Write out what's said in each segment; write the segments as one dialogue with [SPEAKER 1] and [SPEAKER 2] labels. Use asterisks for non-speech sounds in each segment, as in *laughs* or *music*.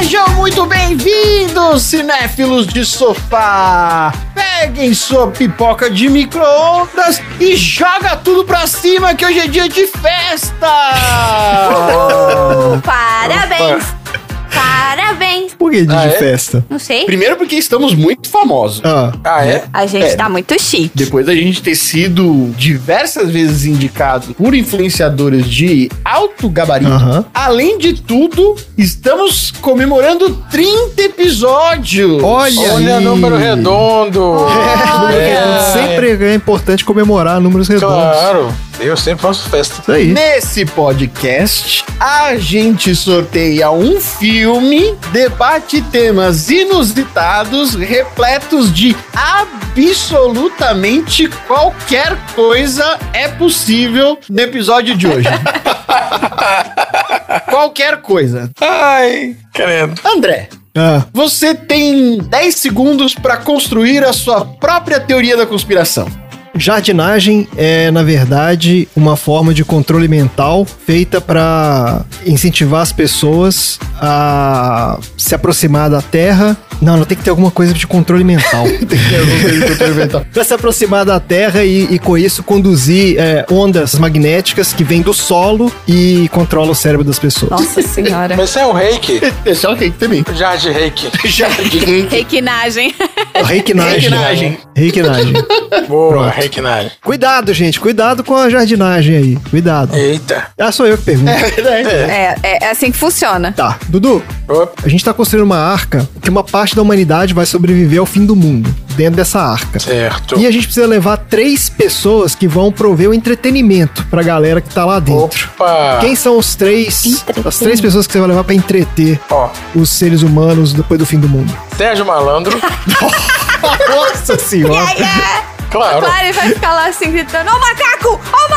[SPEAKER 1] Sejam muito bem-vindos, cinéfilos de sofá! Peguem sua pipoca de micro-ondas e joga tudo pra cima que hoje é dia de festa!
[SPEAKER 2] *laughs*
[SPEAKER 3] Uh, parabéns! Parabéns!
[SPEAKER 2] Por que dia
[SPEAKER 1] Ah,
[SPEAKER 2] de
[SPEAKER 1] é?
[SPEAKER 2] festa?
[SPEAKER 3] Não sei.
[SPEAKER 1] Primeiro porque estamos muito famosos.
[SPEAKER 2] Ah,
[SPEAKER 4] Ah, é?
[SPEAKER 3] A gente tá muito chique.
[SPEAKER 1] Depois da gente ter sido diversas vezes indicado por influenciadores de alto gabarito,
[SPEAKER 2] Aham.
[SPEAKER 1] além de tudo, estamos comemorando 30 episódios.
[SPEAKER 2] Olha
[SPEAKER 4] Olha,
[SPEAKER 2] aí. É,
[SPEAKER 4] número
[SPEAKER 2] *laughs*
[SPEAKER 4] redondo.
[SPEAKER 2] número- Sempre é importante comemorar números redondos.
[SPEAKER 4] Claro, eu sempre faço festa.
[SPEAKER 2] É Isso aí.
[SPEAKER 1] Nesse podcast, a gente sorteia um filme, debate temas inusitados, repletos de absolutamente qualquer coisa é possível no episódio de
[SPEAKER 2] *laughs*
[SPEAKER 1] hoje. qualquer coisa.
[SPEAKER 4] Ai, credo.
[SPEAKER 1] André,
[SPEAKER 2] Ah,
[SPEAKER 1] você tem 10 segundos para construir a sua própria teoria da conspiração.
[SPEAKER 2] jardinagem é, na verdade, uma forma de controle mental feita pra incentivar as pessoas a se aproximar da terra. Não, não tem que ter alguma coisa de controle *laughs* mental. Pra se aproximar da Terra e, e com isso conduzir é, ondas magnéticas que vêm do solo e controla o cérebro das pessoas.
[SPEAKER 3] Nossa senhora.
[SPEAKER 4] Mas isso é um reiki?
[SPEAKER 1] Esse é o reiki também.
[SPEAKER 4] Jardim reiki.
[SPEAKER 1] Já
[SPEAKER 3] Requinagem.
[SPEAKER 2] *laughs* Reikinagem.
[SPEAKER 1] Reikinagem.
[SPEAKER 2] Reikinagem.
[SPEAKER 4] Boa, reikinagem.
[SPEAKER 2] Cuidado, gente. Cuidado com a jardinagem aí. Cuidado.
[SPEAKER 4] É. Eita.
[SPEAKER 2] Ah, sou eu que pergunto. né?
[SPEAKER 3] É, é, é assim que funciona.
[SPEAKER 2] Tá, Dudu,
[SPEAKER 4] Opa.
[SPEAKER 2] a gente tá construindo uma arca que uma parte da humanidade vai sobreviver ao fim do mundo, dentro dessa arca.
[SPEAKER 4] Certo.
[SPEAKER 2] E a gente precisa levar três pessoas que vão prover o entretenimento pra galera que tá lá dentro.
[SPEAKER 4] Opa.
[SPEAKER 2] Quem são os três, as três pessoas que você vai levar pra entreter
[SPEAKER 4] Ó,
[SPEAKER 2] os seres humanos depois do fim do mundo?
[SPEAKER 4] Sérgio
[SPEAKER 2] *laughs*
[SPEAKER 4] Malandro,
[SPEAKER 2] Nossa senhora!
[SPEAKER 3] Ai, é.
[SPEAKER 4] claro.
[SPEAKER 3] Claro, ele vai ficar lá assim gritando: Ô macaco! Ô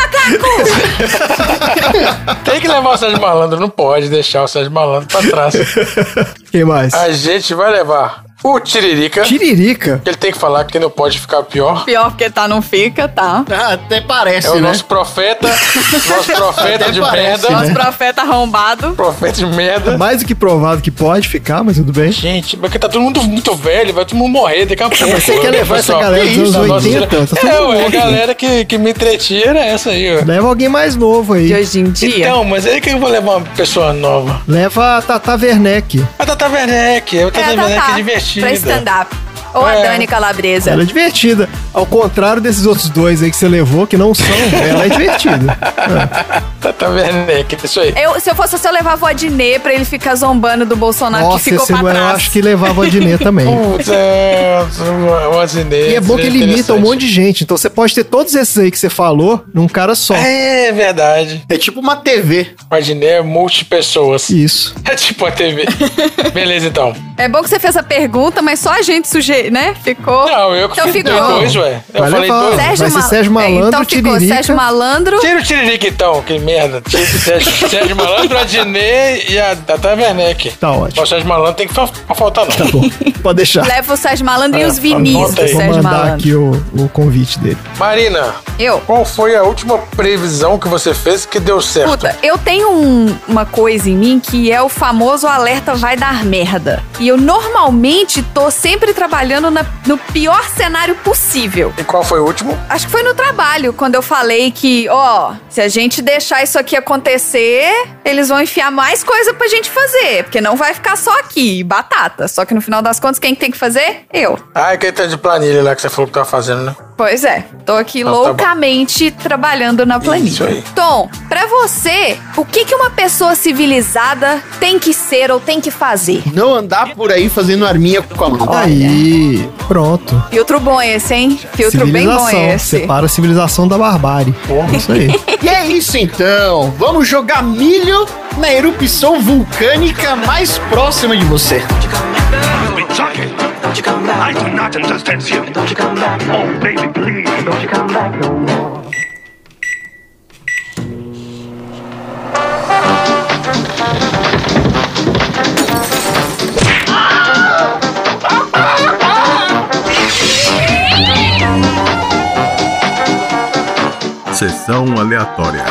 [SPEAKER 3] macaco!
[SPEAKER 4] Tem que levar o Sérgio Malandro, não pode deixar o Sérgio Malandro pra trás.
[SPEAKER 2] *laughs* Quem mais?
[SPEAKER 4] A gente vai levar o Tiririca, que
[SPEAKER 2] Tiririca.
[SPEAKER 4] ele tem que falar que não pode ficar pior.
[SPEAKER 3] Pior porque tá, não fica, tá?
[SPEAKER 1] Né? Ah, Até
[SPEAKER 4] É
[SPEAKER 1] parece,
[SPEAKER 4] o
[SPEAKER 1] né?
[SPEAKER 4] nosso profeta, nosso profeta
[SPEAKER 1] Até
[SPEAKER 4] de
[SPEAKER 1] parece,
[SPEAKER 4] merda.
[SPEAKER 2] né?
[SPEAKER 3] Nosso profeta arrombado.
[SPEAKER 4] Profeta de merda.
[SPEAKER 2] Mais do que provado que pode ficar, mas tudo bem.
[SPEAKER 4] Gente, porque tá todo mundo muito velho, vai todo mundo morrer daqui a pouco.
[SPEAKER 2] você quer levar essa galera
[SPEAKER 4] que
[SPEAKER 2] dos
[SPEAKER 4] isso,
[SPEAKER 2] anos
[SPEAKER 4] a nossa
[SPEAKER 2] 80?
[SPEAKER 4] gera-
[SPEAKER 2] Tá
[SPEAKER 4] É,
[SPEAKER 2] todo mundo
[SPEAKER 4] ué, a
[SPEAKER 2] morto.
[SPEAKER 4] galera que, que me entretinha era essa aí, ó.
[SPEAKER 2] Leva alguém mais novo aí.
[SPEAKER 3] De hoje em dia.
[SPEAKER 4] Então, mas aí que eu vou levar uma pessoa nova.
[SPEAKER 2] Leva a Tata Werneck.
[SPEAKER 4] A Tata Werneck, a Tata Werneck é divertida.
[SPEAKER 3] tá, Pra stand-up. Ou
[SPEAKER 4] É.
[SPEAKER 3] a Dani Calabresa.
[SPEAKER 2] Ela é divertida. Ao contrário desses outros dois aí que você levou, que não são, ela é divertida.
[SPEAKER 4] *laughs* Tata Werneck, isso aí.
[SPEAKER 3] Eu, se eu fosse você, eu levava o Adnet pra ele ficar zombando do Bolsonaro
[SPEAKER 2] Nossa,
[SPEAKER 3] que ficou
[SPEAKER 2] esse
[SPEAKER 3] pra
[SPEAKER 2] eu
[SPEAKER 3] trás.
[SPEAKER 2] acho que levava a
[SPEAKER 3] *laughs*
[SPEAKER 2] Diné também.
[SPEAKER 4] Putz, é, um acidente.
[SPEAKER 2] E é bom que ele imita um monte de gente. Então você pode ter todos esses aí que você falou num cara só.
[SPEAKER 4] É verdade.
[SPEAKER 1] É tipo uma TV.
[SPEAKER 4] Imaginei é multipessoas.
[SPEAKER 2] Isso.
[SPEAKER 4] É tipo a *laughs* TV. Beleza, então.
[SPEAKER 3] É bom que você fez a pergunta, mas só a gente suje, né? Ficou.
[SPEAKER 4] Não, eu que
[SPEAKER 3] Então
[SPEAKER 4] fiz
[SPEAKER 3] ficou.
[SPEAKER 4] dois, ué. Eu
[SPEAKER 2] Vai
[SPEAKER 4] falei
[SPEAKER 2] levar.
[SPEAKER 4] dois.
[SPEAKER 3] Sérgio,
[SPEAKER 2] Vai ser Sérgio Malandro,
[SPEAKER 3] Então ficou
[SPEAKER 2] Tiririca.
[SPEAKER 3] Sérgio Malandro.
[SPEAKER 4] Tira o Tiririca então, que merda. Tira o Sérgio, Sérgio Malandro, a Dinê e a Tata Werneck.
[SPEAKER 2] Tá ótimo.
[SPEAKER 4] O Sérgio Malandro tem que fa- pra faltar, não.
[SPEAKER 2] Tá bom. Pode deixar.
[SPEAKER 3] Leva o Sérgio Malandro e os
[SPEAKER 4] É, anota
[SPEAKER 3] vinis do
[SPEAKER 4] aí.
[SPEAKER 3] *laughs*
[SPEAKER 2] Vou
[SPEAKER 3] Sérgio
[SPEAKER 2] mandar
[SPEAKER 3] Malandro.
[SPEAKER 2] aqui o, o convite dele.
[SPEAKER 4] Marina,
[SPEAKER 3] Eu.
[SPEAKER 4] qual foi a última previsão que você fez que deu certo?
[SPEAKER 3] Puta, eu tenho um- uma coisa em mim que é o famoso alerta vai dar merda. E eu normalmente tô sempre trabalhando na- no pior cenário possível.
[SPEAKER 4] E qual foi o último?
[SPEAKER 3] Acho que foi no trabalho, quando eu falei que, ó, se a gente deixar isso aqui acontecer, eles vão enfiar mais coisa pra gente fazer. Porque não vai ficar só aqui, batata. Só que no final das contas, quem que tem que fazer? Eu.
[SPEAKER 4] Ah, é aquele tanto de planilha lá que você falou que tava fazendo, né?
[SPEAKER 3] Pois é, tô aqui
[SPEAKER 4] Então tá
[SPEAKER 3] loucamente trabalhando na planilha.
[SPEAKER 4] Isso aí.
[SPEAKER 3] Tom, pra você, o que, que uma pessoa civilizada tem que ser ou tem que fazer?
[SPEAKER 1] Não andar por aí fazendo arminha com a mão.
[SPEAKER 2] Aí, pronto.
[SPEAKER 3] Filtro bom esse, hein? Filtro bem bom
[SPEAKER 2] Civilização.
[SPEAKER 3] esse.
[SPEAKER 2] Separa a civilização da barbárie. Isso aí.
[SPEAKER 3] *laughs*
[SPEAKER 1] E é isso então. Vamos jogar milho na erupção vulcânica mais próxima de você.
[SPEAKER 5] Don't you come back. Don't you come back. I do not understand you. Don't you come back. Oh, baby, please. Don't you come back no more.
[SPEAKER 6] Sessão aleatória.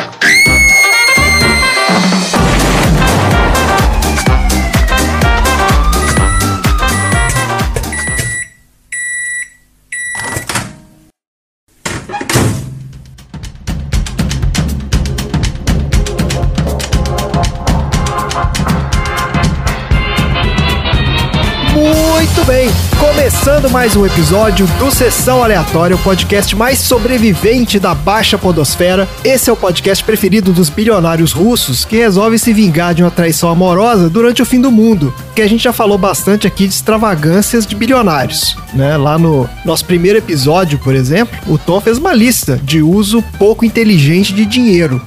[SPEAKER 2] Muito bem, começando mais um episódio do Sessão Aleatória, o podcast mais sobrevivente da baixa podosfera. Esse é o podcast preferido dos bilionários russos que resolve se vingar de uma traição amorosa durante o fim do mundo, que a gente já falou bastante aqui de extravagâncias de bilionários, né? Lá no nosso primeiro episódio, por exemplo, o Tom fez uma lista de uso pouco inteligente de dinheiro.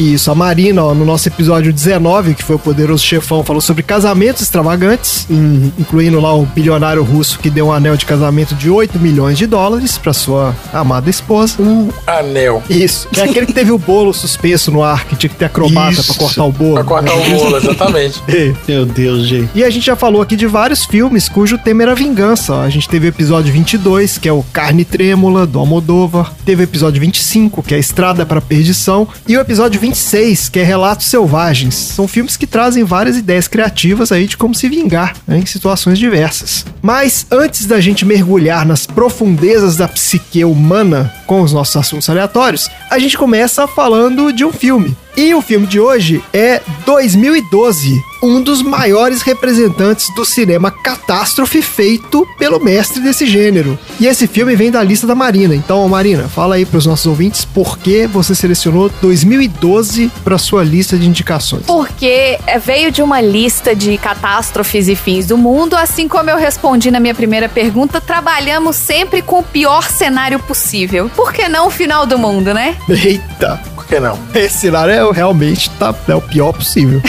[SPEAKER 2] Isso, a Marina, ó, no nosso episódio 19, que foi o Poderoso Chefão, falou sobre casamentos extravagantes, in- incluindo lá o bilionário russo que deu um anel de casamento de 8 milhões de dólares para sua amada esposa.
[SPEAKER 4] Hum. Anel.
[SPEAKER 2] Isso. É aquele que teve o bolo suspenso no ar, que tinha que ter acrobata pra
[SPEAKER 1] Isso.
[SPEAKER 2] cortar o bolo.
[SPEAKER 4] Pra cortar o bolo, exatamente.
[SPEAKER 2] É.
[SPEAKER 1] Meu Deus, gente.
[SPEAKER 2] E a gente já falou aqui de vários filmes cujo tema era vingança. A gente teve o episódio 22, que é o Carne Trêmula, do Almodóvar. Teve o episódio 25, que é a Estrada para a Perdição. E o episódio 26, que é Relatos Selvagens. São filmes que trazem várias ideias criativas aí de como se vingar né, em situações diversas. Mas antes da gente mergulhar nas profundezas da psique humana com os nossos assuntos aleatórios, a gente começa falando de um filme. E o filme de hoje é 2012, um dos maiores representantes do cinema catástrofe feito pelo mestre desse gênero. E esse filme vem da lista da Marina. Então, Marina, fala aí pros nossos ouvintes por que você selecionou 2012 pra sua lista de indicações.
[SPEAKER 3] Porque é, veio de uma lista de catástrofes e fins do mundo, assim como eu respondi na minha primeira pergunta, trabalhamos sempre com o pior cenário possível. Por que não o final do mundo, né?
[SPEAKER 2] Eita,
[SPEAKER 4] Por que não?
[SPEAKER 2] esse cenário é, o- realmente tá, é o pior possível.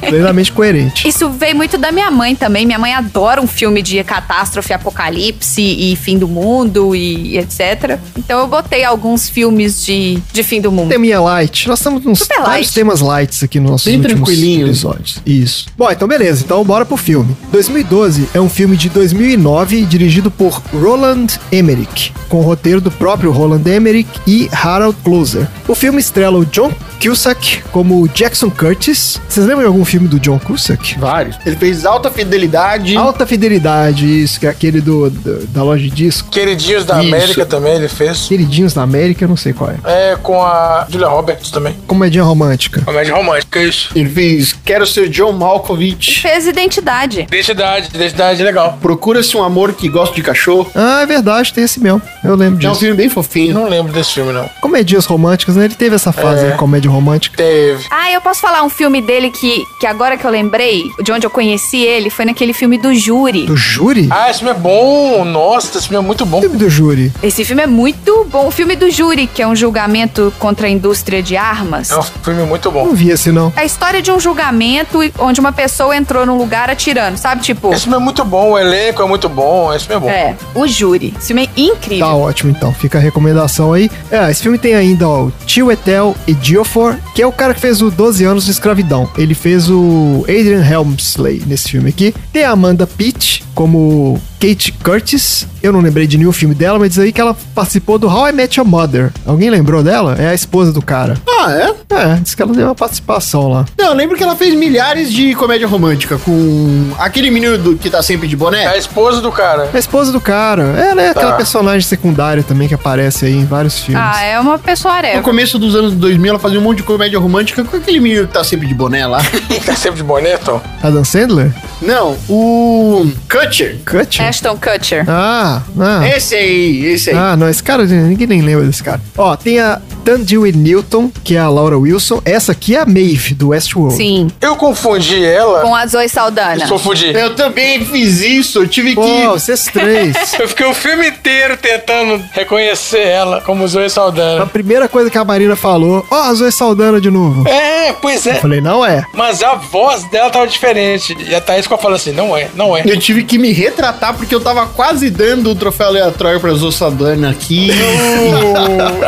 [SPEAKER 2] Plenamente coerente.
[SPEAKER 3] Isso veio muito da minha mãe também. Minha mãe adora um filme de catástrofe, apocalipse e fim do mundo e etc. Então eu botei alguns filmes de, de fim do mundo.
[SPEAKER 2] Teminha light. Nós estamos nos
[SPEAKER 3] Super
[SPEAKER 2] vários
[SPEAKER 3] light.
[SPEAKER 2] temas lights aqui nos nossos
[SPEAKER 1] Bem
[SPEAKER 2] últimos
[SPEAKER 1] tranquilinho.
[SPEAKER 2] episódios. Isso. Bom, então beleza. Então bora pro filme. 2012 é um filme de 2009 dirigido por Roland Emmerich, com o roteiro do próprio Roland Emmerich e Harold Closer. O filme estrela o John Cusack como Jackson Curtis. Vocês lembram de algum filme do John Cusack?
[SPEAKER 1] Vários. Ele fez alta fidelidade.
[SPEAKER 2] Alta Fidelidade, isso, que é aquele do, do- da loja de disco.
[SPEAKER 4] Queridinhos da
[SPEAKER 2] Isso.
[SPEAKER 4] América também ele fez.
[SPEAKER 2] Queridinhos da América, eu não sei qual é.
[SPEAKER 4] É, com a Julia Roberts também.
[SPEAKER 2] Comédia romântica.
[SPEAKER 4] Comédia romântica, isso.
[SPEAKER 1] Ele fez Quero Ser John Malkovich.
[SPEAKER 3] Fez identidade.
[SPEAKER 4] Identidade, identidade legal.
[SPEAKER 1] Procura-se um amor que gosta de cachorro.
[SPEAKER 2] Ah, é verdade, tem esse mesmo. Eu lembro
[SPEAKER 1] É um
[SPEAKER 2] disso.
[SPEAKER 1] filme bem
[SPEAKER 4] Eu
[SPEAKER 1] fofinho.
[SPEAKER 4] não lembro desse filme, não.
[SPEAKER 2] Comédias românticas, né? Ele teve essa fase,
[SPEAKER 4] É.
[SPEAKER 2] né? Comédia romântica.
[SPEAKER 4] Teve.
[SPEAKER 3] Ah, eu posso falar um filme dele que, que agora que eu lembrei, de onde eu conheci ele, foi naquele filme do Júri.
[SPEAKER 2] Do júri?
[SPEAKER 4] Ah, esse filme é bom. Nossa, esse filme é muito bom.
[SPEAKER 2] O filme do júri.
[SPEAKER 3] Esse filme é muito bom. O filme do Júri, que é um julgamento contra a indústria de armas.
[SPEAKER 4] É um filme muito bom.
[SPEAKER 2] Não vi esse, não.
[SPEAKER 3] É a história de um julgamento e- onde uma pessoa entrou num lugar atirando, sabe? Tipo,
[SPEAKER 4] Esse filme é muito bom, o elenco é muito bom, esse filme é
[SPEAKER 3] é,
[SPEAKER 4] bom.
[SPEAKER 3] o Júri. Esse filme é incrível.
[SPEAKER 2] Tá ótimo, então. Fica a recomendação aí. É, esse filme tem ainda, ó, o Tio Etel e Geofor, que é o cara que fez o 12 Anos de Escravidão. Ele fez o Adrian Helmsley nesse filme aqui. Tem a Amanda Pitt como Kate Curtis. Eu não lembrei de nenhum filme dela, mas diz aí que ela participou do How I Met Your Mother. Alguém lembrou dela? É a esposa do cara.
[SPEAKER 1] Ah, é?
[SPEAKER 2] É, diz que ela deu uma participação lá.
[SPEAKER 1] Não, eu lembro que ela fez milhares de comédia romântica com aquele menino do- que tá sempre de
[SPEAKER 4] É a
[SPEAKER 1] boné.
[SPEAKER 4] esposa do
[SPEAKER 2] *laughs*
[SPEAKER 4] cara.
[SPEAKER 2] A esposa do cara. Ela é aquela
[SPEAKER 4] Tá.
[SPEAKER 2] personagem secundária também que aparece aí em vários filmes.
[SPEAKER 3] Ah, é uma pessoa
[SPEAKER 1] No
[SPEAKER 3] areva.
[SPEAKER 1] começo dos anos 2000, ela fazia um monte de comédia romântica com aquele menino que tá sempre de boné lá.
[SPEAKER 4] Tá sempre de boné, Tom?
[SPEAKER 3] é.
[SPEAKER 2] Adam Sandler?
[SPEAKER 1] Não, o Kutcher.
[SPEAKER 2] Kutcher?
[SPEAKER 3] Ashton Kutcher.
[SPEAKER 2] Ah, ah.
[SPEAKER 1] Esse aí, esse aí.
[SPEAKER 2] Ah, não, esse cara, ninguém nem lembra desse cara. Ó, tem a Tandiwe Newton, que é a Laura Wilson. Essa aqui é a Maeve, do Westworld.
[SPEAKER 3] Sim.
[SPEAKER 4] Eu confundi ela.
[SPEAKER 3] Com a Zoe Saldana.
[SPEAKER 4] Eu confundi.
[SPEAKER 1] Eu também fiz isso, eu tive
[SPEAKER 2] Pô,
[SPEAKER 1] que...
[SPEAKER 2] vocês
[SPEAKER 4] *laughs*
[SPEAKER 2] três.
[SPEAKER 4] Eu fiquei o filme inteiro tentando reconhecer ela como Zoe
[SPEAKER 2] a
[SPEAKER 4] Saldana.
[SPEAKER 2] primeira coisa que a Marina falou, ó, a Zoe Saldana de novo.
[SPEAKER 4] É, pois é.
[SPEAKER 2] Eu falei, não é. *laughs*
[SPEAKER 4] Mas a voz dela tava diferente. E a Thaís ficou falando assim: não é, não é.
[SPEAKER 1] Eu tive que que me retratar porque eu tava quase dando o troféu aleatório pra Zossadana aqui.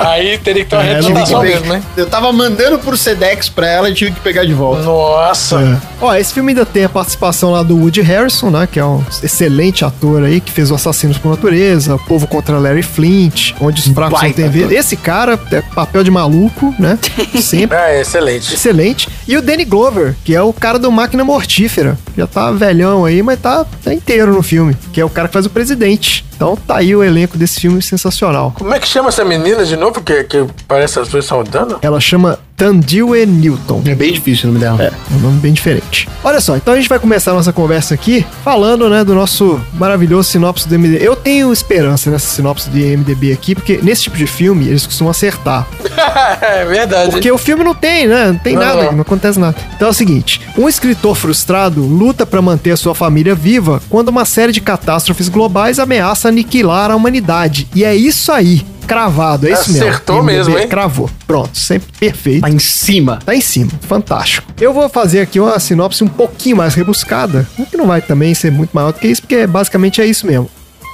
[SPEAKER 4] Aí teria que ter uma
[SPEAKER 2] É, não
[SPEAKER 1] Tive que
[SPEAKER 4] redução
[SPEAKER 2] tem
[SPEAKER 1] pegar-
[SPEAKER 4] mesmo, né?
[SPEAKER 1] Eu tava mandando pro Sedex pra ela e tive que pegar de volta.
[SPEAKER 4] Nossa.
[SPEAKER 2] É. Ó, esse filme ainda tem a participação lá do Woody Harrison, né? Que é um excelente ator aí, que fez o Assassinos por Natureza, o Povo contra Larry Flint, onde os fracos não
[SPEAKER 1] Baita
[SPEAKER 2] têm vez.
[SPEAKER 1] ator.
[SPEAKER 2] Esse cara é papel de maluco,
[SPEAKER 1] *laughs*
[SPEAKER 2] né? Sempre.
[SPEAKER 4] Ah, excelente.
[SPEAKER 2] Excelente. E o Danny Glover, que é o cara do Máquina Mortífera. Já tá velhão aí, mas tá, tá inteiro no filme. Que é o cara que faz o presidente. Então tá aí o elenco desse filme sensacional.
[SPEAKER 4] Como é que chama essa menina de novo? Que, que parece as duas saudando?
[SPEAKER 2] Ela chama Tandilwe Newton.
[SPEAKER 1] É bem difícil o nome dela.
[SPEAKER 2] É um nome bem diferente. Olha só, então a gente vai começar a nossa conversa aqui falando, né, do nosso maravilhoso sinopse do MDB. Eu tenho esperança nessa sinopse do MDB aqui, porque nesse tipo de filme eles costumam acertar.
[SPEAKER 4] é verdade.
[SPEAKER 2] Porque o filme não tem, né? Não tem
[SPEAKER 4] Não,
[SPEAKER 2] nada,
[SPEAKER 4] não.
[SPEAKER 2] não acontece nada. Então é o seguinte: um escritor frustrado luta para manter a sua família viva quando uma série de catástrofes globais ameaça aniquilar a humanidade. E é isso aí. Cravado, é isso
[SPEAKER 4] Acertou
[SPEAKER 2] mesmo.
[SPEAKER 4] mesmo, hein?
[SPEAKER 2] Cravou. Pronto, sempre perfeito.
[SPEAKER 1] Tá em cima.
[SPEAKER 2] Tá em cima, fantástico. Eu vou fazer aqui uma sinopse um pouquinho mais rebuscada, que não vai também ser muito maior do que isso, porque basicamente é isso mesmo.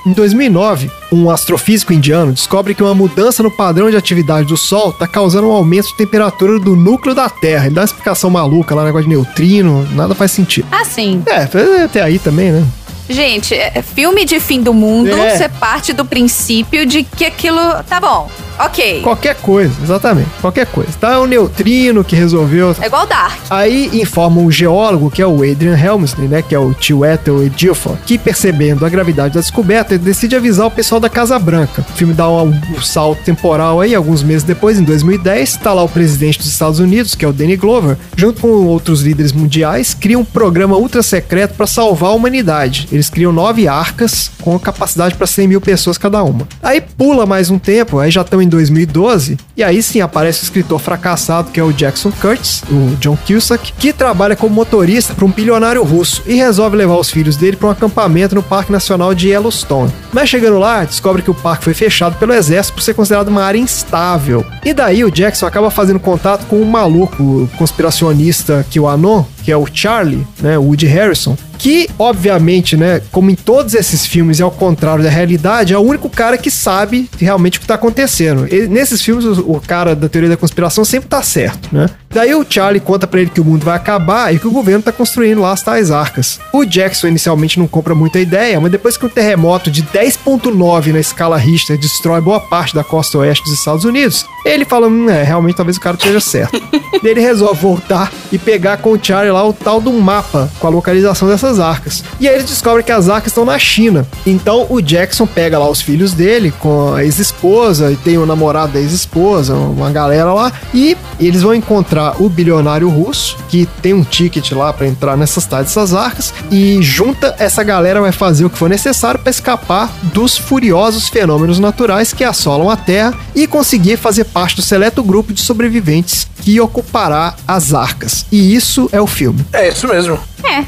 [SPEAKER 2] Em 2009, um astrofísico indiano descobre que uma mudança no padrão de atividade do Sol está causando um aumento de temperatura do núcleo da Terra. Ele dá uma explicação maluca lá, um negócio de neutrino, nada faz sentido.
[SPEAKER 3] Ah,
[SPEAKER 7] Assim,
[SPEAKER 2] É, até aí também, né?
[SPEAKER 7] gente, é- é filme de fim do mundo,
[SPEAKER 2] É.
[SPEAKER 7] você parte do princípio de que aquilo. Tá bom, ok.
[SPEAKER 2] Qualquer coisa, exatamente, qualquer coisa. Tá, é um neutrino que resolveu
[SPEAKER 7] É igual Dark.
[SPEAKER 2] Aí informam o geólogo, que é o Adrian Helmsley, né? Que é o tio Ethel Edilfo, que percebendo a gravidade da descoberta, ele decide avisar o pessoal da Casa Branca. O filme dá um, um salto temporal aí, alguns meses depois, em 2010, tá lá o presidente dos Estados Unidos, que é o Danny Glover, junto com outros líderes mundiais, cria um programa ultra secreto para salvar a humanidade. Eles criam nove arcas com capacidade para 100 mil pessoas cada uma. Aí pula mais um tempo, aí já estão em 2012, e aí sim aparece o escritor fracassado que é o Jackson Curtis, o John Cusack, que trabalha como motorista para um bilionário russo e resolve levar os filhos dele para um acampamento no Parque Nacional de Yellowstone. Mas chegando lá, descobre que o parque foi fechado pelo exército por ser considerado uma área instável. E daí o Jackson acaba fazendo contato com um maluco conspiracionista que o Anon, que é o Charlie, né, o Woody Harrison, que obviamente, né, como em todos esses filmes, é ao contrário da realidade, é o único cara que sabe realmente o que tá acontecendo. E nesses filmes, o, o cara da teoria da conspiração sempre tá certo, né? Daí o Charlie conta pra ele que o mundo vai acabar e que o governo tá construindo lá as tais arcas. O Jackson inicialmente não compra muita ideia, mas depois que um terremoto de 10.9 na escala Richter destrói boa parte da costa oeste dos Estados Unidos, ele fala, hum, é, realmente talvez o cara esteja certo. Daí ele resolve voltar e pegar com o Charlie lá o tal do mapa com a localização dessas arcas. E aí eles descobrem que as arcas estão na China. Então o Jackson pega lá os filhos dele com a ex-esposa e tem o namorado da ex-esposa, uma galera lá, e eles vão encontrar o bilionário russo que tem um ticket lá pra entrar nessas tais dessas arcas e junta essa galera vai fazer o que for necessário pra escapar dos furiosos fenômenos naturais que assolam a Terra e conseguir fazer parte do seleto grupo de sobreviventes que ocupará as arcas. E isso é o filme.
[SPEAKER 4] É isso mesmo.
[SPEAKER 2] É,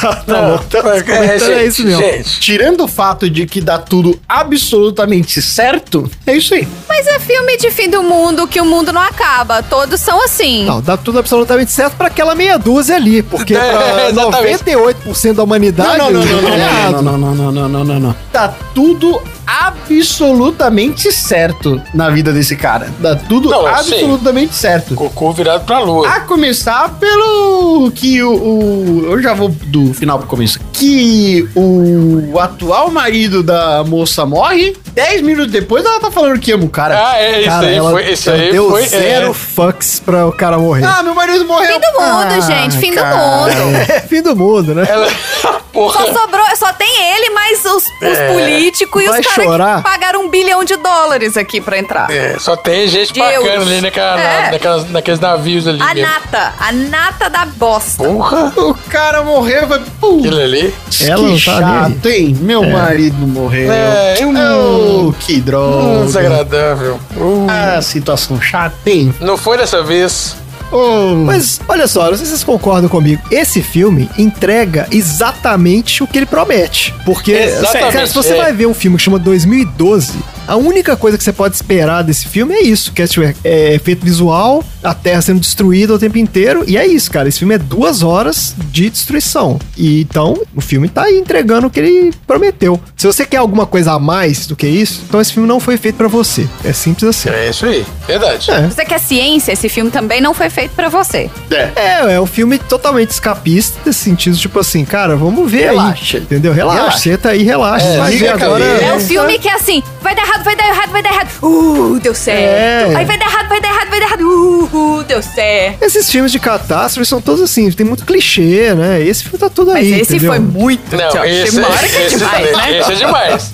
[SPEAKER 2] tá, tá bom. Tá,
[SPEAKER 4] É,
[SPEAKER 2] é,
[SPEAKER 4] gente,
[SPEAKER 2] é isso mesmo.
[SPEAKER 4] Gente,
[SPEAKER 1] Tirando o fato de que dá tudo absolutamente certo, é isso aí.
[SPEAKER 7] Mas é filme de fim do mundo que o mundo não acaba. Todos são assim.
[SPEAKER 2] Não, dá tudo absolutamente certo pra aquela meia dúzia ali, porque
[SPEAKER 4] É,
[SPEAKER 2] pra
[SPEAKER 4] exatamente.
[SPEAKER 2] 98% da humanidade
[SPEAKER 1] Não, não, não, não,
[SPEAKER 2] é errado.
[SPEAKER 1] não, não, não, não, não, não, não, não, não. Tá tudo absolutamente certo na vida desse cara. Tá tudo
[SPEAKER 4] Não, eu sei.
[SPEAKER 1] absolutamente certo.
[SPEAKER 4] cocô virado pra lua.
[SPEAKER 1] A começar pelo que o, o- Eu já vou do final pro começo. Que o atual marido da moça morre. Dez minutos depois ela tá falando que ama o cara.
[SPEAKER 4] Ah, é, isso
[SPEAKER 2] Cara,
[SPEAKER 4] aí
[SPEAKER 2] ela,
[SPEAKER 4] foi. Isso
[SPEAKER 2] ela
[SPEAKER 4] aí
[SPEAKER 2] deu
[SPEAKER 4] foi. é,
[SPEAKER 2] zero fucks pra o cara morrer.
[SPEAKER 1] Ah, meu marido morreu.
[SPEAKER 7] Fim do mundo,
[SPEAKER 1] Ah,
[SPEAKER 7] gente. Fim
[SPEAKER 1] cara.
[SPEAKER 7] do mundo.
[SPEAKER 2] É fim do mundo, né?
[SPEAKER 4] É, ela. *laughs*
[SPEAKER 7] Só
[SPEAKER 4] Porra.
[SPEAKER 7] sobrou, só tem ele, mas os, os
[SPEAKER 4] É.
[SPEAKER 7] políticos e
[SPEAKER 2] Vai
[SPEAKER 7] os caras
[SPEAKER 2] chorar?
[SPEAKER 7] que pagaram um bilhão de dólares aqui pra entrar.
[SPEAKER 4] É, só tem gente
[SPEAKER 7] De
[SPEAKER 4] bacana
[SPEAKER 7] euros.
[SPEAKER 4] ali naquela,
[SPEAKER 7] É.
[SPEAKER 4] naquelas- naqueles navios ali.
[SPEAKER 7] A
[SPEAKER 4] mesmo.
[SPEAKER 7] nata, a nata da bosta.
[SPEAKER 4] Porra.
[SPEAKER 1] O cara morreu, vai. Putz,
[SPEAKER 4] Aquilo ali.
[SPEAKER 2] Ela não
[SPEAKER 1] que
[SPEAKER 2] tá
[SPEAKER 1] chato, hein? Meu marido morreu.
[SPEAKER 4] É, eu não.
[SPEAKER 1] Oh, que
[SPEAKER 4] Hum,
[SPEAKER 1] droga.
[SPEAKER 4] desagradável. Uh.
[SPEAKER 1] ah, situação chata, hein?
[SPEAKER 4] Não foi dessa vez.
[SPEAKER 1] Oh.
[SPEAKER 2] Mas olha só, não sei se vocês concordam comigo. Esse filme entrega exatamente o que ele promete. Porque,
[SPEAKER 4] Exatamente,
[SPEAKER 2] cara, se você
[SPEAKER 4] é.
[SPEAKER 2] vai ver um filme que chama 2012, A única coisa que você pode esperar desse filme é isso, que é, tipo, é- é efeito visual, a Terra sendo destruída o tempo inteiro, e é isso, cara. Esse filme é duas horas de destruição. E, então, o filme tá aí entregando o que ele prometeu. Se você quer alguma coisa a mais do que isso, então esse filme não foi feito pra você. É simples assim.
[SPEAKER 4] É isso aí, verdade.
[SPEAKER 2] É.
[SPEAKER 7] Você quer ciência? Esse filme também não foi feito pra você.
[SPEAKER 2] É, é um filme totalmente escapista, nesse sentido, tipo assim, cara, vamos ver
[SPEAKER 1] Relaxa.
[SPEAKER 2] aí. Entendeu? Relaxa,
[SPEAKER 1] Relaxa.
[SPEAKER 2] senta aí, relaxa.
[SPEAKER 4] É,
[SPEAKER 2] vai
[SPEAKER 4] liga
[SPEAKER 2] ver
[SPEAKER 4] a
[SPEAKER 2] agora.
[SPEAKER 4] cabeça.
[SPEAKER 7] É um filme que é assim, vai dar errado, vai dar errado, vai dar errado. Uh, deu certo.
[SPEAKER 2] É.
[SPEAKER 7] Aí vai dar errado, vai dar errado, vai dar errado. Uh, deu certo.
[SPEAKER 2] Esses filmes de catástrofe são todos assim, tem muito clichê, né? Esse filme tá tudo
[SPEAKER 7] Mas
[SPEAKER 2] aí.
[SPEAKER 7] esse
[SPEAKER 2] entendeu?
[SPEAKER 7] foi muito.
[SPEAKER 4] Não,
[SPEAKER 7] Tchau,
[SPEAKER 4] esse,
[SPEAKER 7] Shimura, que é
[SPEAKER 4] esse-
[SPEAKER 7] demais, né?
[SPEAKER 4] esse é
[SPEAKER 2] *laughs*
[SPEAKER 4] demais.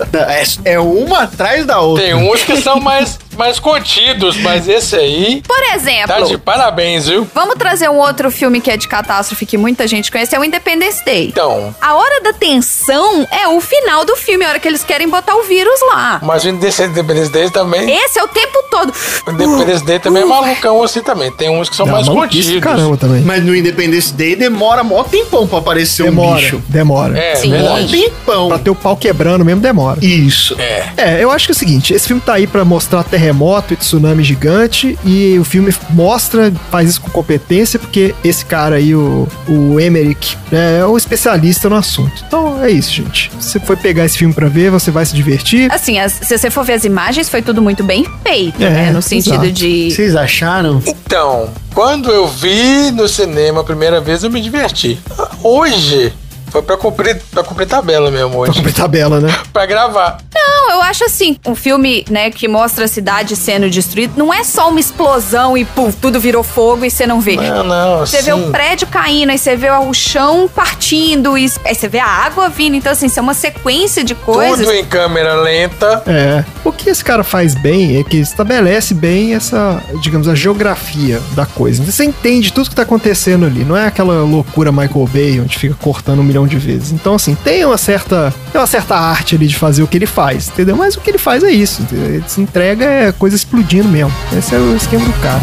[SPEAKER 1] É, é uma atrás da outra.
[SPEAKER 4] Tem uns que são mais, mais contidos, mas esse aí
[SPEAKER 7] Por
[SPEAKER 4] tá de
[SPEAKER 7] exemplo,
[SPEAKER 4] parabéns, viu?
[SPEAKER 7] vamos trazer um outro filme que é de catástrofe que muita gente conhece, é o Independence Day.
[SPEAKER 4] Então,
[SPEAKER 7] A hora da tensão é o final do filme, a hora que eles querem botar o vírus lá.
[SPEAKER 4] mas o Independence Day também.
[SPEAKER 7] Esse é o tempo todo.
[SPEAKER 4] O Independence Day também é malucão assim também. Tem uns que são
[SPEAKER 2] Dá
[SPEAKER 4] mais
[SPEAKER 2] maluquice do
[SPEAKER 4] contidos.
[SPEAKER 2] caramba também.
[SPEAKER 1] Mas no Independence Day demora mó tempão pra aparecer um
[SPEAKER 2] demora,
[SPEAKER 1] bicho.
[SPEAKER 2] demora.
[SPEAKER 4] É,
[SPEAKER 7] Sim.
[SPEAKER 1] Mó
[SPEAKER 4] verdade.
[SPEAKER 1] tempão.
[SPEAKER 2] Pra ter o pau quebrando mesmo, demora.
[SPEAKER 1] Isso.
[SPEAKER 4] É.
[SPEAKER 2] É, eu acho que é o seguinte, esse filme tá aí pra mostrar terremoto e tsunami gigante e o filme mostra, faz isso com competência, porque esse cara aí, o, o Emmerich, né, é um especialista no assunto. Então é isso, gente. Se você for pegar esse filme pra ver, você vai se divertir.
[SPEAKER 7] Assim, as- se você for ver as imagens, foi tudo muito bem feito,
[SPEAKER 2] É,
[SPEAKER 7] né? No sentido
[SPEAKER 2] exato.
[SPEAKER 7] de.
[SPEAKER 1] Vocês acharam?
[SPEAKER 4] Então, quando eu vi no cinema a primeira vez, eu me diverti. Hoje, foi pra cumprir, pra cumprir tabela mesmo
[SPEAKER 2] Pra
[SPEAKER 4] hoje.
[SPEAKER 2] cumprir tabela, né?
[SPEAKER 4] pra gravar.
[SPEAKER 7] Não, eu acho assim, um filme, né, que mostra a cidade sendo destruída, não é só uma explosão e pum, tudo virou fogo e você não vê.
[SPEAKER 4] Não, não, assim,
[SPEAKER 7] Você vê um o
[SPEAKER 4] sim.
[SPEAKER 7] prédio caindo, aí você vê o chão partindo, e aí você vê a água vindo. Então, assim, isso é uma sequência de coisas.
[SPEAKER 4] Tudo em câmera lenta.
[SPEAKER 2] É. O que esse cara faz bem é que estabelece bem essa, digamos, a geografia da coisa. Você entende tudo que tá acontecendo ali. Não é aquela loucura Michael Bay, onde fica cortando um milhão de vezes. Então, assim, tem uma certa, tem uma certa arte ali de fazer o que ele faz, entendeu? Mas o que ele faz é isso. entendeu? Ele se entrega é coisa explodindo mesmo. Esse é o esquema do cara.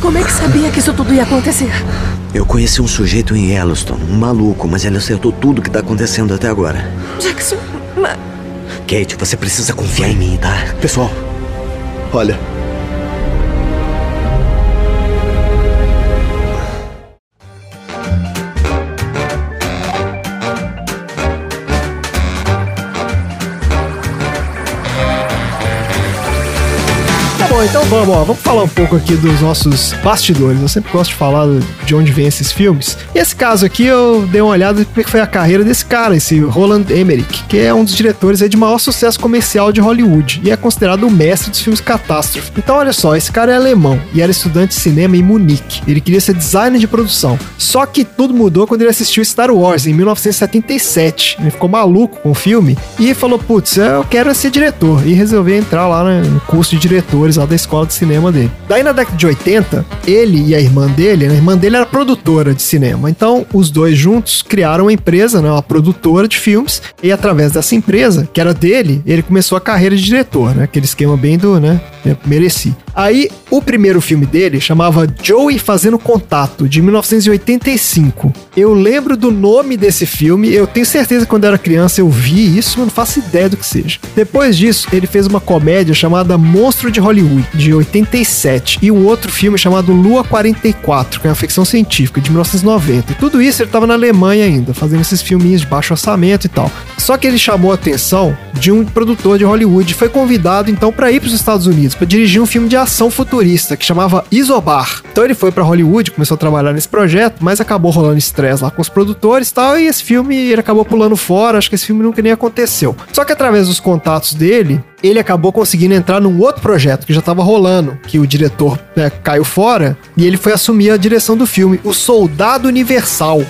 [SPEAKER 8] Como é que sabia que isso tudo ia acontecer?
[SPEAKER 9] Eu conheci um sujeito em Yellowstone, um maluco, mas ele acertou tudo o que tá acontecendo até agora.
[SPEAKER 8] Jackson, ma-
[SPEAKER 9] Kate, você precisa confiar em mim, tá? Pessoal, olha.
[SPEAKER 2] Tá bom, então vamos, ó, vamos falar um pouco aqui dos nossos bastidores. Eu sempre gosto de falar de onde vem esses filmes. E esse caso aqui eu dei uma olhada em como é que foi a carreira desse cara, esse Roland Emmerich, que é um dos diretores aí de maior sucesso comercial de Hollywood e é considerado o mestre dos filmes catástrofe. Então olha só, esse cara é alemão e era estudante de cinema em Munique. Ele queria ser designer de produção. Só que tudo mudou quando ele assistiu Star Wars em 1977. Ele ficou maluco com o um filme e falou: "Putz, eu quero ser diretor" e resolveu entrar lá né, no curso de diretores lá da escola de cinema dele. Daí na década de 80, ele e a irmã dele, né, a irmã dele era produtora de cinema. Então os dois juntos criaram uma empresa, né, uma produtora de filmes e através dessa empresa, que era dele, ele começou a carreira de diretor, né? Aquele esquema bem do, né, eu mereci. Aí o primeiro filme dele chamava Joey Fazendo Contato, de 1985. Eu lembro do nome desse filme, eu tenho certeza que quando eu era criança eu vi isso, mas não faço ideia do que seja. Depois disso, ele fez uma comédia chamada Monstro de Hollywood, de 87, e um outro filme chamado Lua 44, que é uma ficção científica, de 1990. E tudo isso ele tava na Alemanha ainda, fazendo esses filminhos de baixo orçamento e tal. Só que ele chamou a atenção de um produtor de Hollywood, foi convidado então para ir para os Estados Unidos para dirigir um filme de ação futurista que chamava Isobar. Então ele foi para Hollywood, começou a trabalhar nesse projeto, mas acabou rolando estresse lá com os produtores e tal, e esse filme ele acabou pulando fora, acho que esse filme nunca nem aconteceu. Só que através dos contatos dele, ele acabou conseguindo entrar num outro projeto que já estava rolando, que o diretor né, caiu fora, e ele foi assumir a direção do filme, O Soldado Universal,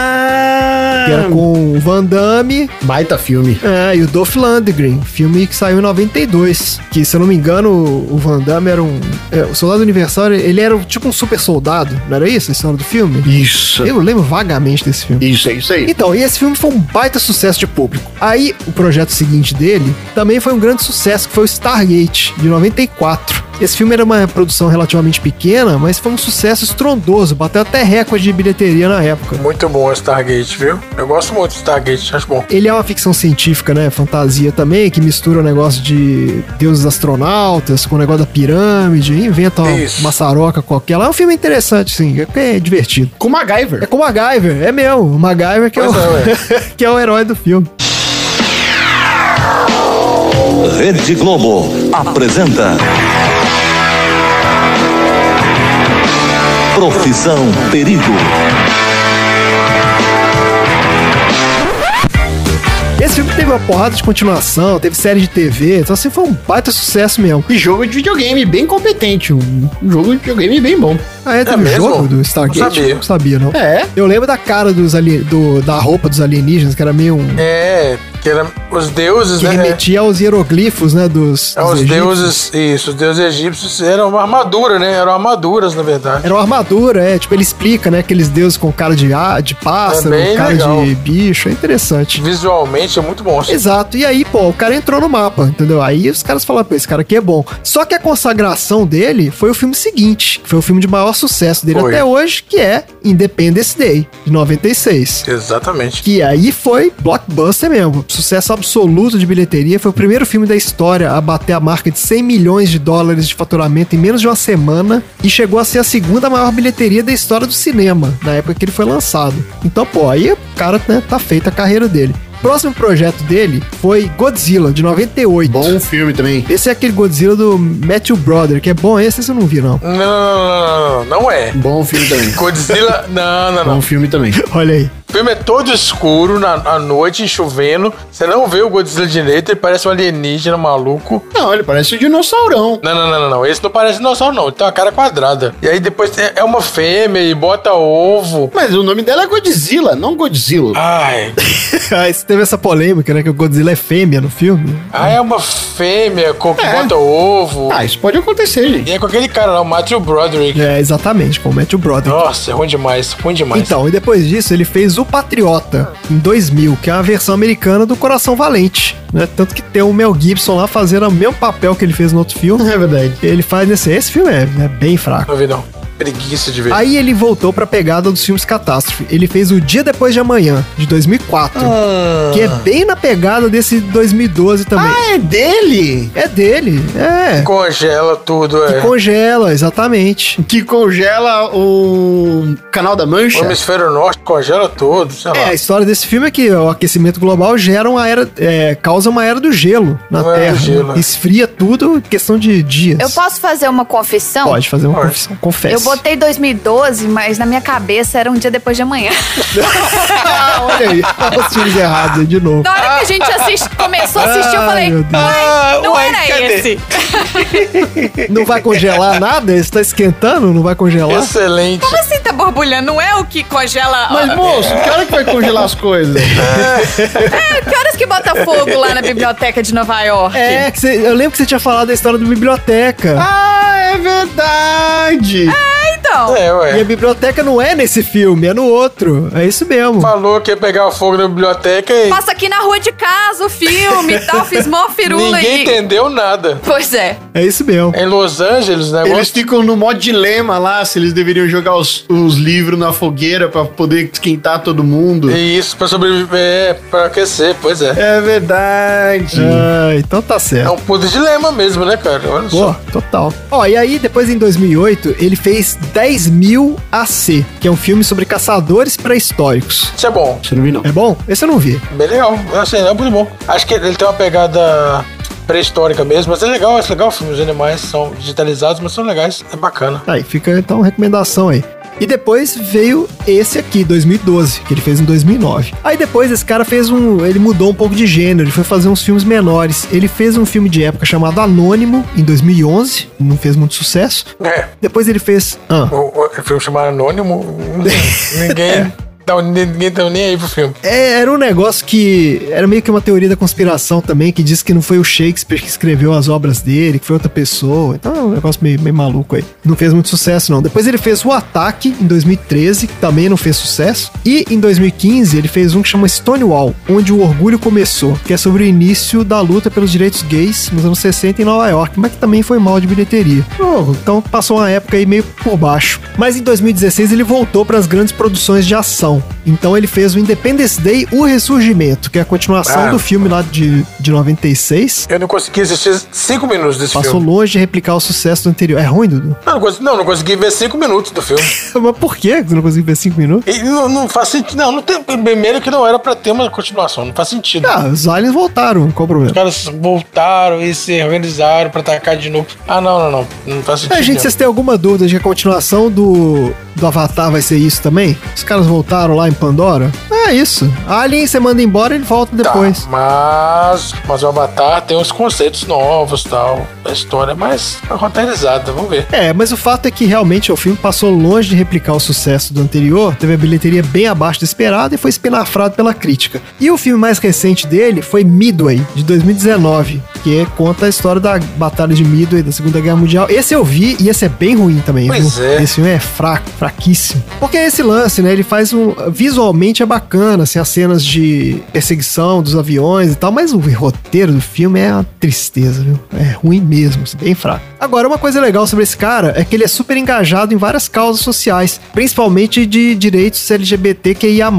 [SPEAKER 1] Ah!
[SPEAKER 2] que era com o Van Damme,
[SPEAKER 1] Baita filme.
[SPEAKER 2] é, e o Dolph Lundgren, filme que saiu em 92. Que, se eu não me engano, o o Van Damme era um. é, o Soldado Universal, ele era um- tipo um super soldado, não era isso a história do filme?
[SPEAKER 1] Isso.
[SPEAKER 2] Eu lembro vagamente desse filme.
[SPEAKER 1] Isso, é isso aí.
[SPEAKER 2] Então, e esse filme foi um baita sucesso de público. Aí, o projeto seguinte dele também foi um grande sucesso, que foi o Stargate, de 94. Esse filme era uma produção relativamente pequena, mas foi um sucesso estrondoso, bateu até recorde de bilheteria na época.
[SPEAKER 4] Muito bom o Stargate, viu? Eu gosto muito do Stargate, acho bom.
[SPEAKER 2] Ele é uma ficção científica, né? Fantasia também, que mistura o negócio de deuses astronautas com o negócio da pirâmide, inventa uma
[SPEAKER 4] Isso.
[SPEAKER 2] maçaroca qualquer lá. É um filme interessante, sim, é é divertido.
[SPEAKER 1] Com
[SPEAKER 2] É
[SPEAKER 1] MacGyver.
[SPEAKER 2] com o MacGyver, é meu. O MacGyver que é, o,
[SPEAKER 4] Pois é,
[SPEAKER 2] *laughs* que é o herói do filme.
[SPEAKER 6] Rede Globo apresenta. Profissão Perigo.
[SPEAKER 2] Esse filme teve uma porrada de continuação, teve série de TV, então assim foi um baita sucesso mesmo.
[SPEAKER 1] E jogo de videogame bem competente. Um um jogo de videogame bem bom.
[SPEAKER 2] Ah, é, teve o
[SPEAKER 4] mesmo?
[SPEAKER 2] jogo do
[SPEAKER 4] Não
[SPEAKER 2] Stargate?
[SPEAKER 4] sabia.
[SPEAKER 2] Não sabia, não.
[SPEAKER 1] É.
[SPEAKER 2] Eu lembro da cara dos ali, do- da roupa dos alienígenas, que era meio um.
[SPEAKER 4] É, que era os deuses,
[SPEAKER 2] que
[SPEAKER 4] né?
[SPEAKER 2] remetia aos hieroglifos, né? Dos.
[SPEAKER 4] É,
[SPEAKER 2] dos
[SPEAKER 4] os
[SPEAKER 2] egípcios.
[SPEAKER 4] deuses, isso, os deuses egípcios eram uma armadura, né? Eram armaduras, na verdade.
[SPEAKER 2] Era uma armadura, é. Tipo, ele explica, né? Aqueles deuses com cara de, a- de pássaro,
[SPEAKER 4] É bem
[SPEAKER 2] cara
[SPEAKER 4] legal.
[SPEAKER 2] de bicho. É interessante.
[SPEAKER 4] Visualmente é muito bom. assim.
[SPEAKER 2] Exato. E aí, pô, o cara entrou no mapa, entendeu? Aí os caras falaram, pô, esse cara aqui é bom. Só que a consagração dele foi o filme seguinte, que foi o filme de maior sucesso dele
[SPEAKER 4] Foi.
[SPEAKER 2] até hoje, que é Independence Day, de 96.
[SPEAKER 4] Exatamente.
[SPEAKER 2] Que aí foi blockbuster mesmo. Sucesso absoluto de bilheteria. Foi o primeiro filme da história a bater a marca de 100 milhões de dólares de faturamento em menos de uma semana. E chegou a ser a segunda maior bilheteria da história do cinema, na época que ele foi lançado. Então, pô, aí o cara né, tá feita a carreira dele. Próximo projeto dele foi Godzilla, de 98.
[SPEAKER 1] Bom um filme também.
[SPEAKER 2] Esse é aquele Godzilla do Matthew Brother, que é bom esse, esse eu não vi, não.
[SPEAKER 4] Não, não, não, não, não, não é.
[SPEAKER 1] Bom filme também.
[SPEAKER 4] Godzilla, *laughs* não, não, não.
[SPEAKER 1] Bom É um filme também.
[SPEAKER 2] *laughs* Olha aí. *laughs*
[SPEAKER 4] O filme é todo escuro, na, à noite, chovendo. Você não vê o Godzilla direito, ele parece um alienígena maluco.
[SPEAKER 1] Não, ele parece um dinossaurão.
[SPEAKER 4] Não, não, não, não, não. Esse não parece dinossauro, não. Ele tem uma cara quadrada. E aí depois é é uma fêmea e bota ovo.
[SPEAKER 1] Mas o nome dela é Godzilla, não Godzilla.
[SPEAKER 4] Ai,
[SPEAKER 2] Aí Ah, teve essa polêmica, né? Que o Godzilla é fêmea no filme.
[SPEAKER 4] ai é uma fêmea com, que
[SPEAKER 1] É.
[SPEAKER 4] bota ovo.
[SPEAKER 1] Ah, isso pode acontecer, gente.
[SPEAKER 4] E é com aquele cara lá, o Matthew Broderick.
[SPEAKER 2] É, exatamente, com o Matthew Brother.
[SPEAKER 4] Nossa, é ruim demais, ruim demais.
[SPEAKER 2] Então, e depois disso, ele fez O Patriota, em 2000, que é uma versão americana do Coração Valente. Né? Tanto que tem o Mel Gibson lá fazendo o mesmo papel que ele fez no outro filme.
[SPEAKER 1] É verdade.
[SPEAKER 2] Ele faz nesse... Esse filme é, é bem fraco.
[SPEAKER 4] Não vi, não. Preguiça de ver.
[SPEAKER 2] Aí ele voltou pra pegada dos filmes catástrofe. Ele fez O Dia Depois de Amanhã, de 2004. Que é bem na pegada desse 2012 também.
[SPEAKER 1] Ah, é dele?
[SPEAKER 2] É dele, é.
[SPEAKER 4] Congela tudo, é.
[SPEAKER 1] Então,
[SPEAKER 2] Que congela, exatamente.
[SPEAKER 1] Que congela o canal da Mancha?
[SPEAKER 4] O hemisfério norte congela tudo, sei lá.
[SPEAKER 2] É, a história desse filme é que o aquecimento global gera uma era, é, causa uma era do gelo na
[SPEAKER 4] Uma era
[SPEAKER 2] Terra.
[SPEAKER 4] do gelo,
[SPEAKER 1] é.
[SPEAKER 2] né? Esfria tudo em questão de dias.
[SPEAKER 3] Eu posso fazer uma confissão?
[SPEAKER 2] Pode fazer uma
[SPEAKER 4] Pode.
[SPEAKER 2] confissão, confesso.
[SPEAKER 3] Eu
[SPEAKER 2] *laughs*
[SPEAKER 3] botei 2012, mas na minha cabeça era um dia depois de amanhã.
[SPEAKER 2] Ah, olha aí, os filmes errados aí de
[SPEAKER 7] *laughs*
[SPEAKER 2] novo.
[SPEAKER 7] Na hora que a gente assist- começou a assistir, eu
[SPEAKER 2] Ai,
[SPEAKER 7] falei,
[SPEAKER 2] Ah. meu Deus.
[SPEAKER 7] uai, não era esse.
[SPEAKER 2] Não vai congelar nada? Esse tá esquentando? Não vai congelar?
[SPEAKER 4] Excelente.
[SPEAKER 7] Como assim tá borbulhando? Não é o que congela...
[SPEAKER 1] Mas, moço, que hora que vai congelar as coisas?
[SPEAKER 7] É, que horas que bota fogo lá na biblioteca de Nova York?
[SPEAKER 2] É, que você- eu lembro que você tinha falado da história da biblioteca.
[SPEAKER 1] ah, é verdade!
[SPEAKER 2] Ah,
[SPEAKER 7] Então,
[SPEAKER 4] É,
[SPEAKER 2] E a
[SPEAKER 4] ué.
[SPEAKER 2] biblioteca não é nesse filme, é no outro. É isso mesmo.
[SPEAKER 4] Falou que ia pegar fogo na biblioteca e
[SPEAKER 7] passa aqui na rua de casa o filme e *laughs* tal, fiz mó firula
[SPEAKER 4] ninguém
[SPEAKER 7] aí.
[SPEAKER 4] entendeu nada.
[SPEAKER 7] Pois é.
[SPEAKER 2] É isso mesmo.
[SPEAKER 4] Em Los Angeles, né?
[SPEAKER 1] Eles ficam no mó dilema lá se eles deveriam jogar os, os livros na fogueira pra poder esquentar todo mundo.
[SPEAKER 4] E isso, pra sobreviver, é, pra aquecer, pois é.
[SPEAKER 1] É verdade.
[SPEAKER 2] Ah, então tá certo.
[SPEAKER 4] É um puto dilema mesmo, né, cara? Olha
[SPEAKER 2] Pô,
[SPEAKER 4] só.
[SPEAKER 2] total. Ó, e aí, depois em 2008, ele fez 10 mil AC, que é um filme sobre caçadores pré-históricos.
[SPEAKER 4] Isso é bom.
[SPEAKER 1] Você não viu, não?
[SPEAKER 2] É bom? Esse eu não vi.
[SPEAKER 4] Bem legal. Assim, é muito bom. Acho que ele tem uma pegada pré-histórica mesmo, mas é legal, é legal o filme. Os animais são digitalizados, mas são legais. É bacana.
[SPEAKER 2] Aí, fica então a recomendação aí. E depois veio esse aqui, 2012, que ele fez em 2009. Aí depois esse cara fez um. Ele mudou um pouco de gênero, ele foi fazer uns filmes menores. Ele fez um filme de época chamado Anônimo, em 2011, não fez muito sucesso.
[SPEAKER 4] É,
[SPEAKER 2] Depois ele fez. Ah,
[SPEAKER 4] *laughs* o, o- o filme chamado Anônimo, ninguém Então, ninguém tá nem aí pro filme.
[SPEAKER 2] É, era um negócio que. Era meio que uma teoria da conspiração também, que diz que não foi o Shakespeare que escreveu as obras dele, que foi outra pessoa. Então é um negócio meio, meio maluco aí. Não fez muito sucesso, não. Depois ele fez O Ataque, em 2013, que também não fez sucesso. E em 2015 ele fez um que chama Stonewall, onde o orgulho começou, que é sobre o início da luta pelos direitos gays nos anos 60 em Nova York, mas que também foi mal de bilheteria. Oh, então passou uma época aí meio por baixo. Mas em 2016 ele voltou para as grandes produções de ação. Então ele fez o Independence Day, o Ressurgimento, que é a continuação
[SPEAKER 4] Ah.
[SPEAKER 2] do filme lá de, de 96.
[SPEAKER 4] Eu não consegui assistir cinco minutos desse
[SPEAKER 2] Passou
[SPEAKER 4] filme.
[SPEAKER 2] longe de replicar o sucesso do anterior. É ruim, Dudu? *laughs*
[SPEAKER 4] Não, não, consegui, não, não consegui ver cinco minutos do filme.
[SPEAKER 2] Mas por que você não conseguiu ver 5 minutos?
[SPEAKER 4] E não, não faz sentido. Não, não tem. Primeiro que não era pra ter uma continuação, não faz sentido.
[SPEAKER 2] Ah, os aliens voltaram, qual o
[SPEAKER 4] Os
[SPEAKER 2] problema?
[SPEAKER 4] caras voltaram e se organizaram pra atacar de novo. Ah, não, não, não. Não faz sentido.
[SPEAKER 2] É, gente,
[SPEAKER 4] nenhum.
[SPEAKER 2] vocês têm alguma dúvida de que a continuação do, do Avatar vai ser isso também? Os caras voltaram lá em Pandora? É isso. Alien, você manda embora, ele volta
[SPEAKER 4] Tá,
[SPEAKER 2] depois.
[SPEAKER 4] mas, mas o Avatar tem uns conceitos novos tal. A história é mais roteirizada, vamos ver.
[SPEAKER 2] É, mas o fato é que realmente o filme passou longe de replicar o sucesso do anterior, teve a bilheteria bem abaixo do esperado e foi espinafrado pela crítica. E o filme mais recente dele foi Midway, de 2019, que conta a história da Batalha de Midway da Segunda Guerra Mundial. Esse eu vi e esse é bem ruim também.
[SPEAKER 4] Pois
[SPEAKER 2] viu?
[SPEAKER 4] é.
[SPEAKER 2] Esse filme é fraco, fraquíssimo. Porque é esse lance, né? Ele faz um. Visualmente é bacana, assim, as cenas de perseguição dos aviões e tal, mas o roteiro do filme é uma tristeza, viu? É ruim mesmo, assim, bem fraco. Agora, uma coisa legal sobre esse cara é que ele é super engajado em várias causas sociais, principalmente de direitos LGBTQIA.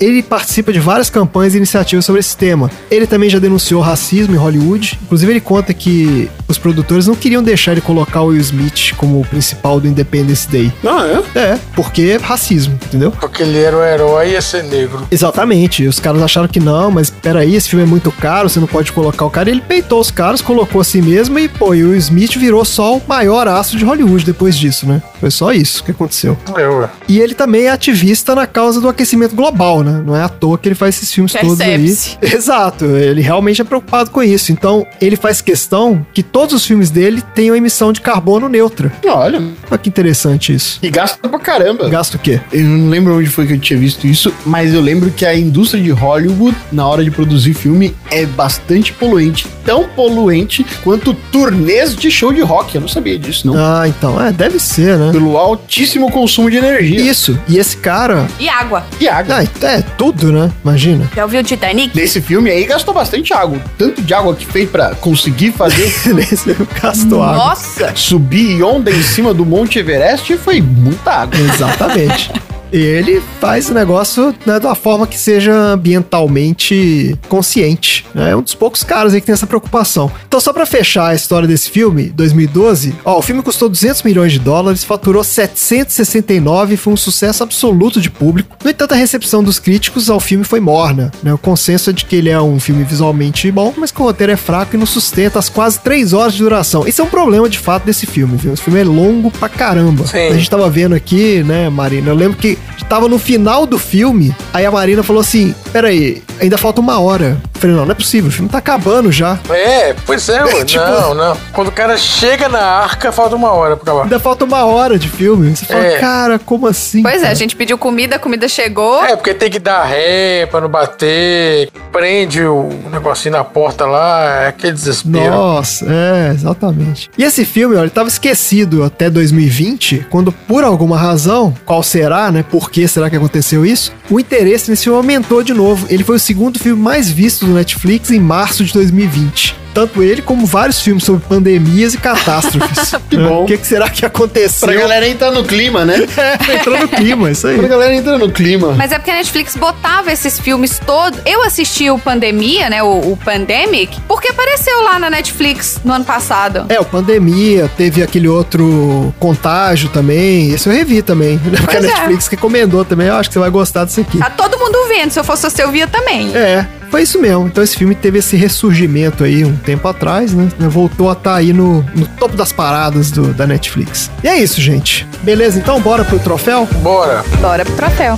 [SPEAKER 2] Ele participa de várias campanhas e iniciativas sobre esse tema. Ele também já denunciou racismo em Hollywood. Inclusive, ele conta que os produtores não queriam deixar ele colocar o Will Smith como o principal do Independence Day.
[SPEAKER 4] Ah, é?
[SPEAKER 2] É, porque racismo, entendeu?
[SPEAKER 4] Porque ele era o herói e ia ser negro.
[SPEAKER 2] Exatamente, os caras acharam que não, mas peraí, esse filme é muito caro, você não pode colocar o cara. Ele peitou os caras, colocou a si mesmo e, pô, e o Smith virou só o maior astro de Hollywood depois disso, né? Foi só isso que aconteceu.
[SPEAKER 4] Eu, ué.
[SPEAKER 2] E ele também é ativista na causa do aquecimento global, né? Não é à toa que ele faz esses filmes
[SPEAKER 7] Percebe-se.
[SPEAKER 2] todos aí. *laughs* Exato, ele realmente é preocupado com isso. Então, ele faz questão que todos os filmes dele tenham emissão de carbono neutra.
[SPEAKER 1] Olha,
[SPEAKER 2] Olha que interessante isso.
[SPEAKER 1] e gasta pra caramba.
[SPEAKER 2] Gasta o quê?
[SPEAKER 1] Eu não lembro onde foi que eu tinha visto isso, mas eu lembro que a indústria de Hollywood, na hora de produzir filme, é bastante poluente. Tão poluente quanto turnês de show de rock. Eu não sabia disso, não.
[SPEAKER 2] Ah, então, é, deve ser, né?
[SPEAKER 1] Pelo altíssimo consumo de energia.
[SPEAKER 2] Isso, e esse cara.
[SPEAKER 7] E água.
[SPEAKER 1] E água.
[SPEAKER 2] Ah, é tudo, né? Imagina. *laughs*
[SPEAKER 3] Já ouviu Titanic?
[SPEAKER 1] Nesse filme aí gastou bastante água. Tanto de água que fez pra conseguir
[SPEAKER 2] *laughs*
[SPEAKER 1] fazer
[SPEAKER 2] Nesse gastou água.
[SPEAKER 7] Nossa.
[SPEAKER 1] subir onda em cima do Monte Everest foi muita água.
[SPEAKER 2] *laughs* Exatamente. E ele faz o negócio né, de uma forma que seja ambientalmente consciente. né? É um dos poucos caras aí que tem essa preocupação. Então, só pra fechar a história desse filme, 2012, ó, o filme custou 200 milhões de dólares, faturou 769 e foi um sucesso absoluto de público. No entanto, a recepção dos críticos ao filme foi morna. né? O consenso é de que ele é um filme visualmente bom, mas que o roteiro é fraco e não sustenta as quase 3 horas de duração. Isso é um problema de fato desse filme, viu? Esse filme é longo pra caramba.
[SPEAKER 4] Sim.
[SPEAKER 2] A gente tava vendo aqui, né, Marina? Eu lembro que tava no final do filme, aí a Marina falou assim: peraí, ainda falta uma hora. Eu falei, não, não é possível, o filme tá acabando já.
[SPEAKER 4] É, pois
[SPEAKER 2] *laughs*
[SPEAKER 4] é, ué.
[SPEAKER 2] Tipo-
[SPEAKER 4] Não, não. Quando o cara chega na arca, falta uma hora pra acabar.
[SPEAKER 2] Ainda falta uma hora de filme. Você fala,
[SPEAKER 4] É.
[SPEAKER 2] cara, como assim?
[SPEAKER 7] Pois é,
[SPEAKER 2] cara?
[SPEAKER 7] a gente pediu comida, a comida chegou.
[SPEAKER 4] É, porque tem que dar ré pra não bater, prende o negocinho na porta lá, é aquele desespero.
[SPEAKER 2] Nossa, é, exatamente. E esse filme, olha, ele tava esquecido até 2020, quando por alguma razão, qual será, né? Por que será que aconteceu isso? O interesse nesse filme aumentou de novo. Ele foi o segundo filme mais visto do Netflix em março de 2020. Tanto ele como vários filmes sobre pandemias e catástrofes.
[SPEAKER 1] Que bom.
[SPEAKER 2] O que, que será que aconteceu?
[SPEAKER 1] Pra galera entrar no clima, né?
[SPEAKER 2] É, entrou no clima, isso
[SPEAKER 1] Pra
[SPEAKER 2] aí.
[SPEAKER 1] galera entrar no clima.
[SPEAKER 2] *laughs*
[SPEAKER 7] Mas é porque a Netflix botava esses filmes todos. Eu assisti o Pandemia, né? O, o Pandemic, porque apareceu lá na Netflix no ano passado.
[SPEAKER 2] É, o Pandemia, teve aquele outro Contágio também. Esse eu revi também. né, Porque a
[SPEAKER 7] Pois é.
[SPEAKER 2] Netflix recomendou também. Eu acho que você vai gostar disso aqui.
[SPEAKER 7] Tá todo mundo vendo. Se eu fosse você, eu via também.
[SPEAKER 2] É, foi isso mesmo. Então esse filme teve esse ressurgimento aí um tempo atrás, né? Voltou a estar aí no, no topo das paradas do- da Netflix. E é isso, gente. Beleza, então bora pro troféu?
[SPEAKER 4] Bora.
[SPEAKER 7] Bora é pro troféu.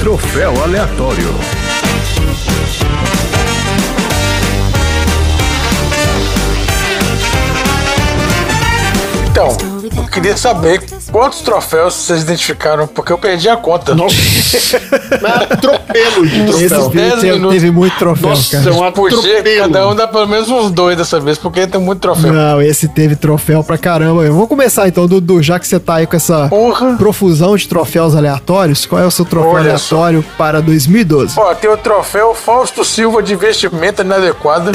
[SPEAKER 6] Troféu aleatório.
[SPEAKER 4] Então, eu queria saber quantos troféus vocês identificaram, porque eu perdi a conta.
[SPEAKER 1] Nossa. atropelo de
[SPEAKER 2] Esse
[SPEAKER 1] troféu.
[SPEAKER 4] dez
[SPEAKER 2] vídeo teve,
[SPEAKER 4] minutos.
[SPEAKER 2] teve muito troféu,
[SPEAKER 1] Nossa,
[SPEAKER 2] cara.
[SPEAKER 1] é um
[SPEAKER 4] Puxa,
[SPEAKER 1] atropelo.
[SPEAKER 4] cada um dá pelo menos uns dois dessa vez, porque tem muito troféu.
[SPEAKER 2] Não, esse teve troféu pra caramba. Eu vou começar então, Dudu, já que você tá aí com essa
[SPEAKER 4] Porra.
[SPEAKER 2] profusão de troféus aleatórios. Qual é o seu troféu
[SPEAKER 4] Olha só.
[SPEAKER 2] aleatório para 2012?
[SPEAKER 4] Ó, tem o troféu Fausto Silva de vestimenta inadequada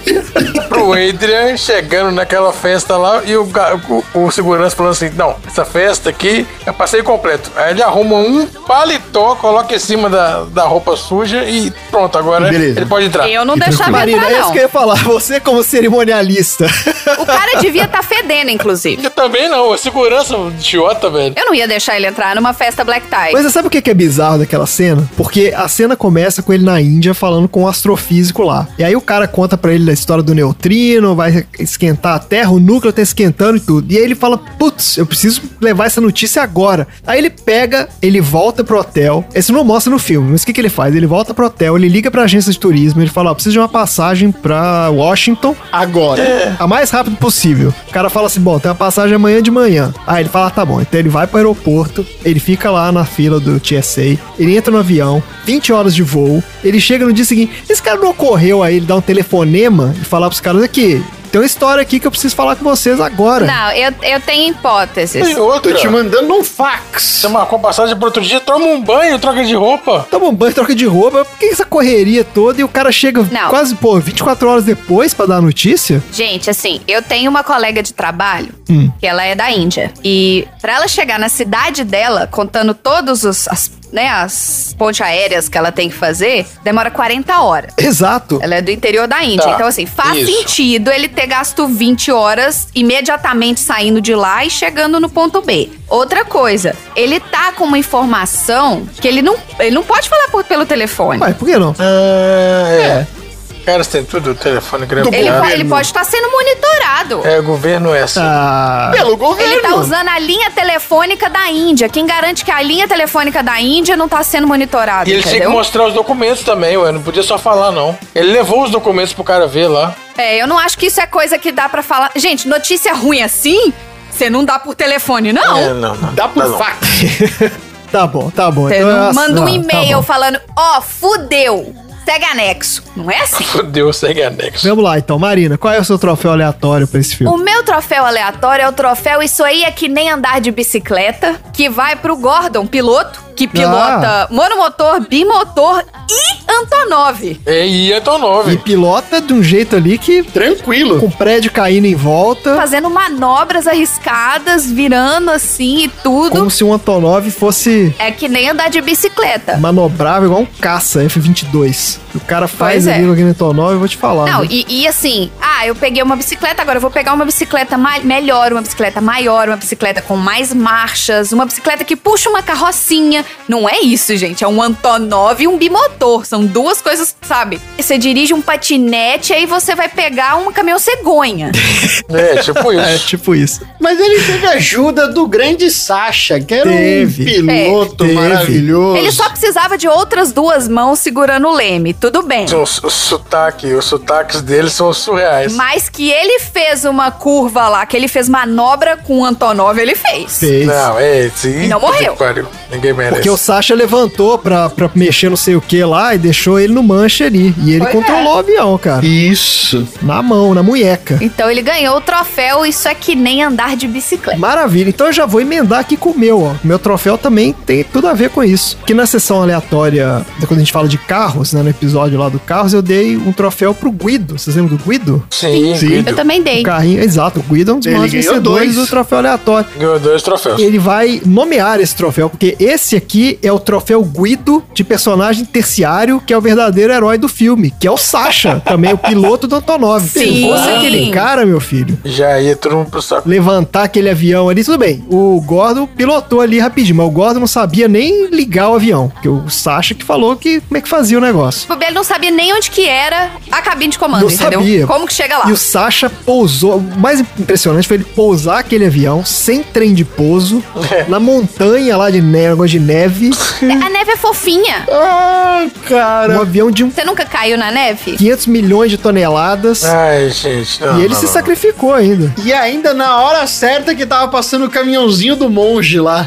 [SPEAKER 1] *laughs*
[SPEAKER 4] pro Adrian chegando naquela festa lá e o, ga- o, o segurança falando assim: não, essa festa aqui é passeio completo. Aí ele arruma um paletó, coloca em cima da, da roupa suja e pronto, agora
[SPEAKER 1] Beleza.
[SPEAKER 4] ele pode entrar.
[SPEAKER 3] Eu não deixava
[SPEAKER 2] Tá. Marina,
[SPEAKER 3] entrar,
[SPEAKER 2] é isso
[SPEAKER 3] não.
[SPEAKER 2] que eu ia falar. Você como cerimonialista. *laughs*
[SPEAKER 3] O cara devia
[SPEAKER 7] tá
[SPEAKER 3] estar fedendo, inclusive.
[SPEAKER 4] Eu também não, a segurança idiota, velho.
[SPEAKER 3] Eu não ia deixar ele entrar numa festa black tie.
[SPEAKER 2] Mas você sabe o que que é bizarro daquela cena? Porque a cena começa com ele na Índia falando com um astrofísico lá. E aí o cara conta pra ele da história do neutrino, vai esquentar a Terra, o núcleo tá esquentando e tudo. E aí ele fala, putz, eu preciso levar essa notícia agora. Aí ele pega, ele volta pro hotel. Esse não mostra no filme, mas o que que ele faz? Ele volta pro hotel, ele liga pra agência de turismo, ele fala, ó, preciso de uma passagem pra Washington
[SPEAKER 1] Agora.
[SPEAKER 2] a mais rápido possível. O cara fala assim: bom, tem uma passagem amanhã de manhã. Aí ele fala: ah, tá bom. Então ele vai pro aeroporto, ele fica lá na fila do TSA, ele entra no avião, 20 horas de voo, ele chega no dia seguinte. Esse cara não correu aí, ele dá um telefonema e falar pros caras aqui. Tem uma história aqui que eu preciso falar com vocês agora.
[SPEAKER 3] Não, eu, eu tenho hipóteses.
[SPEAKER 4] Tem outra.
[SPEAKER 1] Tô te mandando um fax.
[SPEAKER 4] Você marcou passagem pro outro dia, toma um banho, troca de roupa.
[SPEAKER 2] Toma um banho, troca de roupa. Por que essa correria toda? E o cara chega
[SPEAKER 3] Não.
[SPEAKER 2] quase, pô, 24 horas depois pra dar a notícia?
[SPEAKER 3] Gente, assim, eu tenho uma colega de trabalho
[SPEAKER 4] Hum.
[SPEAKER 3] que ela é da Índia. E pra ela chegar na cidade dela, contando todos os. As, né, as pontes aéreas que ela tem que fazer, demora 40 horas.
[SPEAKER 2] Exato.
[SPEAKER 3] Ela é do interior da Índia.
[SPEAKER 4] Tá,
[SPEAKER 3] Então, assim, faz
[SPEAKER 4] isso.
[SPEAKER 3] sentido ele ter gasto 20 horas imediatamente saindo de lá e chegando no ponto B. Outra coisa, ele tá com uma informação que ele não, ele não pode falar por- pelo telefone.
[SPEAKER 2] Ué, por que não?
[SPEAKER 1] Ah,
[SPEAKER 4] É. Cara, você tem tudo, telefone gravado.
[SPEAKER 3] Ele, po- ele pode estar sendo monitorado.
[SPEAKER 4] É, governo é assim.
[SPEAKER 2] Ah,
[SPEAKER 1] Pelo governo.
[SPEAKER 3] Ele tá usando a linha telefônica da Índia. Quem garante que a linha telefônica da Índia não tá sendo monitorada,
[SPEAKER 4] E ele tinha que
[SPEAKER 3] entendeu?
[SPEAKER 4] mostrar os documentos também, ué. Não podia só falar, não. Ele levou os documentos pro cara ver lá.
[SPEAKER 3] É, eu não acho que isso é coisa que dá pra falar. Gente, notícia ruim assim, você não dá por telefone, não.
[SPEAKER 4] É, não, não.
[SPEAKER 1] Dá por
[SPEAKER 4] não, não.
[SPEAKER 1] fax.
[SPEAKER 2] tá bom, tá bom.
[SPEAKER 3] Você
[SPEAKER 2] Então é
[SPEAKER 3] não
[SPEAKER 2] assim-
[SPEAKER 3] manda
[SPEAKER 2] ah,
[SPEAKER 3] um
[SPEAKER 2] tá
[SPEAKER 3] e-mail
[SPEAKER 2] bom.
[SPEAKER 3] falando, ó, fudeu, segue anexo. Não é assim?
[SPEAKER 4] Meu Deus, segue anexo.
[SPEAKER 2] Vamos lá então, Marina, qual é o seu troféu aleatório pra esse filme?
[SPEAKER 3] O meu troféu aleatório é o troféu Isso aí é que nem andar de bicicleta, que vai pro Gordon, piloto, que
[SPEAKER 2] Ah.
[SPEAKER 3] pilota monomotor, bimotor e Antonov.
[SPEAKER 4] É, E é tão novo.
[SPEAKER 2] E
[SPEAKER 4] hein?
[SPEAKER 2] pilota de um jeito ali que
[SPEAKER 1] Tranquilo.
[SPEAKER 2] com o prédio caindo em volta,
[SPEAKER 3] Fazendo manobras arriscadas, virando assim e tudo.
[SPEAKER 2] como se um Antonov fosse
[SPEAKER 3] É que nem andar de bicicleta.
[SPEAKER 2] manobrável igual um caça F-22. O cara faz
[SPEAKER 3] Pois é.
[SPEAKER 2] ali com aquele Antonov, eu vou te falar.
[SPEAKER 3] Não,
[SPEAKER 2] né?
[SPEAKER 3] e, e assim, ah, eu peguei uma bicicleta, agora eu vou pegar uma bicicleta ma- melhor, uma bicicleta maior, uma bicicleta com mais marchas, uma bicicleta que puxa uma carrocinha. Não é isso, gente. É um Antonov e um bimotor. São duas coisas, sabe? Você dirige um patinete, aí você vai pegar um caminhão cegonha.
[SPEAKER 4] É, *laughs* tipo
[SPEAKER 2] É
[SPEAKER 4] isso.
[SPEAKER 2] tipo isso.
[SPEAKER 1] Mas ele teve ajuda do grande Sasha, que era
[SPEAKER 2] Teve.
[SPEAKER 1] um piloto
[SPEAKER 2] Teve.
[SPEAKER 1] maravilhoso.
[SPEAKER 3] Ele só precisava de outras duas mãos segurando o leme. Tudo bem.
[SPEAKER 4] São tipo, Os, os sotaque, os sotaques deles são surreais.
[SPEAKER 3] Mas que ele fez uma curva lá, que ele fez manobra com o Antonov, ele fez.
[SPEAKER 2] Fez.
[SPEAKER 4] Não, é esse. E
[SPEAKER 3] não morreu.
[SPEAKER 4] Ninguém merece.
[SPEAKER 2] Porque o Sasha levantou pra, pra mexer não sei o que lá e deixou ele no manche ali. E ele
[SPEAKER 3] Pois é.
[SPEAKER 2] controlou o avião, cara.
[SPEAKER 1] Isso.
[SPEAKER 2] Na mão, na munheca.
[SPEAKER 3] Então ele ganhou o troféu, isso é que nem andar de bicicleta.
[SPEAKER 2] Maravilha, então eu já vou emendar aqui com o meu, ó. Meu troféu também tem tudo a ver com isso. Que na sessão aleatória, quando a gente fala de carros, né, no episódio lá do carros, eu dei um troféu pro Guido. Vocês lembram do Guido?
[SPEAKER 4] Sim, Guido.
[SPEAKER 3] Eu também
[SPEAKER 2] O
[SPEAKER 3] dei.
[SPEAKER 2] carrinho, exato, o Guido é um dos
[SPEAKER 1] Ele
[SPEAKER 2] maiores
[SPEAKER 1] ganhou
[SPEAKER 2] vencedores
[SPEAKER 1] dois.
[SPEAKER 2] do troféu aleatório.
[SPEAKER 4] Ganhou dois troféus.
[SPEAKER 2] Ele vai nomear esse troféu, porque esse aqui é o troféu Guido de personagem terciário, que é o verdadeiro herói do filme, que é o Sasha, também o piloto do Antonov. Se
[SPEAKER 3] Sim.
[SPEAKER 2] fosse aquele cara, meu filho,
[SPEAKER 4] Já ia todo mundo pro saco.
[SPEAKER 2] levantar aquele avião ali, tudo bem. O Gordon pilotou ali rapidinho, mas o Gordon não sabia nem ligar o avião. Porque o Sasha que falou que como é que fazia o negócio.
[SPEAKER 3] Tipo, ele não sabia nem onde que era a cabine de comando,
[SPEAKER 2] Não
[SPEAKER 3] entendeu?
[SPEAKER 2] sabia.
[SPEAKER 3] Como que chega lá?
[SPEAKER 2] E o Sasha pousou. O mais impressionante foi ele pousar aquele
[SPEAKER 1] É.
[SPEAKER 2] avião sem trem de pouso, na montanha lá de neve, negócio de neve.
[SPEAKER 3] A neve neve é fofinha.
[SPEAKER 1] *laughs* Ah,
[SPEAKER 2] Um
[SPEAKER 1] cara.
[SPEAKER 2] avião de
[SPEAKER 3] Você nunca caiu na neve?
[SPEAKER 2] 500 milhões de toneladas.
[SPEAKER 1] Ah,
[SPEAKER 4] Ai, gente, não.
[SPEAKER 2] E ele
[SPEAKER 4] não,
[SPEAKER 2] se
[SPEAKER 4] não.
[SPEAKER 2] sacrificou ainda.
[SPEAKER 1] E ainda na hora certa que tava passando o caminhãozinho do monge lá.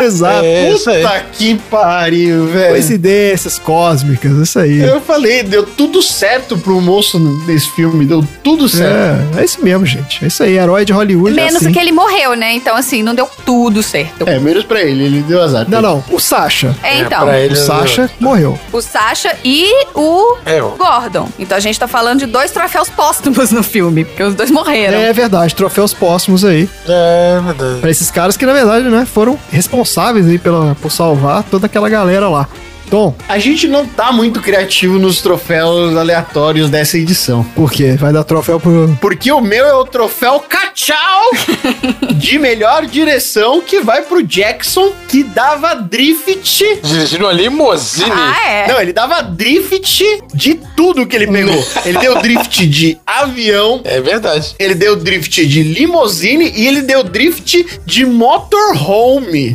[SPEAKER 2] É, *laughs* exato.
[SPEAKER 1] Puta
[SPEAKER 2] É, isso aí.
[SPEAKER 1] que pariu, velho.
[SPEAKER 2] Coincidências cósmicas, isso aí.
[SPEAKER 1] Eu falei, deu tudo certo pro moço nesse filme, deu tudo certo.
[SPEAKER 2] É, é isso mesmo, gente. É isso aí, herói de Hollywood. é
[SPEAKER 3] Menos
[SPEAKER 2] assim.
[SPEAKER 3] que ele morreu, né? Então, assim, não deu tudo certo.
[SPEAKER 1] É, menos pra ele, ele deu azar.
[SPEAKER 2] Não, não, o Sasha.
[SPEAKER 3] É, então,
[SPEAKER 4] pra
[SPEAKER 2] O
[SPEAKER 4] ele,
[SPEAKER 2] Sasha morreu.
[SPEAKER 3] o Sasha e o
[SPEAKER 4] É, o-
[SPEAKER 3] Gordon. Então a gente tá falando de dois troféus póstumos no filme, porque os dois morreram.
[SPEAKER 2] É verdade, troféus póstumos aí.
[SPEAKER 4] É, meu Deus.
[SPEAKER 2] Pra esses caras que, na verdade, né, foram responsáveis aí pela, por salvar toda aquela galera lá. Tom,
[SPEAKER 1] A gente não tá muito criativo nos troféus aleatórios dessa edição.
[SPEAKER 2] por quê? Vai dar troféu pro.
[SPEAKER 1] Porque o meu é o troféu Cachau de melhor direção que vai pro Jackson, que dava drift.
[SPEAKER 4] Dirigindo uma limousine.
[SPEAKER 3] Ah, é?
[SPEAKER 1] Não, ele dava drift de tudo que ele pegou. Ele deu drift de avião,
[SPEAKER 4] É verdade.
[SPEAKER 1] ele deu drift de limousine e ele deu drift de motorhome.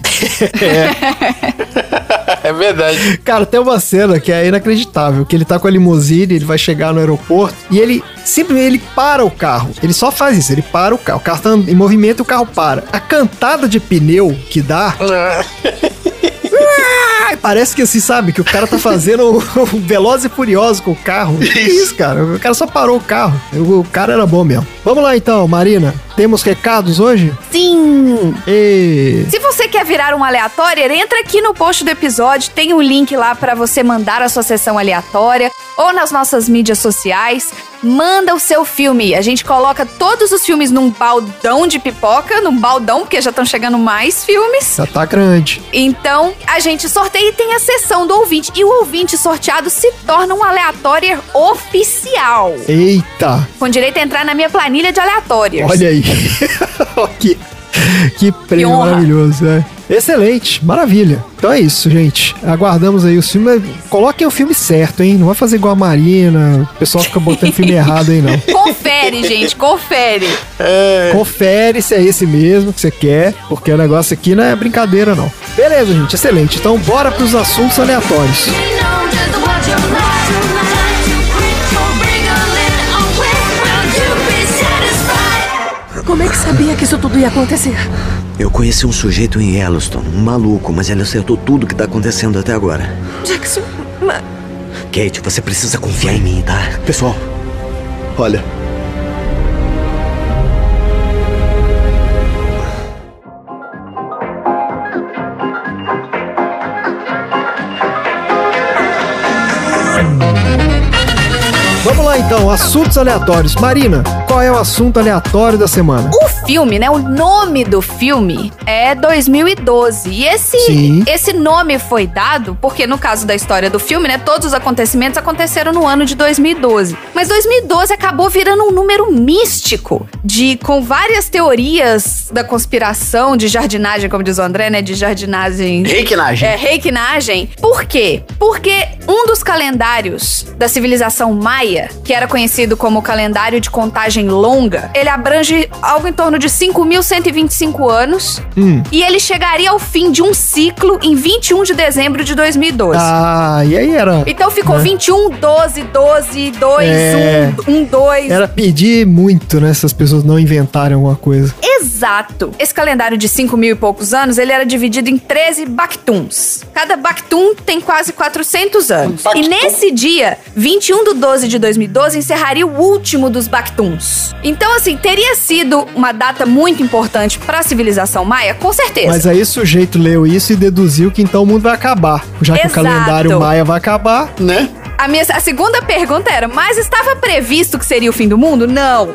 [SPEAKER 4] É verdade.
[SPEAKER 2] Cara, tem uma cena que é inacreditável, que ele tá com a limusine, ele vai chegar no aeroporto e ele simplesmente ele para o carro. Ele só faz isso, ele para o carro. O carro tá em movimento e o carro para. A cantada de pneu que dá, ai, *laughs* parece que assim, sabe, que o cara tá fazendo um veloz e furioso com o carro. Que isso, cara? O cara só parou o carro. O o cara era bom mesmo. Vamos lá então, Marina. Temos recados hoje?
[SPEAKER 3] Sim!
[SPEAKER 2] E
[SPEAKER 3] Se você quer virar um aleatório, entra aqui no post do episódio, tem o link lá pra você mandar a sua sessão aleatória ou nas nossas mídias sociais. Manda o seu filme. A gente coloca todos os filmes num baldão de pipoca, num baldão, porque já estão chegando mais filmes.
[SPEAKER 2] já tá grande.
[SPEAKER 3] Então, a gente sorteia e tem a sessão do ouvinte. E o ouvinte sorteado se torna um aleatório oficial.
[SPEAKER 2] Eita,
[SPEAKER 3] Com direito a entrar na minha planilha de aleatórios.
[SPEAKER 2] Olha *laughs* aí. que, que prêmio
[SPEAKER 3] honra.
[SPEAKER 2] maravilhoso, é. Excelente, maravilha. Então é isso, gente. Aguardamos aí os filmes. Coloquem o filme certo, hein? Não vai fazer igual a Marina. O pessoal fica botando
[SPEAKER 3] *laughs*
[SPEAKER 2] filme errado aí, não.
[SPEAKER 3] Confere, gente, confere.
[SPEAKER 2] Confere se é esse mesmo que você quer, porque o negócio aqui não é brincadeira, não. Beleza, gente, excelente. Então bora pros assuntos aleatórios.
[SPEAKER 8] Como é que sabia que isso tudo ia acontecer?
[SPEAKER 9] Eu conheci um sujeito em Yellowstone, um maluco, mas ele acertou tudo que tá acontecendo até agora.
[SPEAKER 8] Jackson, ma-
[SPEAKER 9] Kate, você precisa confiar em mim, tá? Pessoal, olha.
[SPEAKER 2] Vamos lá então, assuntos aleatórios. Marina, qual é o assunto aleatório da semana?
[SPEAKER 3] O filme, né? O nome do filme é 2012. E esse,
[SPEAKER 2] Sim.
[SPEAKER 3] esse nome foi dado porque, no caso da história do filme, né? Todos os acontecimentos aconteceram no ano de 2012. Mas 2012 acabou virando um número místico de com várias teorias da conspiração, de jardinagem, como diz o André, né? De jardinagem
[SPEAKER 1] Reikinagem.
[SPEAKER 3] é, reiknagem. Por quê? Porque um dos calendários da civilização maia, que era conhecido como calendário de contagem longa, ele abrange algo em torno de 5.125 anos
[SPEAKER 2] Hum.
[SPEAKER 3] e ele chegaria ao fim de um ciclo em 21 de dezembro de 2012.
[SPEAKER 2] Ah, e aí era.
[SPEAKER 3] Então ficou
[SPEAKER 2] Né?
[SPEAKER 3] 21, 12, 12, 2,
[SPEAKER 2] É.
[SPEAKER 3] 1, 1, 2.
[SPEAKER 2] Era pedir muito, né? Se as pessoas não inventarem alguma coisa.
[SPEAKER 3] Exato. Esse calendário de 5 mil e poucos anos, ele era dividido em 13 Bactuns. Cada Bactum tem quase 400 anos.
[SPEAKER 4] Bactum.
[SPEAKER 3] E nesse dia, 21 de 12 de 2012, encerraria o último dos Bactuns. Então, assim, teria sido uma data muito importante para a civilização maia? Com certeza.
[SPEAKER 2] Mas aí o sujeito leu isso e deduziu que então o mundo vai acabar. Já que o
[SPEAKER 3] Exato.
[SPEAKER 2] calendário maia vai acabar, tá
[SPEAKER 1] Né?
[SPEAKER 3] A minha a segunda pergunta era: mas estava previsto que seria o fim do mundo? Não.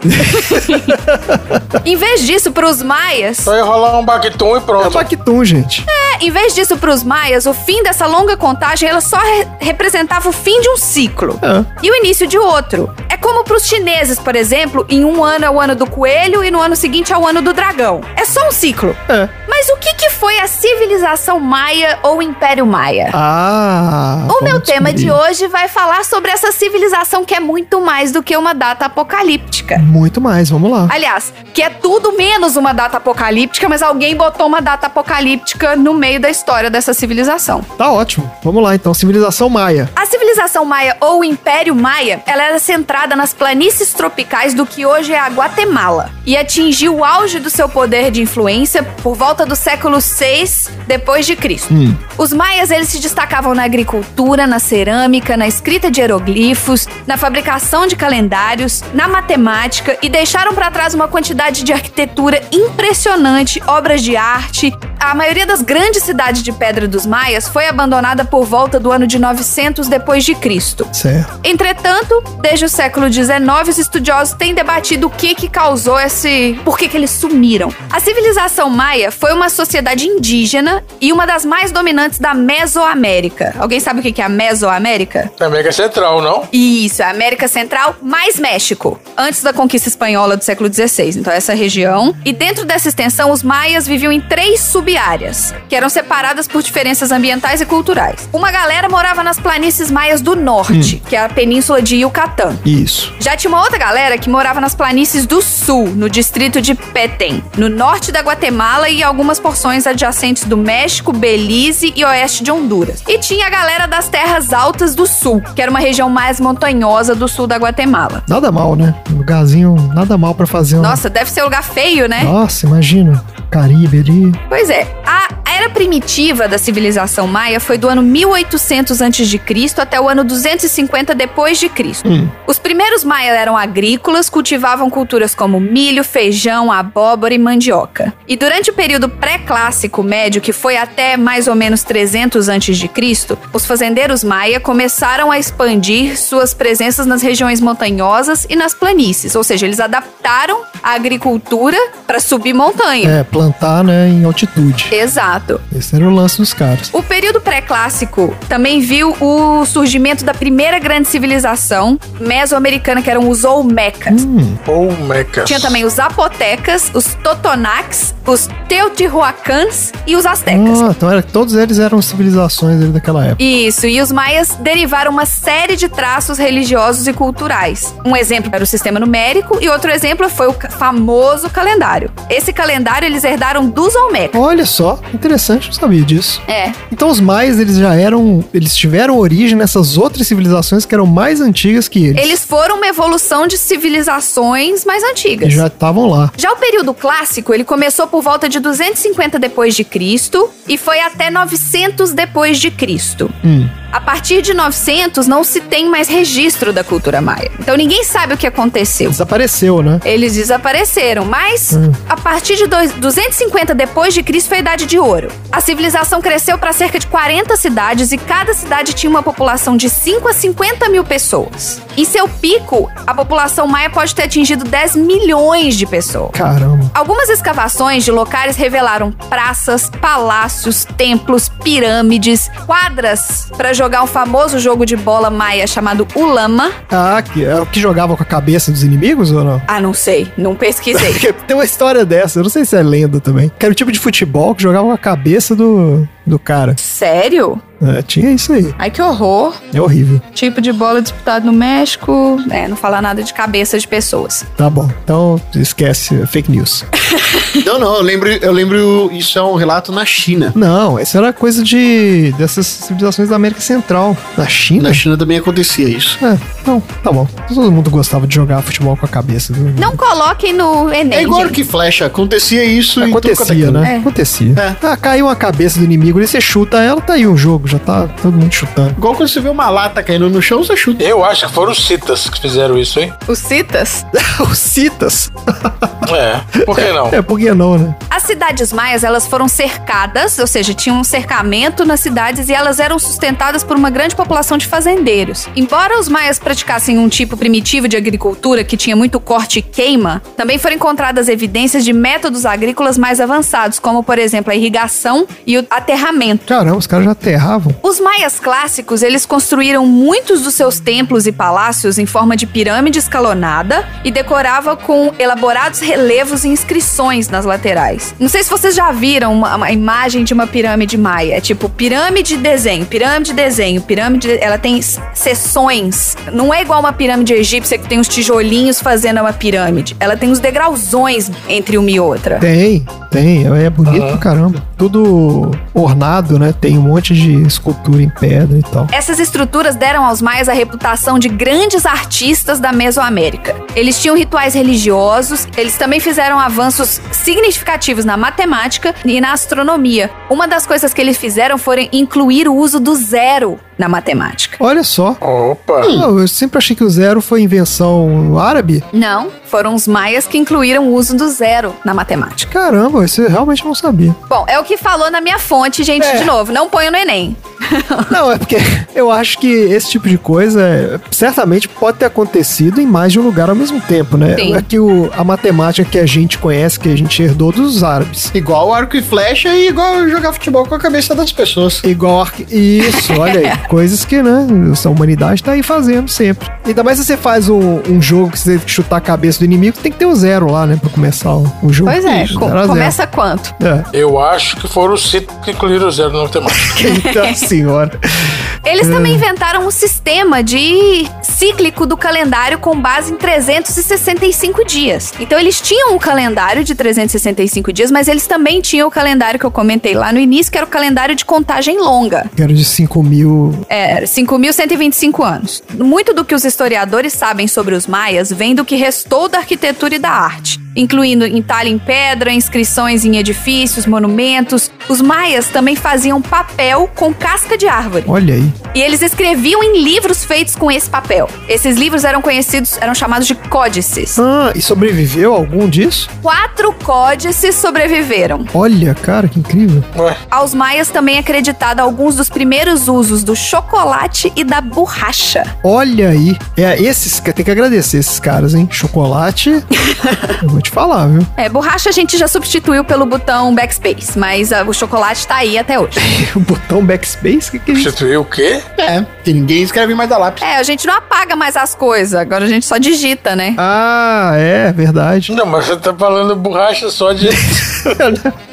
[SPEAKER 3] em vez disso, para os maias,
[SPEAKER 4] Só ia rolar um Bactum e
[SPEAKER 2] é
[SPEAKER 3] Tá
[SPEAKER 4] pronto.
[SPEAKER 2] Bactum, gente.
[SPEAKER 3] Em vez disso, para os maias, o fim dessa longa contagem ela só re- representava o fim de um ciclo
[SPEAKER 2] É.
[SPEAKER 3] e o início de outro. É como para os chineses, por exemplo, em um ano é o ano do coelho e no ano seguinte é o ano do dragão. É só um ciclo.
[SPEAKER 2] É.
[SPEAKER 3] Mas Mas o que, que foi a civilização maia ou Império Maia?
[SPEAKER 2] Ah.
[SPEAKER 3] O meu tema de hoje vai falar sobre essa civilização que é muito mais do que uma data apocalíptica.
[SPEAKER 2] Muito mais, vamos lá.
[SPEAKER 3] Aliás, que é tudo menos uma data apocalíptica, mas alguém botou uma data apocalíptica no meio da história dessa civilização.
[SPEAKER 2] Tá ótimo. Vamos lá, então. Civilização maia.
[SPEAKER 3] A civilização maia ou Império Maia, ela era centrada nas planícies tropicais do que hoje é a Guatemala e atingiu o auge do seu poder de influência por volta do século 6 depois de Cristo. Os maias eles se destacavam na agricultura, na cerâmica, na escrita de hieroglifos, na fabricação de calendários, na matemática e deixaram para trás uma quantidade de arquitetura impressionante, obras de arte. A maioria das grandes cidades de pedra dos maias foi abandonada por volta do ano de 900 depois de Cristo.
[SPEAKER 2] Certo.
[SPEAKER 3] Entretanto, desde o século XIX, os estudiosos têm debatido o que que causou esse... por que que eles sumiram. A civilização maia foi uma sociedade indígena e uma das mais dominantes da Mesoamérica. Alguém sabe o que que é a Mesoamérica?
[SPEAKER 4] Na América É Central, não?
[SPEAKER 3] Isso, é América Central mais México, antes da conquista espanhola do século XVI, então essa região. E dentro dessa extensão, os maias viviam em três sub-áreas, que eram separadas por diferenças ambientais e culturais. Uma galera morava nas planícies maias do norte, que é a península de Yucatán.
[SPEAKER 2] Isso.
[SPEAKER 3] Já tinha uma outra galera que morava nas planícies do sul, no distrito de Petén, no norte da Guatemala e algumas porções adjacentes do México, Belize e oeste de Honduras. E tinha a galera das terras altas do sul, que era uma região mais montanhosa do sul da Guatemala.
[SPEAKER 2] Nada mal, né? Um lugarzinho, nada mal pra fazer um.
[SPEAKER 3] Nossa, deve ser um lugar feio, né?
[SPEAKER 2] Nossa, imagina. Caribe ali.
[SPEAKER 3] Pois é, a era primitiva da civilização maia foi do ano 1800 a.C. até o ano 250 depois de Cristo. Os primeiros maia eram agrícolas, cultivavam culturas como milho, feijão, abóbora e mandioca. E durante o período pré-clássico médio, que foi até mais ou menos 300 antes de Cristo, os fazendeiros maia começaram a expandir suas presenças nas regiões montanhosas e nas planícies, ou seja, eles adaptaram a agricultura para subir montanha.
[SPEAKER 2] É, plantar, né, em altitude.
[SPEAKER 3] Exato.
[SPEAKER 2] Esse era o lance dos caras.
[SPEAKER 3] O período pré-clássico também viu o surgimento da primeira grande civilização mesoamericana, que eram os Olmecas.
[SPEAKER 4] Ou Mecas.
[SPEAKER 3] Tinha também os Zapotecas, os Totonacs, os Teotihuacans e os Aztecas.
[SPEAKER 2] Ah, então era, todos eles eram civilizações ali daquela época.
[SPEAKER 3] Isso, e os maias derivaram uma série de traços religiosos e culturais. Um exemplo era o sistema numérico e outro exemplo foi o ca- famoso calendário. Esse calendário eles herdaram dos Olmecas.
[SPEAKER 2] Olha só, interessante, não sabia disso.
[SPEAKER 3] É,
[SPEAKER 2] Então os maias, eles já eram, eles tiveram origem nessas outras civilizações que eram mais antigas que eles.
[SPEAKER 3] eles foram uma evolução de civilizações mais
[SPEAKER 2] E
[SPEAKER 3] antigas.
[SPEAKER 2] já estavam lá.
[SPEAKER 3] Já o período clássico, ele começou por volta de 250 depois de Cristo e foi até 900 depois de Cristo.
[SPEAKER 2] Hum.
[SPEAKER 3] A partir de 900 não se tem mais registro da cultura maia. Então ninguém sabe o que aconteceu.
[SPEAKER 2] Desapareceu, né?
[SPEAKER 3] Eles desapareceram, mas a partir de dois- 250 depois de Cristo foi a Idade de Ouro. A civilização cresceu para cerca de 40 cidades e cada cidade tinha uma população de 5 a 50 mil pessoas. Em seu pico, a população maia pode ter atingido 10 milhões de pessoas.
[SPEAKER 2] Caramba.
[SPEAKER 3] Algumas escavações de locais revelaram praças, palácios, templos, pirâmides, quadras para jogar um famoso jogo de bola maia chamado Ulama.
[SPEAKER 2] Ah, que era o que jogava com a cabeça dos inimigos ou não? *laughs*
[SPEAKER 3] Ah, não sei, não pesquisei.
[SPEAKER 2] Porque Tem uma história dessa, eu não sei se é lenda também. Que era o tipo de futebol que jogava com a cabeça do, do cara.
[SPEAKER 3] *laughs* Sério?
[SPEAKER 2] É, tinha isso aí.
[SPEAKER 3] Ai, que horror.
[SPEAKER 2] É horrível.
[SPEAKER 3] Tipo de bola disputado no México. É, não falar nada de cabeça de pessoas.
[SPEAKER 2] Tá bom, então esquece, é fake news. *laughs*
[SPEAKER 1] Não, não, eu lembro, eu lembro. Isso é um relato na China.
[SPEAKER 2] Não, essa era coisa de dessas civilizações da América Central. Da China?
[SPEAKER 1] Na China também acontecia isso.
[SPEAKER 2] É, não, tá bom. Todo mundo gostava de jogar futebol com a cabeça. né? Viu?
[SPEAKER 3] Não coloquem no Enem.
[SPEAKER 1] É igual
[SPEAKER 3] gente.
[SPEAKER 1] que flecha, acontecia isso em tudo quanto é
[SPEAKER 2] Acontecia,
[SPEAKER 1] canto.
[SPEAKER 2] né? Acontecia.
[SPEAKER 1] É.
[SPEAKER 2] Ah, caiu a cabeça do inimigo ali, você chuta ela, tá aí um jogo, já tá todo mundo chutando. *laughs*
[SPEAKER 1] Igual quando você vê uma lata caindo no chão, você chuta.
[SPEAKER 4] Eu acho que foram os citas que fizeram isso, hein?
[SPEAKER 3] Os citas?
[SPEAKER 2] Os citas?
[SPEAKER 4] É. Por
[SPEAKER 2] *laughs*
[SPEAKER 4] que não?
[SPEAKER 2] É, por que não, né?
[SPEAKER 3] As cidades maias, elas foram cercadas, ou seja, tinha um cercamento nas cidades e elas eram sustentadas por uma grande população de fazendeiros. Embora os maias praticassem um tipo primitivo de agricultura que tinha muito corte e queima, também foram encontradas evidências de métodos agrícolas mais avançados, como, por exemplo, a irrigação e o aterramento enterramento.
[SPEAKER 2] Caramba, os caras já aterravam.
[SPEAKER 3] Os maias clássicos, eles construíram muitos dos seus templos e palácios em forma de pirâmide escalonada e decorava com elaborados relevos e inscrições nas laterais. Não sei se vocês já viram uma, uma imagem de uma pirâmide maia, é tipo pirâmide desenho, pirâmide desenho, pirâmide, ela tem s- seções. Não é igual uma pirâmide egípcia que tem uns tijolinhos fazendo uma pirâmide. Ela tem uns degrauzões entre uma e outra.
[SPEAKER 2] Tem, tem. É bonito pra caramba. Tudo ornado, né? Tem um monte de escultura em pedra e tal.
[SPEAKER 3] Essas estruturas deram aos maias a reputação de grandes artistas da Mesoamérica. Eles tinham rituais religiosos, eles também fizeram avanços significativos na matemática e na astronomia. Uma das coisas que eles fizeram foi incluir o uso do zero na matemática.
[SPEAKER 2] Olha só.
[SPEAKER 4] Opa!
[SPEAKER 2] Não, eu sempre achei que o zero foi invenção árabe.
[SPEAKER 3] Não, foram os maias que incluíram o uso do zero na matemática.
[SPEAKER 2] Caramba, isso eu realmente não sabia.
[SPEAKER 3] Bom, é o que falou na minha fonte, gente,
[SPEAKER 2] É.
[SPEAKER 3] de novo. Não ponho no Enem.
[SPEAKER 2] Não, é porque *laughs* eu acho que esse tipo de coisa é, certamente pode ter acontecido em mais de um lugar ao mesmo tempo, né?
[SPEAKER 3] Sim.
[SPEAKER 2] É que o- a matemática que a gente conhece, que a gente herdou dos árabes.
[SPEAKER 1] Igual arco e flecha e igual jogar futebol com a cabeça das pessoas.
[SPEAKER 2] Igual arque-
[SPEAKER 3] *laughs*
[SPEAKER 2] Isso, olha aí. Coisas que, né, a humanidade tá aí fazendo sempre. Ainda mais se você faz um, um jogo que você tem que chutar a cabeça do inimigo, tem que ter o zero lá, né, pra começar o, o jogo.
[SPEAKER 3] Pois é,
[SPEAKER 2] Isso,
[SPEAKER 3] co-
[SPEAKER 2] zero a zero.
[SPEAKER 3] começa quanto?
[SPEAKER 2] É.
[SPEAKER 4] Eu acho que foram os cinco que incluíram o zero na
[SPEAKER 3] *laughs*
[SPEAKER 4] matemática.
[SPEAKER 2] Eita senhora.
[SPEAKER 3] Eles também inventaram um sistema de cíclico do calendário com base em 365 dias. Então eles tinham um calendário de 365 dias, mas eles também tinham o calendário que eu comentei lá no início, que era o calendário de contagem longa.
[SPEAKER 2] Quero de 5 mil
[SPEAKER 3] É, 5.125 anos. Muito do que os historiadores sabem sobre os maias vem do que restou da arquitetura e da arte, incluindo entalhe em pedra, inscrições em edifícios, monumentos. Os maias também faziam papel com casca de árvore.
[SPEAKER 2] Olha aí.
[SPEAKER 3] E eles escreviam em livros feitos com esse papel. Esses livros eram conhecidos, eram chamados de códices.
[SPEAKER 2] Ah, e sobreviveu algum disso?
[SPEAKER 3] Quatro códices sobreviveram.
[SPEAKER 2] Olha, cara, que incrível.
[SPEAKER 4] Ué,
[SPEAKER 3] Aos maias também é acreditado alguns dos primeiros usos do chocolate e da borracha.
[SPEAKER 2] Olha aí. É, esses, tem que agradecer esses caras, hein?
[SPEAKER 3] *laughs*
[SPEAKER 2] Chocolate. eu vou te falar, viu?
[SPEAKER 3] É, borracha a gente já substituiu pelo botão backspace, mas ah, o chocolate tá aí até hoje.
[SPEAKER 2] O um botão backspace, que que é isso?
[SPEAKER 4] substituiu o quê?
[SPEAKER 1] É, que ninguém escreve mais da lápis.
[SPEAKER 3] É, a gente não apaga mais as coisas, agora a gente só digita, né?
[SPEAKER 2] Ah, é, verdade.
[SPEAKER 4] Não, mas você tá falando borracha só de.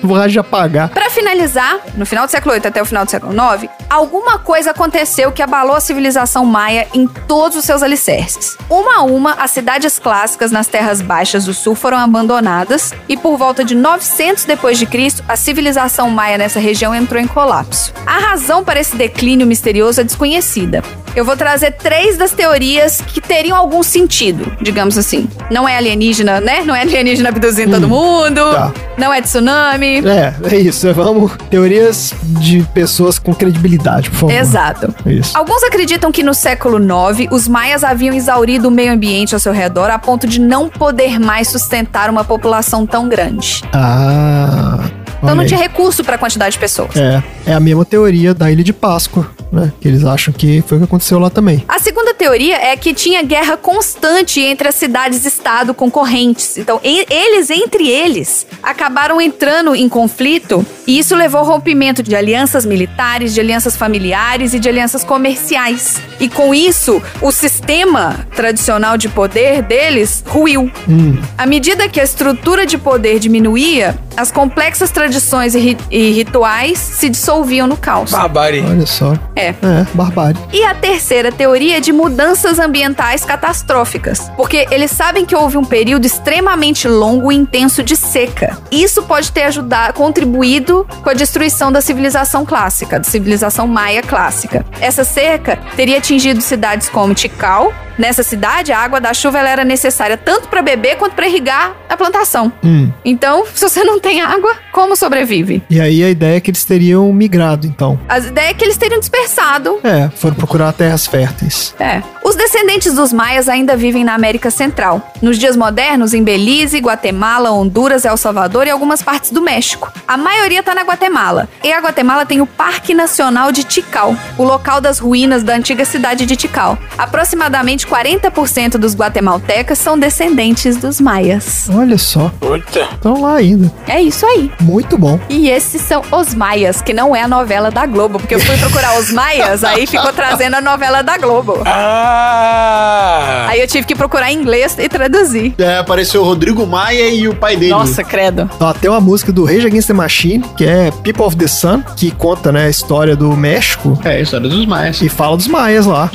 [SPEAKER 2] Borracha de apagar.
[SPEAKER 3] Pra finalizar, no final do século VIII até o final do século IX, alguma coisa aconteceu que abalou a civilização maia em todos os seus alicerces. Uma a uma, as cidades clássicas nas terras baixas do sul foram abandonadas e por volta de 900 depois de Cristo, a civilização maia nessa região entrou em colapso. A razão para esse declínio misterioso é desconhecida. Eu vou trazer três das teorias que teriam algum sentido, digamos assim. Não é alienígena, né? Não é alienígena abduzindo todo mundo.
[SPEAKER 2] tá.
[SPEAKER 3] Não é tsunami.
[SPEAKER 2] É, é isso. Vamos. Teorias de pessoas com credibilidade, por favor. É
[SPEAKER 3] Exato.
[SPEAKER 2] Isso.
[SPEAKER 3] Alguns acreditam que no século IX, os maias haviam exaurido o meio ambiente ao seu redor a ponto de não poder mais sustentar uma população tão grande.
[SPEAKER 2] Ah.
[SPEAKER 3] Então
[SPEAKER 2] olha
[SPEAKER 3] não
[SPEAKER 2] aí.
[SPEAKER 3] tinha recurso para a quantidade de pessoas.
[SPEAKER 2] É, é a mesma teoria da Ilha de Páscoa, né? Que eles acham que foi o que aconteceu lá também.
[SPEAKER 3] A segunda teoria é que tinha guerra constante entre as cidades-estado concorrentes. Então, e- eles, entre eles, acabaram entrando em conflito e isso levou ao rompimento de alianças militares, de alianças familiares e de alianças comerciais. E com isso, o sistema tradicional de poder deles ruiu.
[SPEAKER 2] Hum.
[SPEAKER 3] À medida que a estrutura de poder diminuía, as complexas tradições e, ri- e rituais se dissolviam no caos.
[SPEAKER 4] Barbárie.
[SPEAKER 2] Olha só.
[SPEAKER 3] É.
[SPEAKER 2] É, barbárie.
[SPEAKER 3] E a terceira teoria é de mudanças ambientais catastróficas, porque eles sabem que houve um período extremamente longo e intenso de seca. Isso pode ter ajudado, contribuído com a destruição da civilização clássica, da civilização maia clássica. Essa seca teria atingido cidades como Tikal. Nessa cidade, a água da chuva ela era necessária tanto para beber quanto para irrigar a plantação.
[SPEAKER 2] Hum.
[SPEAKER 3] Então, *laughs* se você não tem água, como sobrevive?
[SPEAKER 2] E aí a ideia é que eles teriam migrado, então.
[SPEAKER 3] A ideia é que eles teriam dispersado
[SPEAKER 2] É, foram procurar terras férteis.
[SPEAKER 3] É. Os descendentes dos maias ainda vivem na América Central. Nos dias modernos, em Belize, Guatemala, Honduras, El Salvador e algumas partes do México. A maioria está na Guatemala. E a Guatemala tem o Parque Nacional de Tikal, o local das ruínas da antiga cidade de Tikal. Aproximadamente de 40% dos guatemaltecas são descendentes dos maias.
[SPEAKER 2] Olha só,
[SPEAKER 4] Puta.
[SPEAKER 2] estão lá ainda.
[SPEAKER 3] É isso aí.
[SPEAKER 2] Muito bom.
[SPEAKER 3] E esses são Os Maias, que não é a novela da Globo, porque eu fui procurar Os Maias, aí ficou trazendo a novela da Globo.
[SPEAKER 4] Ah!
[SPEAKER 3] Aí eu tive que procurar em inglês e traduzir.
[SPEAKER 1] É, apareceu o Rodrigo Maia e o pai dele.
[SPEAKER 7] Nossa, credo.
[SPEAKER 2] Ó, tem uma música do Rage Against the Machine, que é People of the Sun, que conta, né, a história do México
[SPEAKER 1] É, história dos Maias.
[SPEAKER 2] e fala dos maias lá.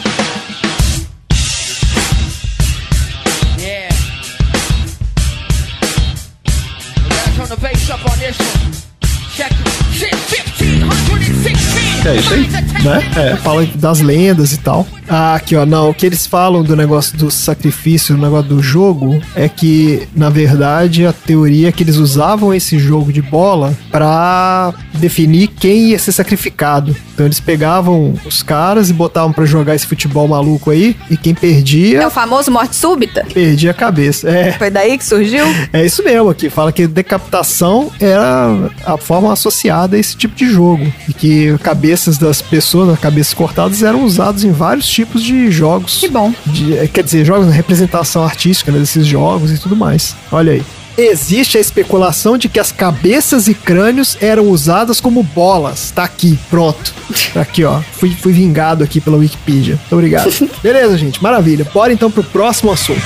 [SPEAKER 1] É isso aí.
[SPEAKER 2] né? Fala das lendas e tal. Ah, aqui, ó. Não, o que eles falam do negócio do sacrifício, do negócio do jogo, é que, na verdade, a teoria é que eles usavam esse jogo de bola pra definir quem ia ser sacrificado. Então eles pegavam os caras e botavam pra jogar esse futebol maluco aí, e quem perdia,
[SPEAKER 3] É o famoso Morte Súbita.
[SPEAKER 2] perdia a cabeça. É.
[SPEAKER 3] Foi daí que surgiu?
[SPEAKER 2] É isso mesmo, aqui fala que decapitação era a forma associada a esse tipo de jogo. E que cabeças das pessoas, né, cabeças cortadas, eram usados em vários tipos de jogos.
[SPEAKER 3] Que bom.
[SPEAKER 2] De- eh, quer dizer, jogos, representação artística né, desses jogos e tudo mais. Olha aí. Existe a especulação de que as cabeças e crânios eram usadas como bolas. Tá aqui, pronto. Tá aqui, ó. Fui, fui vingado aqui pela Wikipedia. Muito obrigado. Beleza, gente. Maravilha. Bora então pro próximo assunto.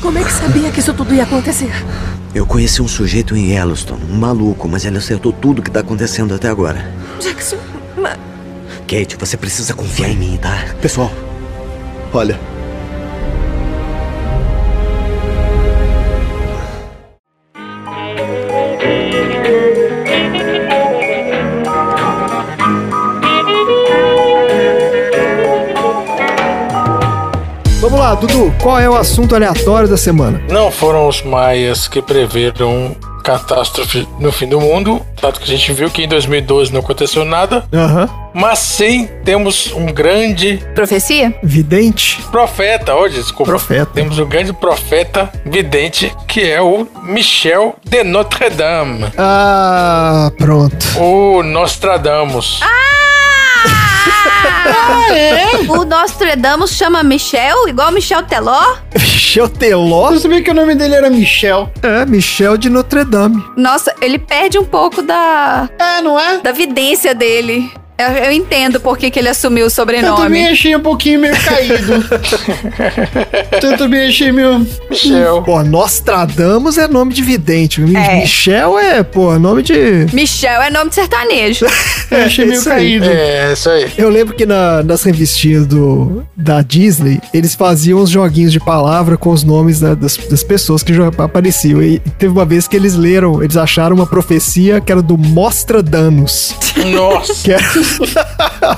[SPEAKER 8] Como é que sabia que isso tudo ia acontecer?
[SPEAKER 9] Eu conheci um sujeito em Yellowstone, um maluco, mas ele acertou tudo que tá acontecendo até agora.
[SPEAKER 8] Jackson, ma-
[SPEAKER 9] Kate, você precisa confiar em mim, tá?
[SPEAKER 10] Pessoal, olha.
[SPEAKER 2] Vamos lá, Dudu, qual é o assunto aleatório da semana?
[SPEAKER 4] Não foram os maias que preveram catástrofe no fim do mundo, tanto que a gente viu que em 2012 não aconteceu nada,
[SPEAKER 2] Aham.
[SPEAKER 4] mas sim temos um grande
[SPEAKER 3] Profecia?
[SPEAKER 2] Vidente?
[SPEAKER 4] profeta, hoje, desculpa.
[SPEAKER 2] Profeta.
[SPEAKER 4] Temos um grande profeta vidente que é o Michel de Notre Dame,
[SPEAKER 2] Ah, pronto.
[SPEAKER 4] o Nostradamus.
[SPEAKER 3] Ah! é? O Nostradamus chama Michel, igual Michel Teló.
[SPEAKER 2] Michel Teló?
[SPEAKER 1] Eu sabia que o nome dele era Michel.
[SPEAKER 2] É, Michel de Notre Dame.
[SPEAKER 3] Nossa, ele perde um pouco da,
[SPEAKER 1] É, não é?
[SPEAKER 3] da vidência dele. Eu, eu entendo por que, que ele assumiu
[SPEAKER 1] Eu
[SPEAKER 3] o
[SPEAKER 1] também
[SPEAKER 3] sobrenome.
[SPEAKER 1] achei um pouquinho meio
[SPEAKER 2] *laughs*
[SPEAKER 1] caído. eu também achei meio.
[SPEAKER 4] Michel.
[SPEAKER 2] Pô, Nostradamus é nome de vidente. Mi- Michel é, pô, nome de.
[SPEAKER 3] Michel é nome de sertanejo.
[SPEAKER 1] Eu achei
[SPEAKER 2] É,
[SPEAKER 1] meio
[SPEAKER 2] isso aí.
[SPEAKER 1] caído.
[SPEAKER 4] É, isso aí.
[SPEAKER 2] Eu lembro que na- nas revistinhas do, da Disney, eles faziam uns joguinhos de palavra com os nomes da- das, das pessoas que jo- apareciam. E teve uma vez que eles leram, eles acharam uma profecia que era do Mostradamus.
[SPEAKER 4] Nossa, Ah, *laughs*
[SPEAKER 2] Que era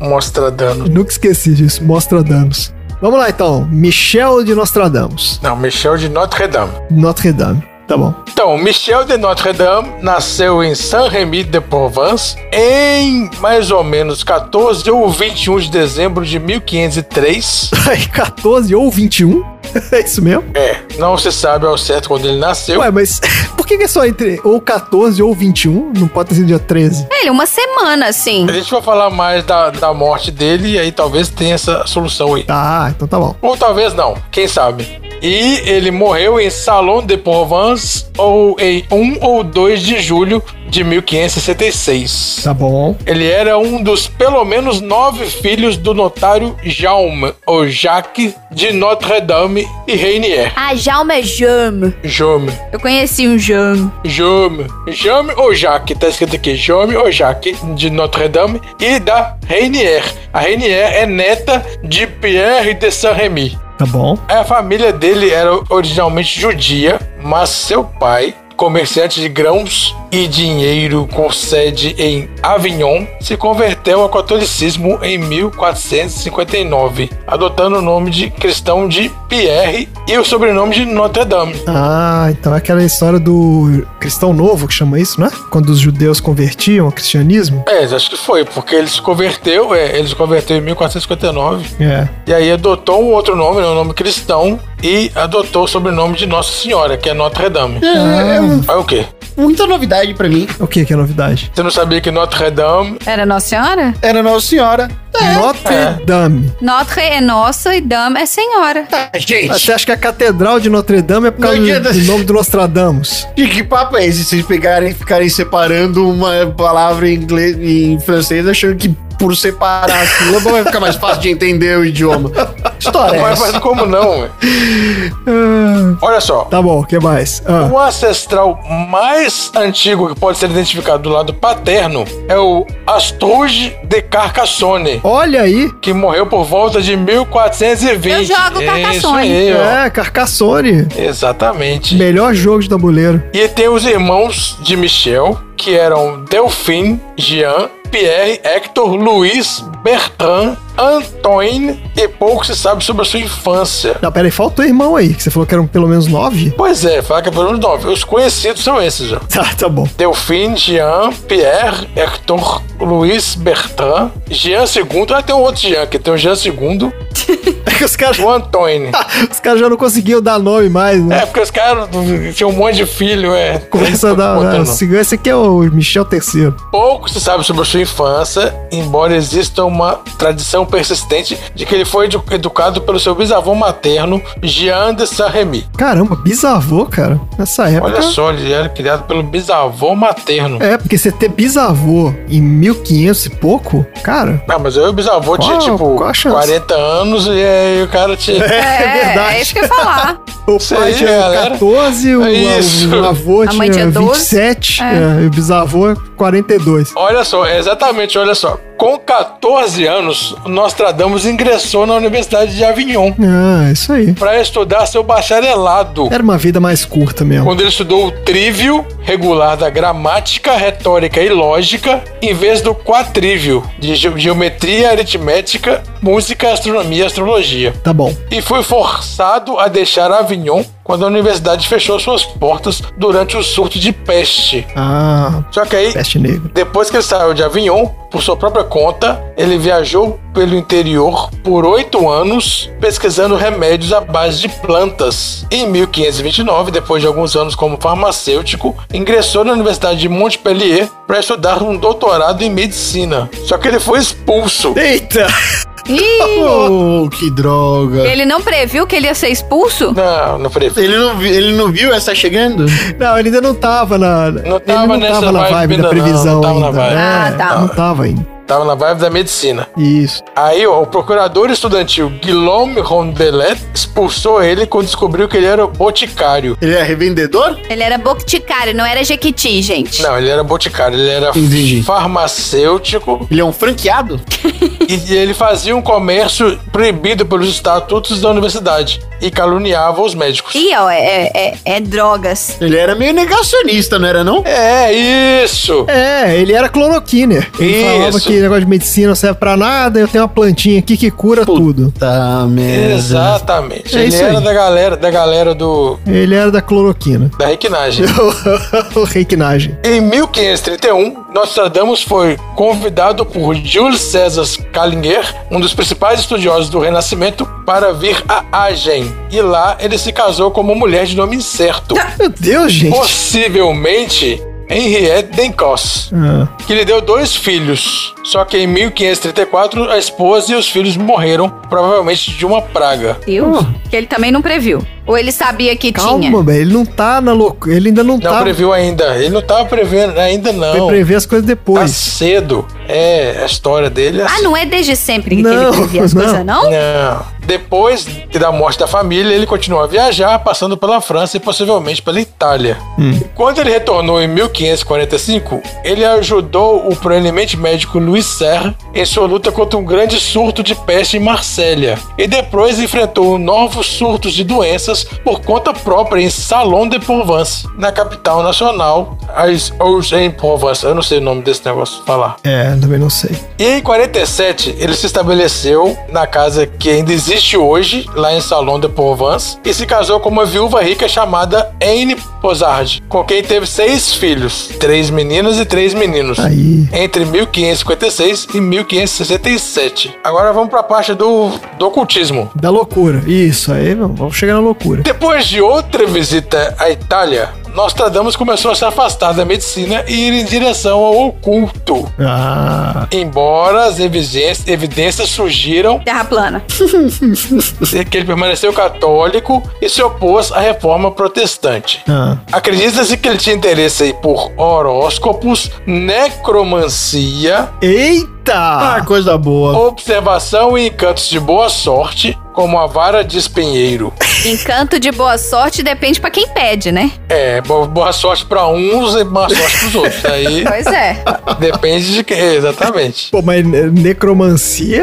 [SPEAKER 4] Nostradamus.
[SPEAKER 2] Nunca esqueci disso, Nostradamus. Vamos lá então, Michel de Nostradamus,
[SPEAKER 4] Não, Michel de Notre Dame.
[SPEAKER 2] Notre Dame. Tá bom. *laughs*
[SPEAKER 4] Então, Michel de Notre-Dame nasceu em Saint-Rémy-de-Provence em mais ou menos 14 ou 21 de dezembro de 1503.
[SPEAKER 2] Aí 14 ou 21? *laughs* É isso mesmo?
[SPEAKER 4] É, não se sabe ao certo quando ele nasceu.
[SPEAKER 2] Ué, mas *laughs* por que, que é só entre ou 14 ou 21? Não pode ter sido dia 13.
[SPEAKER 3] Ele, uma semana, assim.
[SPEAKER 4] A gente vai falar mais da, da morte dele e aí talvez tenha essa solução aí.
[SPEAKER 2] Tá, então tá bom.
[SPEAKER 4] Ou talvez não, quem sabe. E ele morreu em Salon de Provence ou em 1 ou 2 de julho de 1566.
[SPEAKER 2] Tá bom.
[SPEAKER 4] Ele era um dos pelo menos nove filhos do notário Jaume, ou Jacques de Notre Dame e Rainier.
[SPEAKER 3] Ah, Jalma é Jame.
[SPEAKER 4] Jaume,
[SPEAKER 3] Eu conheci um Jame.
[SPEAKER 4] Jaume, Jaume ou Jacques, tá escrito aqui, Jaume ou Jacques de Notre Dame e da Rainier. A Rainier é neta de Pierre de Saint-Rémy.
[SPEAKER 2] Tá bom.
[SPEAKER 4] A família dele era originalmente judia, mas seu pai, comerciante de grãos e dinheiro com sede em Avignon, se converteu ao catolicismo em 1459, adotando o nome de cristão de Pierre e o sobrenome de Notre Dame.
[SPEAKER 2] Ah, então é aquela história do cristão novo que chama isso, né? Quando os judeus convertiam ao cristianismo.
[SPEAKER 4] É, acho que foi, porque ele se converteu, é, ele se converteu em 1459,
[SPEAKER 2] É.
[SPEAKER 4] e aí adotou um outro nome, né, um nome cristão, e adotou o sobrenome de Nossa Senhora, que é Notre Dame.
[SPEAKER 1] É, eu-
[SPEAKER 4] Aí o quê?
[SPEAKER 1] muita novidade pra mim.
[SPEAKER 2] O que que é novidade?
[SPEAKER 4] Você não sabia que Notre Dame
[SPEAKER 7] Era Nossa Senhora?
[SPEAKER 1] Era Nossa Senhora.
[SPEAKER 2] Notre
[SPEAKER 4] É.
[SPEAKER 2] Dame.
[SPEAKER 7] Notre é nossa e Dame é senhora.
[SPEAKER 1] Ah, gente,
[SPEAKER 2] Você acha que a Catedral de Notre Dame é por causa
[SPEAKER 1] Não
[SPEAKER 2] do,
[SPEAKER 1] adianta.
[SPEAKER 2] do nome do Nostradamus?
[SPEAKER 1] que, que papo é esse? Vocês pegarem e ficarem separando uma palavra em inglês em francês, achando que por separar a sílaba vai ficar mais fácil de entender o idioma. História
[SPEAKER 4] Não
[SPEAKER 1] é
[SPEAKER 4] é
[SPEAKER 1] essa?
[SPEAKER 4] mais como não, velho. Olha só.
[SPEAKER 2] Tá bom, o que mais? Ah,
[SPEAKER 4] O ancestral mais antigo que pode ser identificado do lado paterno é o Astruge de Carcassonne,
[SPEAKER 2] olha aí.
[SPEAKER 4] que morreu por volta de 1420.
[SPEAKER 7] Eu jogo Carcassonne.
[SPEAKER 4] É Isso aí, ó.
[SPEAKER 2] É, Carcassone.
[SPEAKER 4] Exatamente.
[SPEAKER 2] Melhor jogo de tabuleiro.
[SPEAKER 4] E tem os irmãos de Michel, que eram Delphine, Jean, Pierre, Hector, Luiz, Bertrand, Antoine, e pouco se sabe sobre a sua infância.
[SPEAKER 2] Não, Ah, peraí, falta o irmão aí, que você falou que eram pelo menos nove.
[SPEAKER 4] Pois é, fala que é pelo menos nove. Os conhecidos são esses, ó.
[SPEAKER 2] *laughs* Tá, tá bom.
[SPEAKER 4] Delphine, Jean, Pierre, Hector, Luiz, Bertrand, Jean II. Ah, tem um outro Jean, que tem o Jean II,
[SPEAKER 2] É que os caras
[SPEAKER 4] o
[SPEAKER 2] *laughs*
[SPEAKER 4] Antoine.
[SPEAKER 2] os caras já não conseguiam dar nome mais, né?
[SPEAKER 4] É, porque os caras tinham um monte de filho, é.
[SPEAKER 2] Começa a dar.
[SPEAKER 4] Contando.
[SPEAKER 2] né, assim, Esse aqui é o Michel III.
[SPEAKER 4] Pouco se sabe sobre a sua infância, embora exista uma tradição persistente de que ele foi edu- educado pelo seu bisavô materno, Jean de Saint-Remy.
[SPEAKER 2] Caramba, bisavô, cara. Nessa época.
[SPEAKER 4] Olha só, ele era criado pelo bisavô materno.
[SPEAKER 2] É, porque você ter bisavô em 1500 e pouco, cara.
[SPEAKER 4] Ah, mas eu e o bisavô tinha,
[SPEAKER 2] Qual-
[SPEAKER 4] tipo,
[SPEAKER 2] qual a chance?
[SPEAKER 4] 40 anos e aí o cara tinha...
[SPEAKER 2] É,
[SPEAKER 7] É isso que eu ia falar. *laughs*
[SPEAKER 2] O
[SPEAKER 4] Isso
[SPEAKER 2] pai
[SPEAKER 4] aí,
[SPEAKER 2] tinha
[SPEAKER 4] galera.
[SPEAKER 2] 14, o,
[SPEAKER 4] É
[SPEAKER 2] a- o
[SPEAKER 4] isso.
[SPEAKER 2] avô
[SPEAKER 7] A mãe
[SPEAKER 2] tinha,
[SPEAKER 7] tinha 12.
[SPEAKER 2] 27, é, e o bisavô é
[SPEAKER 4] *laughs*
[SPEAKER 2] 42.
[SPEAKER 4] Olha só, exatamente, olha só. Com 14 anos, Nostradamus ingressou na Universidade de Avignon
[SPEAKER 2] Ah, isso aí.
[SPEAKER 4] para estudar seu bacharelado.
[SPEAKER 2] Era uma vida mais curta mesmo.
[SPEAKER 4] Quando ele estudou o trívio regular da gramática, retórica e lógica, em vez do quatrívio de ge- geometria, aritmética, música, astronomia e astrologia.
[SPEAKER 2] Tá bom.
[SPEAKER 4] E foi forçado a deixar Avignon quando a universidade fechou suas portas durante o surto de peste.
[SPEAKER 2] Ah,
[SPEAKER 4] Só que aí
[SPEAKER 2] peste negra.
[SPEAKER 4] depois que ele saiu de Avignon, por sua própria conta, ele viajou pelo interior por oito anos, pesquisando remédios à base de plantas. Em 1529, depois de alguns anos como farmacêutico, ingressou na Universidade de Montpellier para estudar um doutorado em medicina. Só que ele foi expulso.
[SPEAKER 2] Eita!
[SPEAKER 7] Ih,
[SPEAKER 1] Oh, que droga.
[SPEAKER 7] ele não previu que ele ia ser expulso?
[SPEAKER 4] Não, não falei.
[SPEAKER 1] Ele não, vi- ele não viu essa chegando?
[SPEAKER 2] Não, ele ainda não tava na.
[SPEAKER 4] Não
[SPEAKER 2] ele
[SPEAKER 4] tava
[SPEAKER 2] não
[SPEAKER 4] nessa
[SPEAKER 2] tava na
[SPEAKER 4] vibe
[SPEAKER 2] vibe
[SPEAKER 4] ainda,
[SPEAKER 2] da previsão
[SPEAKER 4] não, não tava na
[SPEAKER 2] ainda.
[SPEAKER 4] vibe.
[SPEAKER 2] né?
[SPEAKER 7] Ah, tá.
[SPEAKER 2] Não tava ainda.
[SPEAKER 4] Tava na vibe da medicina.
[SPEAKER 2] Isso.
[SPEAKER 4] Aí, ó, o procurador estudantil Guillaume Rondelet expulsou ele quando descobriu que ele era boticário.
[SPEAKER 1] Ele é revendedor?
[SPEAKER 7] Ele era boticário, não era jequiti, gente.
[SPEAKER 4] Não, ele era boticário, ele era
[SPEAKER 1] Entendi.
[SPEAKER 4] farmacêutico
[SPEAKER 1] Ele é um franqueado?
[SPEAKER 4] e ele fazia um comércio proibido pelos estatutos da universidade e caluniava os médicos.
[SPEAKER 7] Ih, ó, é, é- é- é drogas.
[SPEAKER 1] Ele era meio negacionista, não era não?
[SPEAKER 4] É isso!
[SPEAKER 2] É, ele era cloroquiner. Ele
[SPEAKER 4] Isso.
[SPEAKER 2] falava que negócio de medicina não serve pra nada, eu tenho uma plantinha aqui que cura tudo.
[SPEAKER 1] Tá, merda.
[SPEAKER 4] Exatamente.
[SPEAKER 2] É
[SPEAKER 4] ele
[SPEAKER 2] isso
[SPEAKER 4] era
[SPEAKER 2] aí.
[SPEAKER 4] da galera, da galera do
[SPEAKER 2] Ele era da cloroquina. *laughs*
[SPEAKER 4] da requinagem.
[SPEAKER 2] o requinagem.
[SPEAKER 4] Em 1531, Nostradamus foi convidado por Jules César Calinger, um dos principais estudiosos do Renascimento, para vir a Agen. E lá ele se casou com uma mulher de nome incerto.
[SPEAKER 2] Meu Deus, gente.
[SPEAKER 4] possivelmente Henriette Dencos,
[SPEAKER 2] Ah,
[SPEAKER 4] que lhe deu dois filhos. Só que em 1534 a esposa e os filhos morreram, provavelmente de uma praga.
[SPEAKER 7] Deus. Que ele também não previu. Hum. Ou ele sabia que tinha.
[SPEAKER 2] calma, velho. Ele não tá na loucura. Ele ainda não,
[SPEAKER 4] Não
[SPEAKER 2] tá.
[SPEAKER 4] previu ainda. Ele não tava prevendo ainda não.
[SPEAKER 2] Vai prever as coisas
[SPEAKER 4] Tá
[SPEAKER 2] depois.
[SPEAKER 4] cedo. É, a história dele é
[SPEAKER 7] Ah, não é desde sempre que
[SPEAKER 2] Não,
[SPEAKER 7] ele previa as
[SPEAKER 2] não.
[SPEAKER 7] coisas, não?
[SPEAKER 4] Não. Depois da morte da família, ele continuou a viajar, passando pela França e possivelmente pela Itália. Quando ele retornou em 1545, ele ajudou o proeminente médico Louis Serre em sua luta contra um grande surto de peste em Marsella. E depois enfrentou novos surtos de doenças por conta própria em Salon de Provence, na capital nacional, Aix-en-Provence. Eu não sei o nome desse negócio falar.
[SPEAKER 2] É, também não sei.
[SPEAKER 4] E em 47, ele se estabeleceu na casa que ainda existe hoje, lá em Salon de Provence, e se casou com uma viúva rica chamada Anne Posard, com quem teve seis filhos, três meninas e três meninos.
[SPEAKER 2] Aí.
[SPEAKER 4] Entre 1556 e 1567. Agora vamos para a parte do, do ocultismo.
[SPEAKER 2] Da loucura. Isso, aí vamos vamos chegar na loucura.
[SPEAKER 4] Depois de outra visita à Itália, Nostradamus começou a se afastar da medicina e ir em direção ao oculto.
[SPEAKER 2] Ah.
[SPEAKER 4] Embora as evidências, evidências surgiram
[SPEAKER 7] Terra plana.
[SPEAKER 4] que ele permaneceu católico e se opôs à reforma protestante.
[SPEAKER 2] Ah.
[SPEAKER 4] Acredita-se que ele tinha interesse aí por horóscopos, necromancia,
[SPEAKER 1] Ah,
[SPEAKER 2] Eita!
[SPEAKER 1] coisa boa.
[SPEAKER 4] observação e encantos de boa sorte, como a vara de espinheiro.
[SPEAKER 7] Encanto de boa sorte depende pra quem pede, né?
[SPEAKER 4] É, bo- boa sorte pra uns e boa sorte pros
[SPEAKER 3] *laughs*
[SPEAKER 4] outros. Aí
[SPEAKER 7] Pois *laughs* é.
[SPEAKER 4] depende de quem, exatamente.
[SPEAKER 2] Pô, mas ne- necromancia?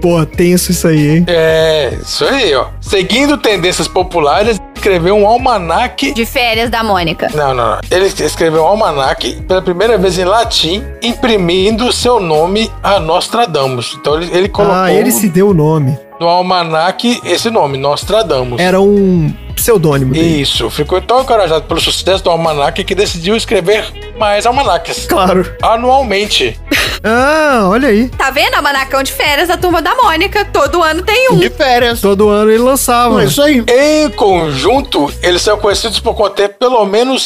[SPEAKER 2] Pô, tenso isso aí, hein? Ah,
[SPEAKER 4] É, isso aí, ó. Seguindo tendências populares, escreveu um almanaque.
[SPEAKER 7] De férias da Mônica.
[SPEAKER 4] Não, não, não. Ele escreveu um almanaque pela primeira vez em latim, imprimindo seu nome a Nostradamus. Então ele, ele colocou
[SPEAKER 2] Ah, ele se deu o nome.
[SPEAKER 4] no almanaque esse nome, Nostradamus.
[SPEAKER 2] Era um pseudônimo dele.
[SPEAKER 4] Isso, ficou tão encorajado pelo sucesso do almanaque que decidiu escrever mais almanaques.
[SPEAKER 2] Claro.
[SPEAKER 4] Anualmente.
[SPEAKER 2] Ah, olha aí.
[SPEAKER 7] Tá
[SPEAKER 3] É
[SPEAKER 7] vendo? Manacão de férias da turma da Mônica. Todo ano tem um.
[SPEAKER 1] De férias.
[SPEAKER 2] Todo ano ele lançava. né?
[SPEAKER 1] É isso aí.
[SPEAKER 4] Em conjunto, eles são conhecidos por conter pelo menos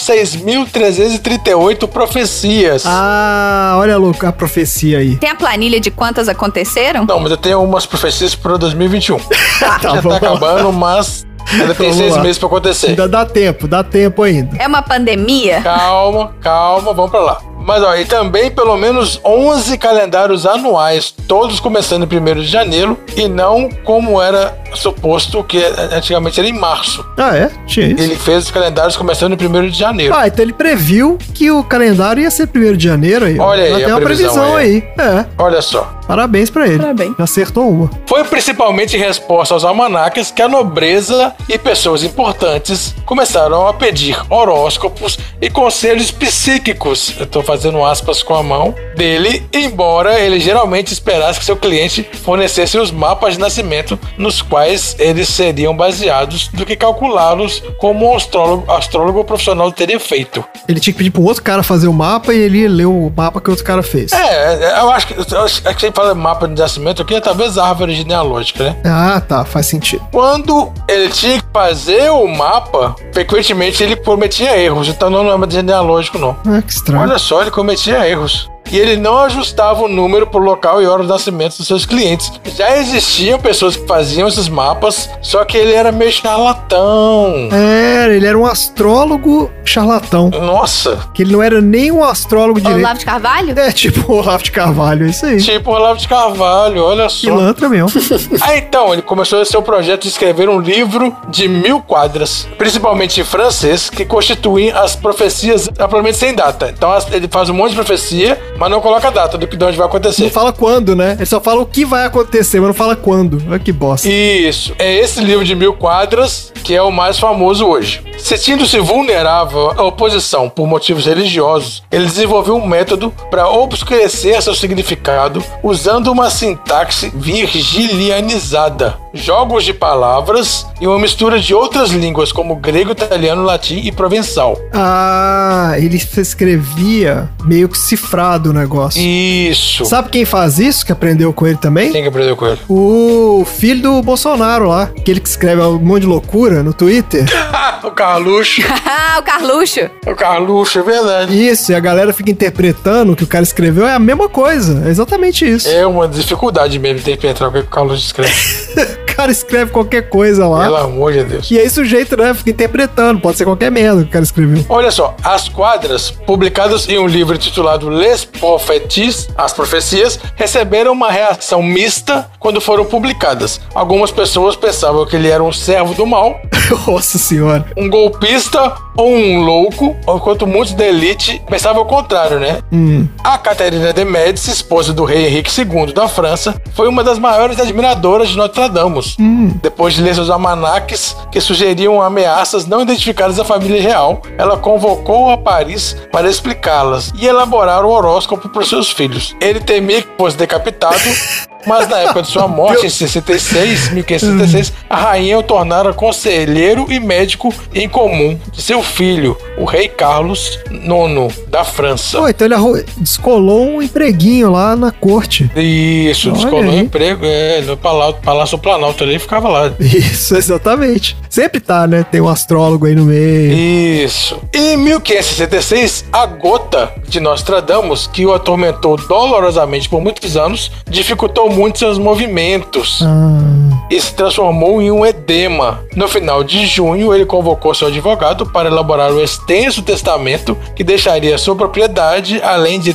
[SPEAKER 4] 6.338 profecias.
[SPEAKER 2] Ah, olha a, a profecia aí.
[SPEAKER 7] Tem a planilha de quantas aconteceram?
[SPEAKER 4] Não, mas eu tenho umas profecias para 2021. Já
[SPEAKER 2] vamos
[SPEAKER 4] tá
[SPEAKER 2] lá.
[SPEAKER 4] acabando, mas ainda tem
[SPEAKER 2] Vamos
[SPEAKER 4] seis
[SPEAKER 2] lá.
[SPEAKER 4] meses pra acontecer.
[SPEAKER 2] Ainda dá tempo, dá tempo ainda.
[SPEAKER 7] É uma pandemia?
[SPEAKER 4] Calma, calma, vamos pra lá. Mas ó, e também pelo menos 11 calendários anuais, todos começando em 1 de janeiro, e não como era suposto, que antigamente era em março.
[SPEAKER 2] Ah, é? Tinha isso.
[SPEAKER 4] Ele fez os calendários começando em 1 de janeiro.
[SPEAKER 2] Ah, então ele previu que o calendário ia ser 1 de janeiro aí. ó.
[SPEAKER 4] Olha aí
[SPEAKER 2] Já
[SPEAKER 4] a
[SPEAKER 2] tem uma
[SPEAKER 4] previsão
[SPEAKER 2] previsão
[SPEAKER 4] aí.
[SPEAKER 2] aí. É,
[SPEAKER 4] Olha só.
[SPEAKER 2] parabéns pra ele.
[SPEAKER 7] Parabéns.
[SPEAKER 2] Já acertou uma.
[SPEAKER 4] Foi principalmente em resposta aos almanaques que a nobreza e pessoas importantes começaram a pedir horóscopos e conselhos psíquicos. Eu tô fazendo aspas com a mão dele, embora ele geralmente esperasse que seu cliente fornecesse os mapas de nascimento nos quais eles seriam baseados do que calculá-los como um astrólogo, astrólogo profissional teria feito.
[SPEAKER 2] Ele tinha que pedir pra um outro cara fazer o mapa e ele leu o mapa que o outro cara fez.
[SPEAKER 4] É, eu acho que, eu acho que você fala mapa de nascimento aqui é talvez árvore genealógica, né?
[SPEAKER 2] Ah, tá, faz sentido.
[SPEAKER 4] Quando ele tinha que fazer o mapa, frequentemente ele cometia erros, então não é genealógico, não.
[SPEAKER 2] Ah, que estranho.
[SPEAKER 4] Olha só, ele cometia erros. E ele não ajustava o número por local e hora do nascimento dos seus clientes. Já existiam pessoas que faziam esses mapas, só que ele era meio charlatão.
[SPEAKER 2] É, ele era um astrólogo charlatão.
[SPEAKER 4] Nossa,
[SPEAKER 2] Que ele não era nem um astrólogo direito.
[SPEAKER 7] Olavo de
[SPEAKER 3] *laughs*
[SPEAKER 7] Carvalho?
[SPEAKER 2] É, tipo o Olavo de Carvalho, é isso aí.
[SPEAKER 4] tipo Olavo de Carvalho, olha só.
[SPEAKER 2] Pilantra mesmo.
[SPEAKER 4] Ah, então, ele começou seu projeto de escrever um livro de mil quadras, principalmente em francês, que constituem as profecias é, provavelmente sem data. Então as- ele faz um monte de profecia, mas não coloca a data do que de onde vai
[SPEAKER 2] Não
[SPEAKER 4] acontecer.
[SPEAKER 2] fala quando, né? Ele só fala o que vai acontecer, mas não fala quando. Olha que bosta.
[SPEAKER 4] Isso, é esse livro de mil quadras que é o mais famoso hoje. Sentindo-se vulnerável à oposição por motivos religiosos, ele desenvolveu um método para obscurecer seu significado usando uma sintaxe virgilianizada, jogos de palavras e uma mistura de outras línguas como grego, italiano, latim e provençal.
[SPEAKER 2] Ah, ele se escrevia meio que cifrado o negócio.
[SPEAKER 4] Isso.
[SPEAKER 2] Sabe quem faz isso, que aprendeu com ele também?
[SPEAKER 4] Quem que aprendeu com ele?
[SPEAKER 2] O filho do Bolsonaro lá, aquele que escreve um monte de loucura no Twitter.
[SPEAKER 4] *laughs* o Carluxo.
[SPEAKER 7] Ah, o Carluxo.
[SPEAKER 4] o Carluxo, é verdade.
[SPEAKER 2] Isso, e a galera fica interpretando o que o cara escreveu, é a mesma coisa, é exatamente isso.
[SPEAKER 4] É uma dificuldade mesmo interpretar o que o Carluxo escreve.
[SPEAKER 2] O cara escreve qualquer coisa lá.
[SPEAKER 4] Pelo amor de Deus.
[SPEAKER 2] E aí o sujeito, né, fica interpretando, pode ser qualquer merda que o cara escreveu. *laughs*
[SPEAKER 4] Olha só, as quadras, publicadas em um livro intitulado Les Prophéties, As Profecias, receberam uma reação mista quando foram publicadas. Algumas pessoas pensavam que ele era um servo do mal,
[SPEAKER 2] Nossa senhora.
[SPEAKER 4] um golpista ou um louco, enquanto muitos da elite pensavam o contrário, né? A Catarina de Médici, esposa do rei Henrique II da França, foi uma das maiores admiradoras de Nostradamus, depois de ler seus almanaques que sugeriam ameaças não identificadas à família real, ela convocou a Paris para explicá-las e elaborar o horóscopo para os seus filhos. Ele temia que fosse decapitado, mas na época de sua morte, em 66, 1566, a rainha o tornara conselheiro e médico em comum de seu filho, o rei Carlos IX da França.
[SPEAKER 2] Pô, então ele arru- descolou um empreguinho lá na corte.
[SPEAKER 4] Isso,
[SPEAKER 2] Olha
[SPEAKER 4] descolou o
[SPEAKER 2] aí.
[SPEAKER 4] emprego, é, no Palau- Palácio Planalto ali ficava lá.
[SPEAKER 2] Isso, *laughs* exatamente. Sempre tá, né? Tem um astrólogo aí no meio.
[SPEAKER 4] Isso. Em 1566, a gota de Nostradamus, que o atormentou dolorosamente por muitos anos, dificultou muito seus movimentos
[SPEAKER 2] Ah,
[SPEAKER 4] e se transformou em um edema. No final de junho, ele convocou seu advogado para elaborar o extenso testamento que deixaria sua propriedade, além de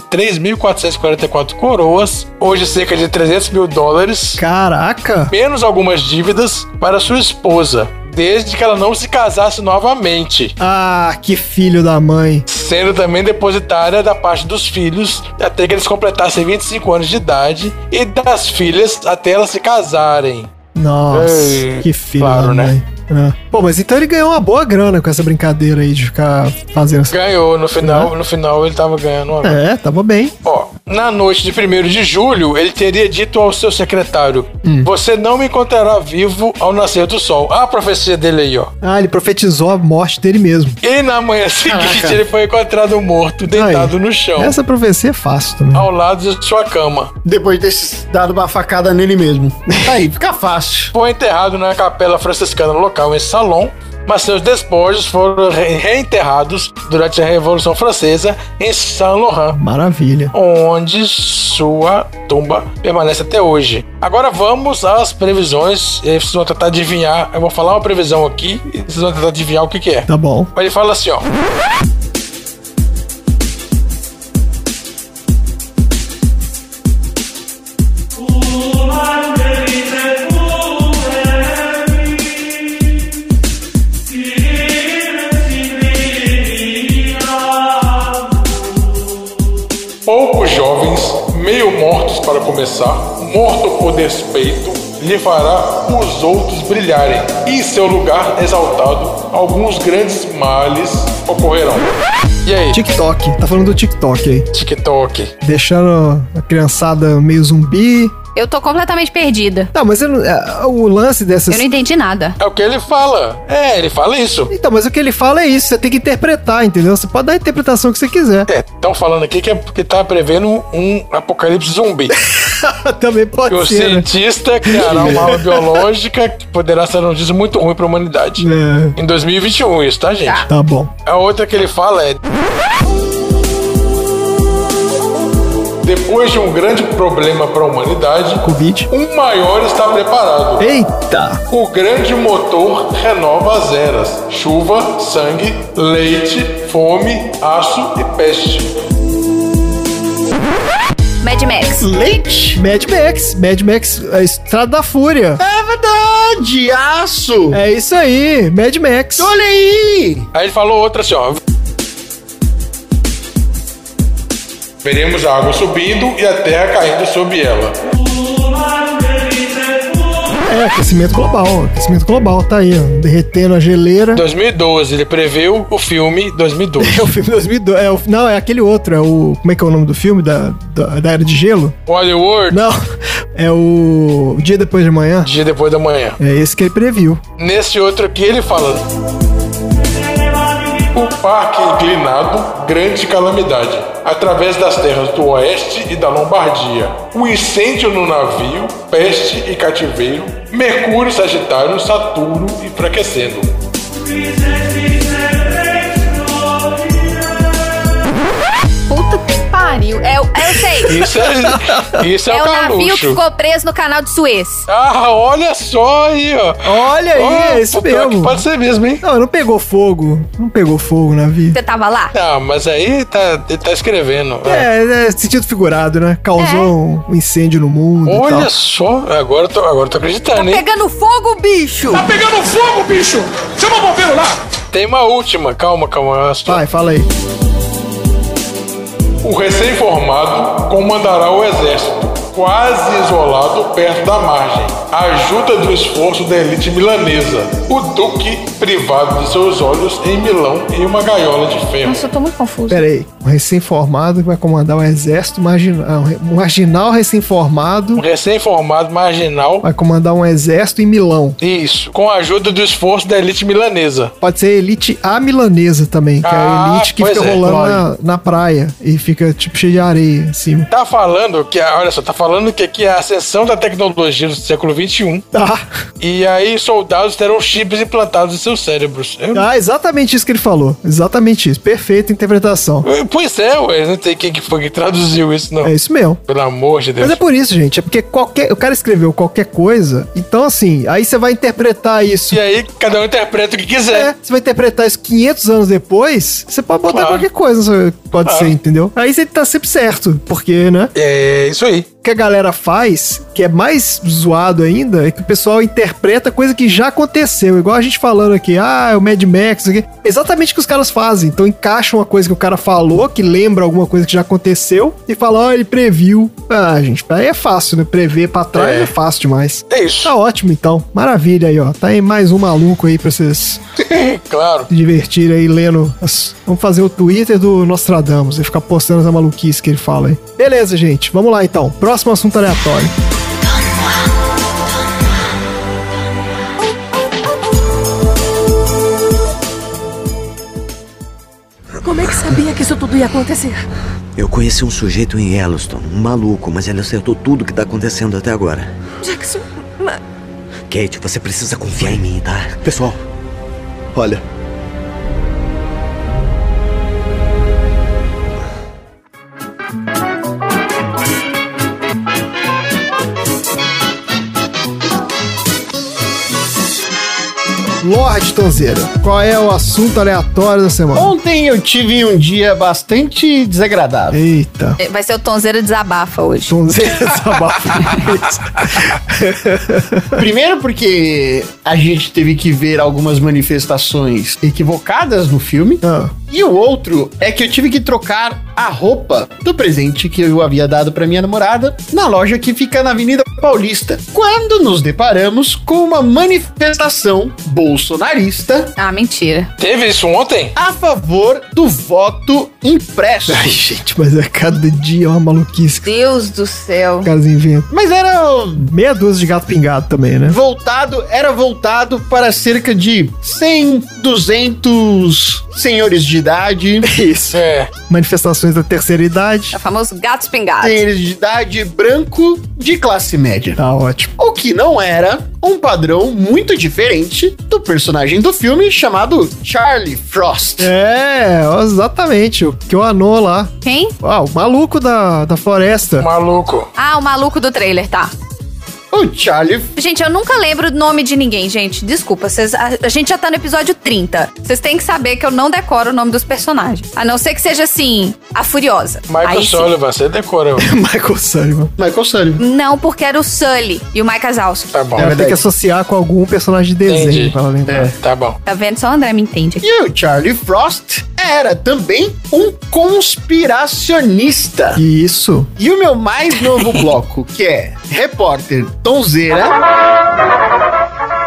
[SPEAKER 4] 3.444 coroas, hoje cerca de 300 mil dólares,
[SPEAKER 2] Caraca!
[SPEAKER 4] menos algumas dívidas, para sua esposa. Desde que ela não se casasse novamente
[SPEAKER 2] Ah, que filho da mãe.
[SPEAKER 4] sendo também depositária da parte dos filhos até que eles completassem 25 anos de idade e das filhas até elas se casarem.
[SPEAKER 2] Nossa,
[SPEAKER 4] Ei,
[SPEAKER 2] que filho
[SPEAKER 4] claro,
[SPEAKER 2] da
[SPEAKER 4] né?
[SPEAKER 2] mãe. É. Pô, mas então ele ganhou uma boa grana com essa brincadeira aí de ficar fazendo essa.
[SPEAKER 4] Ganhou no final, no final ele tava ganhando uma
[SPEAKER 2] É, tava bem.
[SPEAKER 4] Ó, na noite de 1 de julho, ele teria dito ao seu secretário:
[SPEAKER 2] Hum.
[SPEAKER 4] Você não me encontrará vivo ao nascer do sol. A profecia dele aí, ó.
[SPEAKER 2] Ah, ele profetizou a morte dele mesmo.
[SPEAKER 4] E na manhã *laughs* seguinte,
[SPEAKER 2] Caraca.
[SPEAKER 4] ele foi encontrado morto, deitado no chão,
[SPEAKER 2] Essa profecia é fácil também.
[SPEAKER 4] ao lado de sua cama.
[SPEAKER 1] Depois de ter dado uma facada nele mesmo. Aí, fica fácil.
[SPEAKER 4] foi enterrado na capela franciscana local em Salon, mas seus despojos foram re- reenterrados durante a Revolução Francesa em Saint-Laurent,
[SPEAKER 2] Maravilha.
[SPEAKER 4] onde sua tumba permanece até hoje. Agora vamos às previsões, e aí vocês vão tentar adivinhar, eu vou falar uma previsão aqui e vocês vão tentar adivinhar o que que é.
[SPEAKER 2] Tá bom.
[SPEAKER 4] Ele fala assim, ó. Poucos jovens, meio mortos para começar, morto por despeito, lhe fará os outros brilharem. E em seu lugar exaltado, alguns grandes males ocorrerão. E aí,
[SPEAKER 2] TikTok. Tá falando do TikTok aí.
[SPEAKER 4] TikTok?
[SPEAKER 2] Deixando a criançada meio zumbi.
[SPEAKER 11] Eu tô completamente perdida.
[SPEAKER 2] Não, mas eu não- é, o lance dessas.
[SPEAKER 11] Eu não entendi nada.
[SPEAKER 4] É o que ele fala. É, ele fala isso.
[SPEAKER 2] Então, mas o que ele fala é isso. Você tem que interpretar, entendeu? Você pode dar a interpretação que você quiser.
[SPEAKER 4] É, estão falando aqui que é porque tá prevendo um apocalipse zumbi.
[SPEAKER 2] também
[SPEAKER 4] Que o
[SPEAKER 2] pode ser. né?
[SPEAKER 4] cientista criará uma arma biológica que poderá ser um notícia muito ruim pra humanidade.
[SPEAKER 2] É.
[SPEAKER 4] Em 2021, isso, tá, gente?
[SPEAKER 2] Tá bom.
[SPEAKER 4] A outra que ele fala é. Depois de um grande problema para a humanidade,
[SPEAKER 2] Covid.
[SPEAKER 4] um maior está preparado.
[SPEAKER 2] Eita!
[SPEAKER 4] O grande motor renova as eras: chuva, sangue, leite, fome, aço e peste.
[SPEAKER 11] Mad Max.
[SPEAKER 1] Leite?
[SPEAKER 2] Mad Max, Mad Max, a Estrada da Fúria.
[SPEAKER 1] É verdade, aço.
[SPEAKER 2] É isso aí, Mad Max.
[SPEAKER 1] Olha aí.
[SPEAKER 4] Aí ele falou outra assim, ó. Veremos a água subindo e a terra caindo sob ela.
[SPEAKER 2] É, aquecimento global, aquecimento global, tá aí, ó, derretendo a geleira.
[SPEAKER 4] 2012, ele preveu o filme 2012.
[SPEAKER 2] *laughs* É o filme 2002, é o, não, é aquele outro, é o, como é que é o nome do filme, da, da, da Era de Gelo?
[SPEAKER 4] Hollywood, um
[SPEAKER 2] Não, *laughs* é o Dia Depois de Amanhã,
[SPEAKER 4] dia depois da manhã.
[SPEAKER 2] é esse que ele previu.
[SPEAKER 4] Nesse outro aqui ele fala. O parque inclinado, grande calamidade, através das terras do oeste e da Lombardia. O incêndio no navio, peste e cativeiro, Mercúrio, Sagitário, Saturno enfraquecendo.
[SPEAKER 11] Puta que pariu. É, o- eu sei. *laughs*
[SPEAKER 4] Isso é, isso *laughs* é,
[SPEAKER 11] É
[SPEAKER 4] o
[SPEAKER 11] o navio que
[SPEAKER 4] Carluxo.
[SPEAKER 11] ficou preso no canal de Suez.
[SPEAKER 4] Ah, olha só aí, ó.
[SPEAKER 2] Olha aí,
[SPEAKER 4] Ó,
[SPEAKER 2] é esse
[SPEAKER 4] pior que
[SPEAKER 2] mesmo.
[SPEAKER 4] Pode ser mesmo, hein?
[SPEAKER 2] Não, não pegou fogo, não pegou fogo na vida.
[SPEAKER 11] Você tava lá?
[SPEAKER 4] Ah, mas aí tá, ele tá escrevendo. vai.
[SPEAKER 2] É, é sentido figurado, né? Causou um incêndio no mundo e
[SPEAKER 4] Olha
[SPEAKER 2] tal.
[SPEAKER 4] só, agora eu tô, agora eu tô acreditando, hein?
[SPEAKER 11] Pegando fogo, bicho!
[SPEAKER 4] Tá pegando fogo, bicho! Chama o bombeiro lá! Tem uma última, calma, calma. a sua-
[SPEAKER 2] Vai, fala aí.
[SPEAKER 4] O recém-formado comandará o exército, quase isolado perto da margem. A ajuda do esforço da elite milanesa. O duque, privado de seus olhos, em Milão, em uma gaiola de ferro.
[SPEAKER 11] Nossa, eu tô muito confusa.
[SPEAKER 2] Pera aí, um recém-formado que vai comandar um exército marginal. Um re- um marginal recém-formado
[SPEAKER 4] Um recém-formado marginal.
[SPEAKER 2] vai comandar um exército em Milão.
[SPEAKER 4] Isso, com a ajuda do esforço da elite milanesa.
[SPEAKER 2] Pode ser a elite a milanesa também, que é
[SPEAKER 4] Ah,
[SPEAKER 2] a elite que
[SPEAKER 4] pois
[SPEAKER 2] fica
[SPEAKER 4] é,
[SPEAKER 2] rolando na,
[SPEAKER 4] lógico.
[SPEAKER 2] na praia e fica tipo cheio de areia em cima.
[SPEAKER 4] é Tá falando que, olha só, tá falando que aqui a ascensão da tecnologia do século 21.
[SPEAKER 2] Tá.
[SPEAKER 4] E aí, soldados terão chips implantados em seus cérebros. Eu-
[SPEAKER 2] *laughs* Ah, exatamente isso que ele falou. Exatamente isso. Perfeita interpretação.
[SPEAKER 4] Pois é, ué. Não sei quem que foi que traduziu isso, não.
[SPEAKER 2] É isso mesmo.
[SPEAKER 4] Pelo amor de Deus.
[SPEAKER 2] Mas é por isso, gente. É porque qualquer. O cara escreveu qualquer coisa. Então, assim, aí você vai interpretar isso.
[SPEAKER 4] E aí, cada um interpreta o que quiser.
[SPEAKER 2] É, você vai interpretar isso 500 anos depois, você pode botar
[SPEAKER 4] Claro.
[SPEAKER 2] qualquer coisa, você- pode
[SPEAKER 4] Claro.
[SPEAKER 2] ser, entendeu? Aí você tá sempre certo, porque, né?
[SPEAKER 4] É isso aí.
[SPEAKER 2] O que a galera faz, que é mais zoado ainda, é que o pessoal interpreta coisa que já aconteceu. Igual a gente falando aqui, ah, o Mad Max, isso aqui. Exatamente o que os caras fazem. Então encaixam uma coisa que o cara falou, que lembra alguma coisa que já aconteceu, e fala, ó, ele previu. Ah, gente, aí é fácil, né? Prever pra trás
[SPEAKER 4] É.
[SPEAKER 2] é fácil demais.
[SPEAKER 4] É isso.
[SPEAKER 2] Tá ótimo, então. Maravilha aí, ó. Tá aí mais um maluco aí pra vocês
[SPEAKER 4] *laughs* claro.
[SPEAKER 2] se divertir aí lendo. as- Vamos fazer o Twitter do Nostradamus e ficar postando essa maluquice que ele fala aí. Beleza, gente. Vamos lá então. Próximo assunto aleatório.
[SPEAKER 8] Como é que sabia que isso tudo ia acontecer?
[SPEAKER 9] Eu conheci um sujeito em Yellowstone, um maluco, mas ele acertou tudo que tá acontecendo até agora.
[SPEAKER 8] Jackson, ma-
[SPEAKER 9] Kate, você precisa confiar em mim, tá?
[SPEAKER 10] Pessoal, olha.
[SPEAKER 2] Lorde Tonzeira, qual é o assunto aleatório da semana?
[SPEAKER 1] Ontem eu tive um dia bastante desagradável.
[SPEAKER 2] Eita.
[SPEAKER 3] Vai ser o Tonzeira desabafa hoje.
[SPEAKER 2] *laughs* Tonzeira desabafa.
[SPEAKER 1] Primeiro porque a gente teve que ver algumas manifestações equivocadas no filme.
[SPEAKER 2] Ah,
[SPEAKER 1] E o outro é que eu tive que trocar a roupa do presente que eu havia dado pra minha namorada na loja que fica na Avenida Paulista. Quando nos deparamos com uma manifestação bolsonarista
[SPEAKER 3] Ah, mentira.
[SPEAKER 4] Teve isso ontem?
[SPEAKER 1] a favor do voto impresso.
[SPEAKER 2] Ai, gente, mas é cada dia uma maluquice que
[SPEAKER 3] Deus do céu.
[SPEAKER 2] os caras inventam.
[SPEAKER 1] Mas era
[SPEAKER 2] Meia dúzia de gato pingado também, né?
[SPEAKER 1] voltado, era voltado para cerca de 100, 200 senhores de idade,
[SPEAKER 2] Isso.
[SPEAKER 4] É.
[SPEAKER 2] Manifestações da terceira idade.
[SPEAKER 3] É o famoso gato espingado.
[SPEAKER 1] senhores de idade branco de classe média.
[SPEAKER 2] Tá ótimo.
[SPEAKER 1] O que não era um padrão muito diferente do personagem do filme chamado Charlie Frost.
[SPEAKER 2] É, exatamente. O que o Anô lá.
[SPEAKER 3] Quem?
[SPEAKER 2] Ah, o maluco da, da floresta. *laughs*
[SPEAKER 4] Maluco.
[SPEAKER 3] Ah, o maluco do trailer, tá.
[SPEAKER 1] O Charlie
[SPEAKER 3] Gente, eu nunca lembro o nome de ninguém, gente. Desculpa, vocês, a, a gente já tá no episódio 30. Vocês têm que saber que eu não decoro o nome dos personagens. A não ser que seja assim, a Furiosa.
[SPEAKER 4] Michael
[SPEAKER 3] Aí sim.
[SPEAKER 4] Sullivan, você decorou.
[SPEAKER 2] Michael Sullivan.
[SPEAKER 1] Michael Sullivan.
[SPEAKER 3] Não, porque era o Sully e o Mike Zalski.
[SPEAKER 4] Tá bom.
[SPEAKER 2] Ela tem
[SPEAKER 1] É, verdade. É.
[SPEAKER 2] que associar com algum personagem de desenho
[SPEAKER 4] Entendi.
[SPEAKER 2] pra ela lembrar.
[SPEAKER 4] Tá bom.
[SPEAKER 3] Tá vendo? Só o André me entende aqui.
[SPEAKER 1] E o Charlie Frost era também um conspiracionista.
[SPEAKER 2] E isso.
[SPEAKER 1] E o meu mais novo bloco, que é Repórter Tonzeira,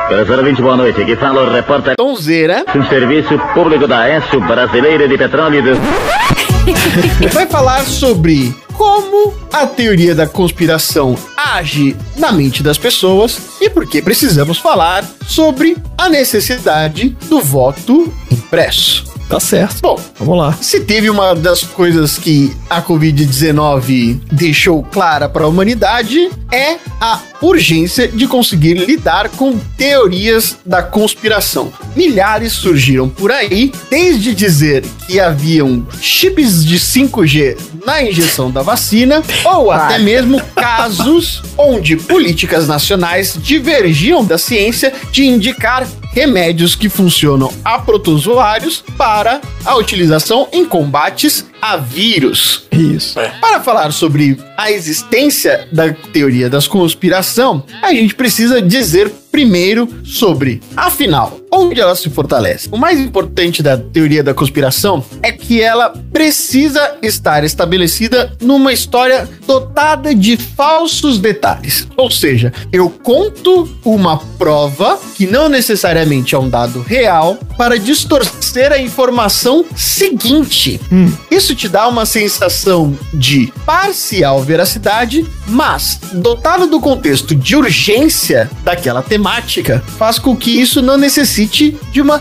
[SPEAKER 12] Professor, boa noite. Aqui fala o repórter
[SPEAKER 1] Tonzeira,
[SPEAKER 12] do Serviço Público da ESO Brasileira de Petróleo. do-
[SPEAKER 1] vai falar sobre como a teoria da conspiração age na mente das pessoas e por que precisamos falar sobre a necessidade do voto impresso.
[SPEAKER 2] Tá certo.
[SPEAKER 1] Bom,
[SPEAKER 2] Vamos lá.
[SPEAKER 1] se teve uma das coisas que a Covid-19 deixou clara para a humanidade é a urgência de conseguir lidar com teorias da conspiração. Milhares surgiram por aí, desde dizer que haviam chips de 5G na injeção da vacina, ou até mesmo casos onde políticas nacionais divergiam da ciência de indicar remédios que funcionam a protozoários para a utilização em combates a vírus.
[SPEAKER 2] Isso.
[SPEAKER 1] Para falar sobre a existência da teoria das conspiração, a gente precisa dizer primeiro sobre, afinal, onde ela se fortalece. O mais importante da teoria da conspiração é que ela precisa estar estabelecida numa história dotada de falsos detalhes. Ou seja, eu conto uma prova que não necessariamente é um dado real para distorcer a informação seguinte. Isso te dá uma sensação de parcial veracidade, mas, dotado do contexto de urgência daquela temática, faz com que isso não necessite de uma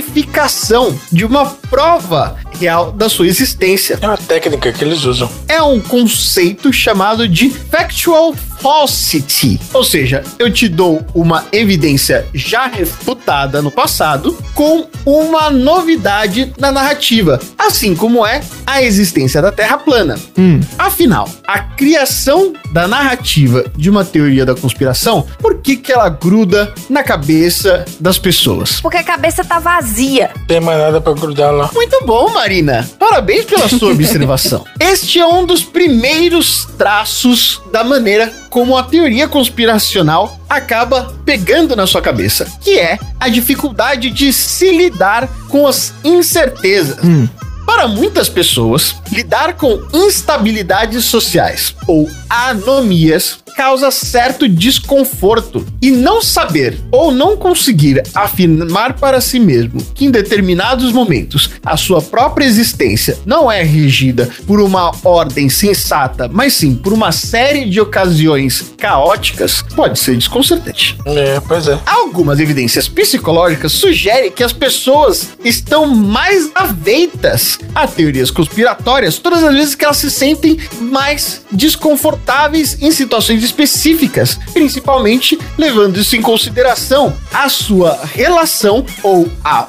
[SPEAKER 1] verificação, de uma prova real da sua existência.
[SPEAKER 4] É uma técnica que eles usam.
[SPEAKER 1] É um conceito chamado de factual falsity. Ou seja, eu te dou uma evidência já refutada no passado com uma novidade na narrativa, assim como é a existência da Terra plana.
[SPEAKER 2] Hum.
[SPEAKER 1] Afinal, a criação da narrativa de uma teoria da conspiração, por que que ela gruda na cabeça das pessoas?
[SPEAKER 3] Porque a cabeça tá vazia.
[SPEAKER 4] Tem mais nada pra grudar lá.
[SPEAKER 1] Muito bom, Marina. Parabéns pela sua observação. Este é um dos primeiros traços da maneira como a teoria conspiracional acaba pegando na sua cabeça, que é a dificuldade de se lidar com as incertezas.
[SPEAKER 2] Hum.
[SPEAKER 1] Para muitas pessoas, lidar com instabilidades sociais ou anomias causa certo desconforto e não saber ou não conseguir afirmar para si mesmo que em determinados momentos a sua própria existência não é regida por uma ordem sensata, mas sim por uma série de ocasiões caóticas, pode ser desconcertante.
[SPEAKER 4] É, pois é.
[SPEAKER 1] Algumas evidências psicológicas sugerem que as pessoas estão mais aveitas a teorias conspiratórias todas as vezes que elas se sentem mais desconfortáveis em situações específicas, principalmente levando isso em consideração a sua relação ou a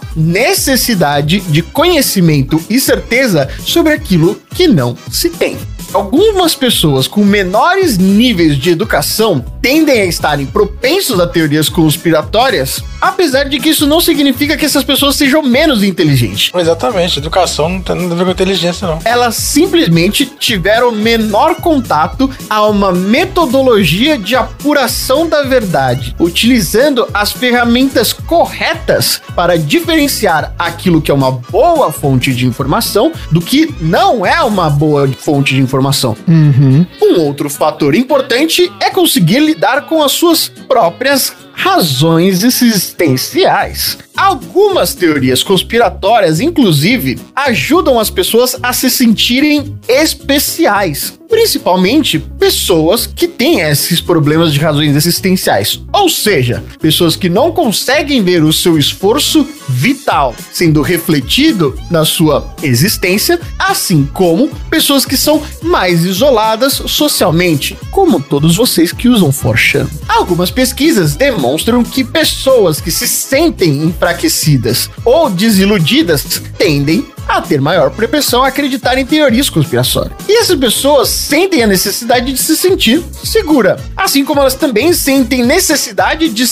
[SPEAKER 1] necessidade de conhecimento e certeza sobre aquilo que não se tem. Algumas pessoas com menores níveis de educação tendem a estarem propensos a teorias conspiratórias, apesar de que isso não significa que essas pessoas sejam menos inteligentes.
[SPEAKER 4] Exatamente, educação não tem nada a ver com inteligência, não.
[SPEAKER 1] Elas simplesmente tiveram menor contato a uma metodologia de apuração da verdade, utilizando as ferramentas corretas para diferenciar aquilo que é uma boa fonte de informação do que não é uma boa fonte de informação.
[SPEAKER 2] Uhum.
[SPEAKER 1] Um outro fator importante é conseguir lidar com as suas próprias razões existenciais. Algumas teorias conspiratórias, inclusive, ajudam as pessoas a se sentirem especiais, principalmente pessoas que têm esses problemas de razões existenciais, ou seja, pessoas que não conseguem ver o seu esforço vital sendo refletido na sua existência, assim como pessoas que são mais isoladas socialmente, como todos vocês que usam 4 Algumas pesquisas demonstram demonstram que pessoas que se sentem enfraquecidas ou desiludidas tendem a ter maior propensão a acreditar em teorias conspiratórias. E essas pessoas sentem a necessidade de se sentir segura, assim como elas também sentem necessidade de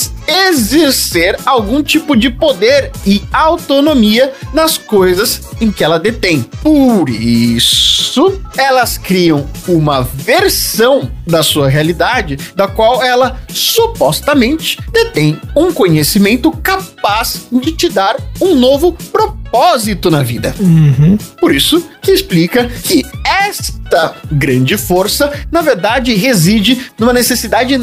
[SPEAKER 1] exercer algum tipo de poder e autonomia nas coisas em que ela detém. Por isso, elas criam uma versão da sua realidade da qual ela supostamente detém um conhecimento capaz de te dar um novo propósito na vida.
[SPEAKER 2] Uhum.
[SPEAKER 1] Por isso que explica que esta grande força, na verdade, reside numa necessidade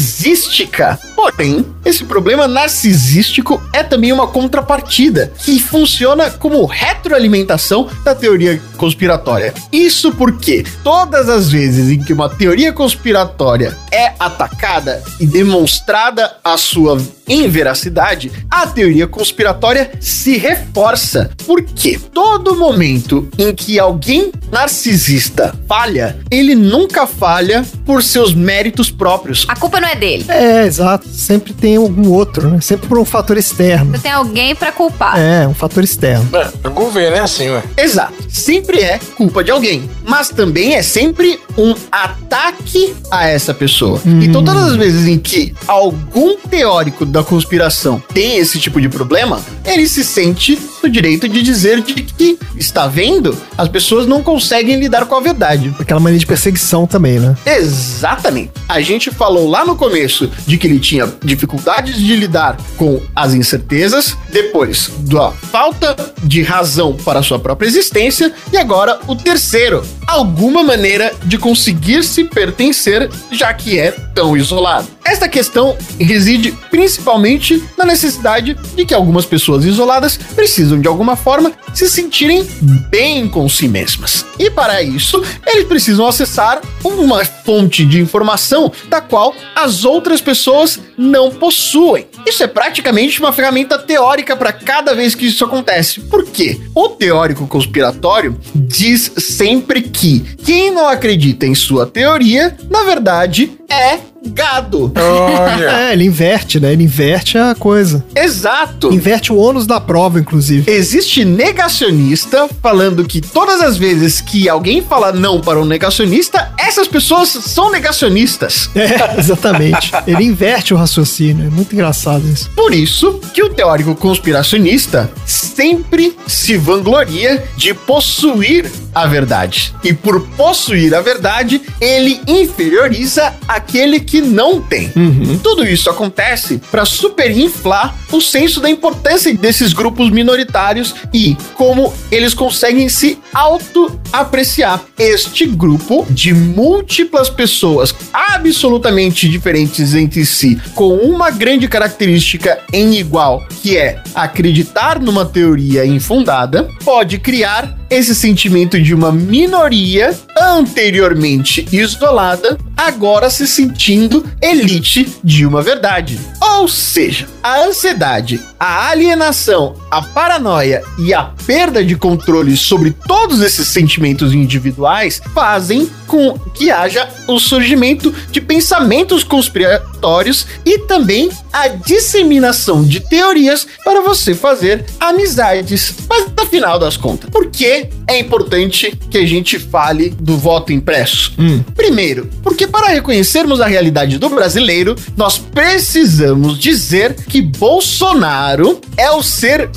[SPEAKER 1] narcisística. Porém, esse problema narcisístico é também uma contrapartida que funciona como retroalimentação da teoria conspiratória. Isso porque todas as vezes em que uma teoria conspiratória é atacada e demonstrada a sua inveracidade, a teoria conspiratória se reforça. Porque todo momento em que alguém narcisista falha, ele nunca falha por seus méritos próprios.
[SPEAKER 3] A culpa não é dele.
[SPEAKER 2] É, exato. Sempre tem algum outro, né? Sempre por um fator externo.
[SPEAKER 3] Tem alguém pra culpar.
[SPEAKER 2] É, um fator externo.
[SPEAKER 4] É, o governo é assim, ué.
[SPEAKER 1] Exato. Sempre é culpa de alguém. Mas também é sempre um ataque a essa pessoa.
[SPEAKER 2] Hum.
[SPEAKER 1] Então, todas as vezes em que algum teórico da conspiração tem esse tipo de problema, ele se sente no direito de dizer de que está vendo, as pessoas não conseguem lidar com a verdade.
[SPEAKER 2] Aquela mania de perseguição também, né?
[SPEAKER 1] Exatamente. A gente falou lá no começo de que ele tinha dificuldades de lidar com as incertezas, depois da falta de razão para sua própria existência, e agora o terceiro, alguma maneira de conseguir se pertencer, já que é tão isolado. Esta questão reside principalmente na necessidade de que algumas pessoas isoladas precisam, de alguma forma, se sentirem bem com si mesmas. E para isso, eles precisam acessar uma fonte de informação da qual as outras pessoas não possuem. Isso é praticamente uma ferramenta teórica para cada vez que isso acontece. Por quê? O teórico conspiratório diz sempre que quem não acredita em sua teoria, na verdade, é gado.
[SPEAKER 4] *laughs*
[SPEAKER 2] é, ele inverte, né? Ele inverte a coisa.
[SPEAKER 1] Exato.
[SPEAKER 2] Inverte o ônus da prova, inclusive.
[SPEAKER 1] Existe negacionista falando que todas as vezes que alguém fala não para um negacionista, essas pessoas são negacionistas.
[SPEAKER 2] É, *laughs* exatamente. ele inverte o raciocínio. É muito engraçado isso.
[SPEAKER 1] Por isso que o teórico conspiracionista sempre se vangloria de possuir a verdade. E por possuir a verdade, ele inferioriza aquele que não tem. Uhum. Tudo isso acontece para superinflar o senso da importância desses grupos minoritários e como eles conseguem se auto-apreciar. Este grupo de múltiplas pessoas absolutamente diferentes entre si, com uma grande característica em igual, que é acreditar numa teoria infundada, pode criar esse sentimento de uma minoria anteriormente isolada, agora se sentindo elite de uma verdade. Ou seja, a ansiedade, a alienação, a paranoia e a perda de controle sobre todos esses sentimentos individuais fazem com que haja o surgimento de pensamentos conspiratórios e também a disseminação de teorias para você fazer amizades. Mas no final das contas, por que é importante que a gente fale do voto impresso? Hum. Primeiro, porque para reconhecermos a realidade do brasileiro, nós precisamos dizer que Bolsonaro é o ser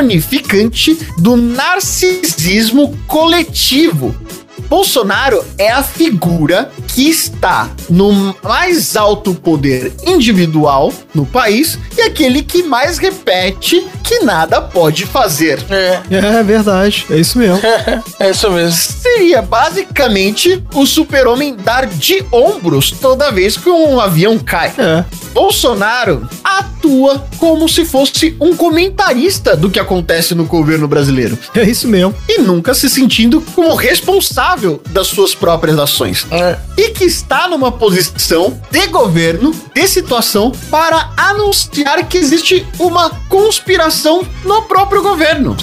[SPEAKER 1] personificante do narcisismo coletivo. Bolsonaro é a figura que está no mais alto poder individual no país e aquele que mais repete que nada pode fazer.
[SPEAKER 2] É, é verdade, é isso mesmo.
[SPEAKER 4] é isso mesmo.
[SPEAKER 1] Seria basicamente o super-homem dar de ombros toda vez que um avião cai. É. Bolsonaro atua como se fosse um comentarista do que acontece no governo brasileiro.
[SPEAKER 2] É isso mesmo.
[SPEAKER 1] E nunca se sentindo como responsável das suas próprias ações é. e que está numa posição de governo, de situação, para anunciar que existe uma conspiração no próprio governo,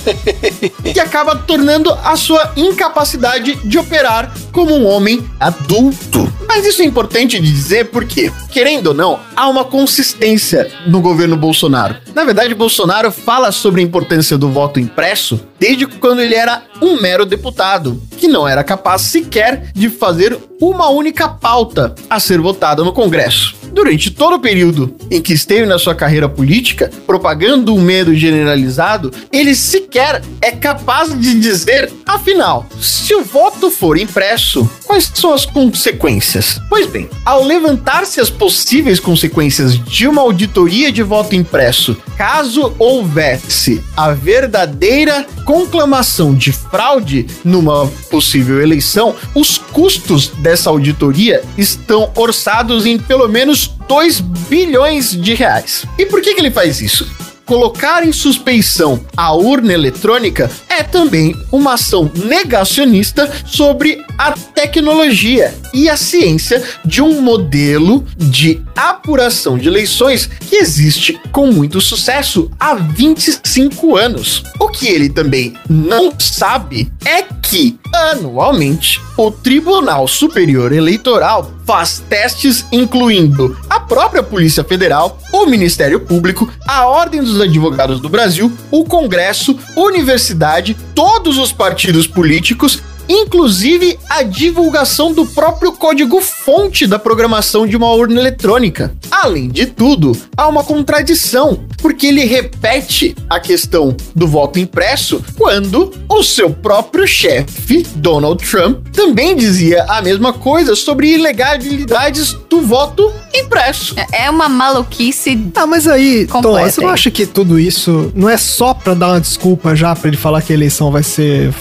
[SPEAKER 1] que acaba tornando a sua incapacidade de operar como um homem adulto. Mas isso é importante de dizer porque, querendo ou não, há uma consistência no governo Bolsonaro. Na verdade, Bolsonaro fala sobre a importância do voto impresso desde quando ele era um mero deputado, que não era capaz sequer de fazer uma única pauta a ser votada no Congresso. Durante todo o período em que esteve na sua carreira política, propagando um medo generalizado, ele sequer é capaz de dizer, afinal, se o voto for impresso, quais são as consequências? Pois bem, ao levantar-se as possíveis consequências de uma auditoria de voto impresso, caso houvesse a verdadeira conclamação de fraude numa possível eleição, os custos dessa auditoria estão orçados em pelo menos 2 bilhões de reais. E por que, que ele faz isso? Colocar em suspeição a urna eletrônica é também uma ação negacionista sobre a tecnologia e a ciência de um modelo de apuração de eleições que existe com muito sucesso há 25 anos. O que ele também não sabe é que, anualmente, o Tribunal Superior Eleitoral faz testes incluindo a própria Polícia Federal, o Ministério Público, a Ordem dos Advogados do Brasil, o Congresso, universidade, todos os partidos políticos inclusive a divulgação do próprio código fonte da programação de uma urna eletrônica. Além de tudo, há uma contradição, porque ele repete a questão do voto impresso quando o seu próprio chefe, Donald Trump, também dizia a mesma coisa sobre ilegalidades do voto impresso.
[SPEAKER 3] É uma maluquice.
[SPEAKER 2] Ah, mas aí, Tom, você não acha que tudo isso não é só para dar uma desculpa já para ele falar que a eleição vai ser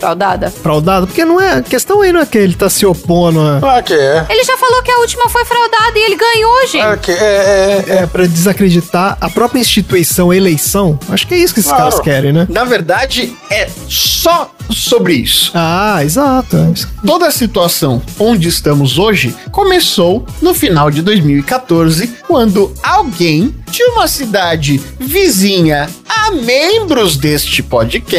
[SPEAKER 3] fraudada?
[SPEAKER 2] fraudada? Porque não é. A questão aí não é que ele tá se opondo a.
[SPEAKER 4] Claro que é.
[SPEAKER 3] Ele já falou que a última foi fraudada e ele ganhou, gente. Claro
[SPEAKER 4] que é.
[SPEAKER 2] É, é pra desacreditar a própria instituição, a eleição. Acho que é isso que esses claro. caras querem, né?
[SPEAKER 1] Na verdade, é só sobre isso.
[SPEAKER 2] Ah, exato.
[SPEAKER 1] Toda a situação onde estamos hoje começou no final de 2014, quando alguém de uma cidade vizinha a membros deste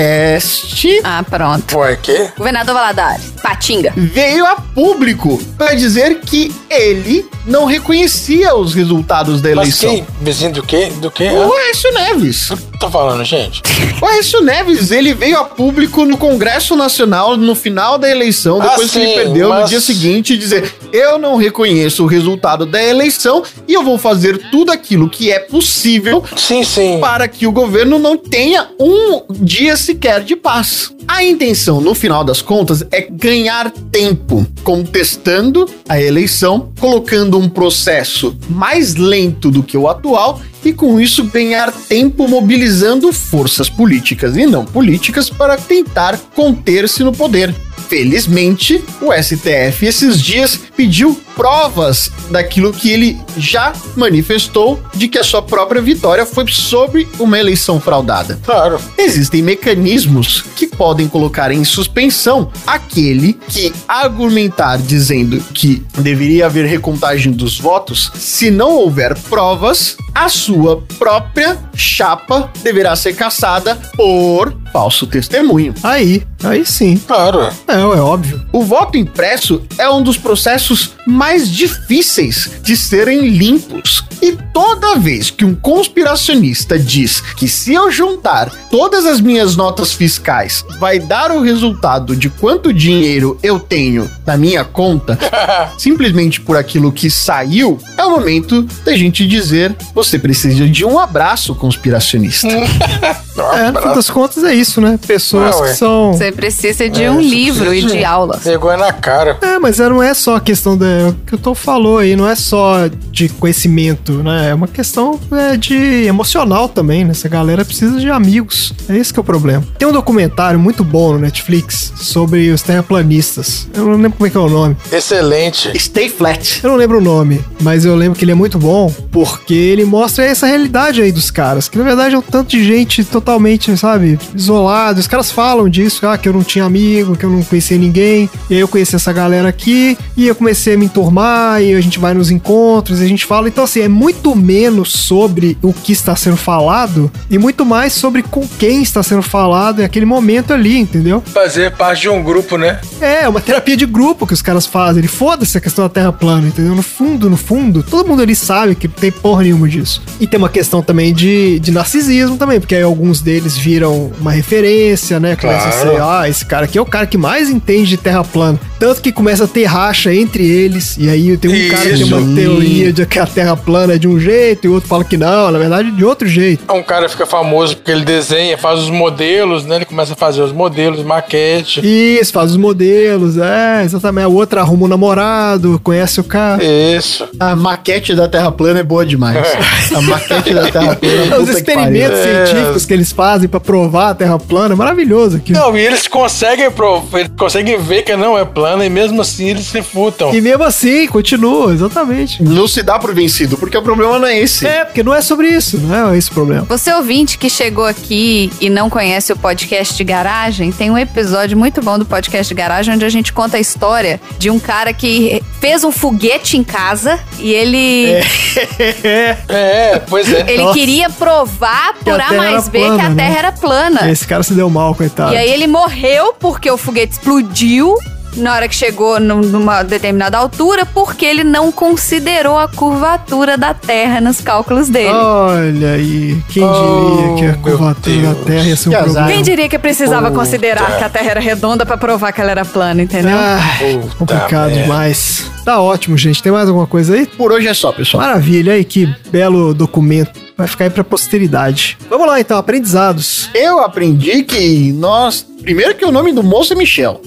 [SPEAKER 1] podcast.
[SPEAKER 7] Ah, pronto.
[SPEAKER 4] Por quê?
[SPEAKER 7] Governador Valadares, Patinga.
[SPEAKER 1] Veio a público para dizer que ele não reconhecia os resultados da eleição.
[SPEAKER 4] Mas quem? É. Vizinho do quê? Do quê?
[SPEAKER 1] O Aécio Neves.
[SPEAKER 4] Tá falando, gente?
[SPEAKER 1] O Aécio Neves, ele veio a público no Congresso Nacional no final da eleição, depois
[SPEAKER 4] Ah,
[SPEAKER 1] que ele
[SPEAKER 4] sim,
[SPEAKER 1] perdeu no
[SPEAKER 4] mas-
[SPEAKER 1] dia seguinte, dizer: Eu não reconheço o resultado da eleição e eu vou fazer tudo aquilo que é possível
[SPEAKER 4] Sim, sim.
[SPEAKER 1] para que o governo não tenha um dia sequer de paz. A intenção, no final das contas, é ganhar tempo, contestando a eleição, colocando um processo mais lento do que o atual e, com isso, ganhar tempo mobilizando forças políticas e não políticas para tentar conter-se no poder. Felizmente, o STF esses dias pediu provas daquilo que ele já manifestou de que a sua própria vitória foi sobre uma eleição fraudada.
[SPEAKER 4] Claro.
[SPEAKER 1] Existem mecanismos que podem colocar em suspensão aquele que argumentar dizendo que deveria haver recontagem dos votos, se não houver provas, a sua própria chapa deverá ser caçada por falso testemunho.
[SPEAKER 2] Aí, aí sim.
[SPEAKER 4] Claro. *laughs*
[SPEAKER 2] É, é óbvio.
[SPEAKER 1] O voto impresso é um dos processos mais difíceis de serem limpos. E toda vez que um conspiracionista diz que se eu juntar todas as minhas notas fiscais vai dar o resultado de quanto dinheiro eu tenho na minha conta, simplesmente por aquilo que saiu, é o momento da gente dizer: você precisa de um abraço conspiracionista.
[SPEAKER 2] É, no fim das contas é isso, né? Pessoas
[SPEAKER 4] Ah, ué.
[SPEAKER 2] que são.
[SPEAKER 7] Você precisa de um livro e de aulas.
[SPEAKER 4] Vergonha na cara.
[SPEAKER 2] É, mas não é só a questão da. O que o Tom falou aí, não é só de conhecimento, né? É uma questão é, de emocional também, né? Essa galera precisa de amigos. É esse que é o problema. Tem um documentário muito bom no Netflix sobre os terraplanistas. Eu não lembro como é que é o nome.
[SPEAKER 4] Excelente.
[SPEAKER 1] Stay flat.
[SPEAKER 2] Eu não lembro o nome, mas eu lembro que ele é muito bom porque ele mostra essa realidade aí dos caras, que na verdade é um tanto de gente totalmente, sabe, isolado. Os caras falam disso, ah, que eu não tinha amigo, que eu não conhecia ninguém, e aí eu conheci essa galera aqui, e eu comecei a me enturmar, e a gente vai nos encontros, e a gente fala. Então, assim, é muito menos sobre o que está sendo falado e muito mais sobre com quem está sendo falado naquele momento ali, entendeu?
[SPEAKER 4] Fazer parte de um grupo, né?
[SPEAKER 2] É, uma terapia de grupo que os caras fazem. Ele foda-se a questão da Terra plana, entendeu? No fundo, no fundo, todo mundo ali sabe que não tem porra nenhuma disso. E tem uma questão também de, de narcisismo também, porque aí alguns deles viram uma referência, né? Começa a ser,
[SPEAKER 4] Claro.
[SPEAKER 2] ah, esse cara aqui é o cara que mais entende de Terra plana. Tanto que começa a ter racha entre eles. E aí tem um cara que tem
[SPEAKER 4] Isso.
[SPEAKER 2] uma teoria de que a Terra plana é de um jeito, e o outro fala que não, na verdade, de outro jeito.
[SPEAKER 4] Um cara fica famoso porque ele desenha, faz os modelos, né? Ele começa a fazer os modelos, maquete.
[SPEAKER 2] Isso, faz os modelos, é, exatamente. O outro arruma um namorado, conhece o cara.
[SPEAKER 4] Isso.
[SPEAKER 1] A maquete da Terra plana é boa demais. A maquete da Terra plana. puta que
[SPEAKER 2] Os
[SPEAKER 1] pariu.
[SPEAKER 2] experimentos
[SPEAKER 4] É.
[SPEAKER 2] científicos que eles fazem pra provar a Terra plana, é maravilhoso aqui.
[SPEAKER 4] Não, e eles conseguem provar, eles conseguem ver que não é plana e mesmo assim eles refutam.
[SPEAKER 2] E mesmo assim, continua, exatamente.
[SPEAKER 1] não se dá por vencido, porque o problema não é esse.
[SPEAKER 2] É, porque não é sobre isso, não é esse o problema.
[SPEAKER 7] Você ouvinte que chegou aqui e não conhece o podcast de garagem, tem um episódio muito bom do podcast de garagem onde a gente conta a história de um cara que fez um foguete em casa e ele
[SPEAKER 4] É, pois é.
[SPEAKER 7] ele
[SPEAKER 2] Nossa.
[SPEAKER 7] queria provar
[SPEAKER 2] a
[SPEAKER 7] por A
[SPEAKER 2] Terra
[SPEAKER 7] mais
[SPEAKER 2] era
[SPEAKER 7] B que a
[SPEAKER 2] plana,
[SPEAKER 7] Terra
[SPEAKER 2] né?
[SPEAKER 7] era
[SPEAKER 4] É.
[SPEAKER 7] plana.
[SPEAKER 2] Esse cara se deu mal, coitado.
[SPEAKER 7] E aí ele morreu porque o foguete explodiu na hora que chegou num- numa determinada altura, porque ele não considerou a curvatura da Terra nos cálculos dele.
[SPEAKER 2] Olha aí, quem diria
[SPEAKER 4] Oh,
[SPEAKER 2] que a
[SPEAKER 4] meu
[SPEAKER 2] curvatura da
[SPEAKER 4] Deus.
[SPEAKER 2] Terra ia ser um
[SPEAKER 1] Que
[SPEAKER 2] problema.
[SPEAKER 1] azar.
[SPEAKER 7] Quem diria que precisava
[SPEAKER 4] Puta.
[SPEAKER 7] considerar que a Terra era redonda pra provar que ela era plana, entendeu?
[SPEAKER 2] Ah,
[SPEAKER 4] Puta
[SPEAKER 2] complicado
[SPEAKER 4] merda.
[SPEAKER 2] demais. Tá ótimo, gente. Tem mais alguma coisa aí?
[SPEAKER 1] Por hoje é só, pessoal.
[SPEAKER 2] Maravilha, aí que belo documento. Vai ficar aí pra posteridade. Vamos lá então, aprendizados.
[SPEAKER 1] Eu aprendi que nós. Primeiro que o nome do moço é Michel.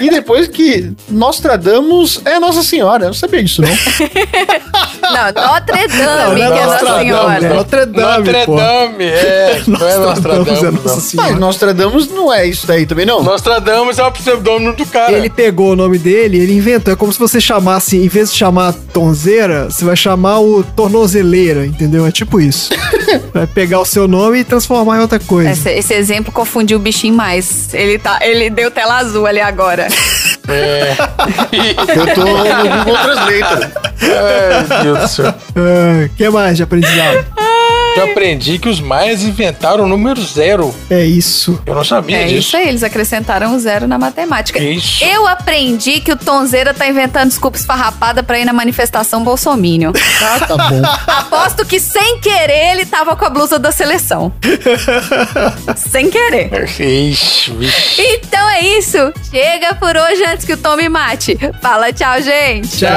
[SPEAKER 1] e depois que Nostradamus é Nossa Senhora. Eu não sabia disso, não.
[SPEAKER 7] Não, Notre Dame,
[SPEAKER 2] Não,
[SPEAKER 7] que é
[SPEAKER 2] não,
[SPEAKER 7] Nossa
[SPEAKER 2] Nostradamus,
[SPEAKER 7] Senhora.
[SPEAKER 2] né? Notre Dame,
[SPEAKER 4] Notre
[SPEAKER 2] pô.
[SPEAKER 4] Dame, é. Não
[SPEAKER 2] *laughs*
[SPEAKER 4] é Nostradamus,
[SPEAKER 2] é
[SPEAKER 4] não.
[SPEAKER 2] Nossa
[SPEAKER 1] Mas
[SPEAKER 2] Senhora.
[SPEAKER 1] Nostradamus não é isso daí também, não.
[SPEAKER 4] Nostradamus é o pseudônimo do cara. *laughs*
[SPEAKER 2] Ele pegou o nome dele, ele inventou. É como se você chamasse, em vez de chamar tonzeira, você vai chamar o tornozeleira, entendeu? É tipo isso. vai pegar o seu nome e transformar em outra
[SPEAKER 3] É,
[SPEAKER 2] coisa.
[SPEAKER 7] Esse, esse exemplo confundiu o bichinho mais. Ele, tá, ele deu tela azul ali agora.
[SPEAKER 4] É.
[SPEAKER 1] Eu tô no Google Translate.
[SPEAKER 4] Ai, é, Deus do céu.
[SPEAKER 2] O Ah, que mais de aprendizado?
[SPEAKER 4] Eu aprendi que os maias inventaram o número zero.
[SPEAKER 2] É isso.
[SPEAKER 4] Eu não sabia
[SPEAKER 3] É
[SPEAKER 4] disso.
[SPEAKER 3] isso aí, eles acrescentaram o zero na matemática.
[SPEAKER 4] Isso.
[SPEAKER 3] Eu aprendi que o Tonzeira tá inventando desculpa esfarrapada pra ir na manifestação Bolsominion.
[SPEAKER 1] Ah, tá bom.
[SPEAKER 3] Aposto que sem querer ele tava com a blusa da seleção. sem querer.
[SPEAKER 4] Ixi, bicho.
[SPEAKER 3] Então é isso. Chega por hoje antes que o Tom me mate. Fala tchau, gente.
[SPEAKER 1] Tchau.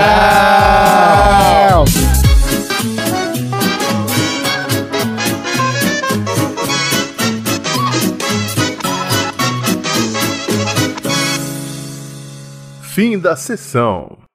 [SPEAKER 6] Fim da sessão.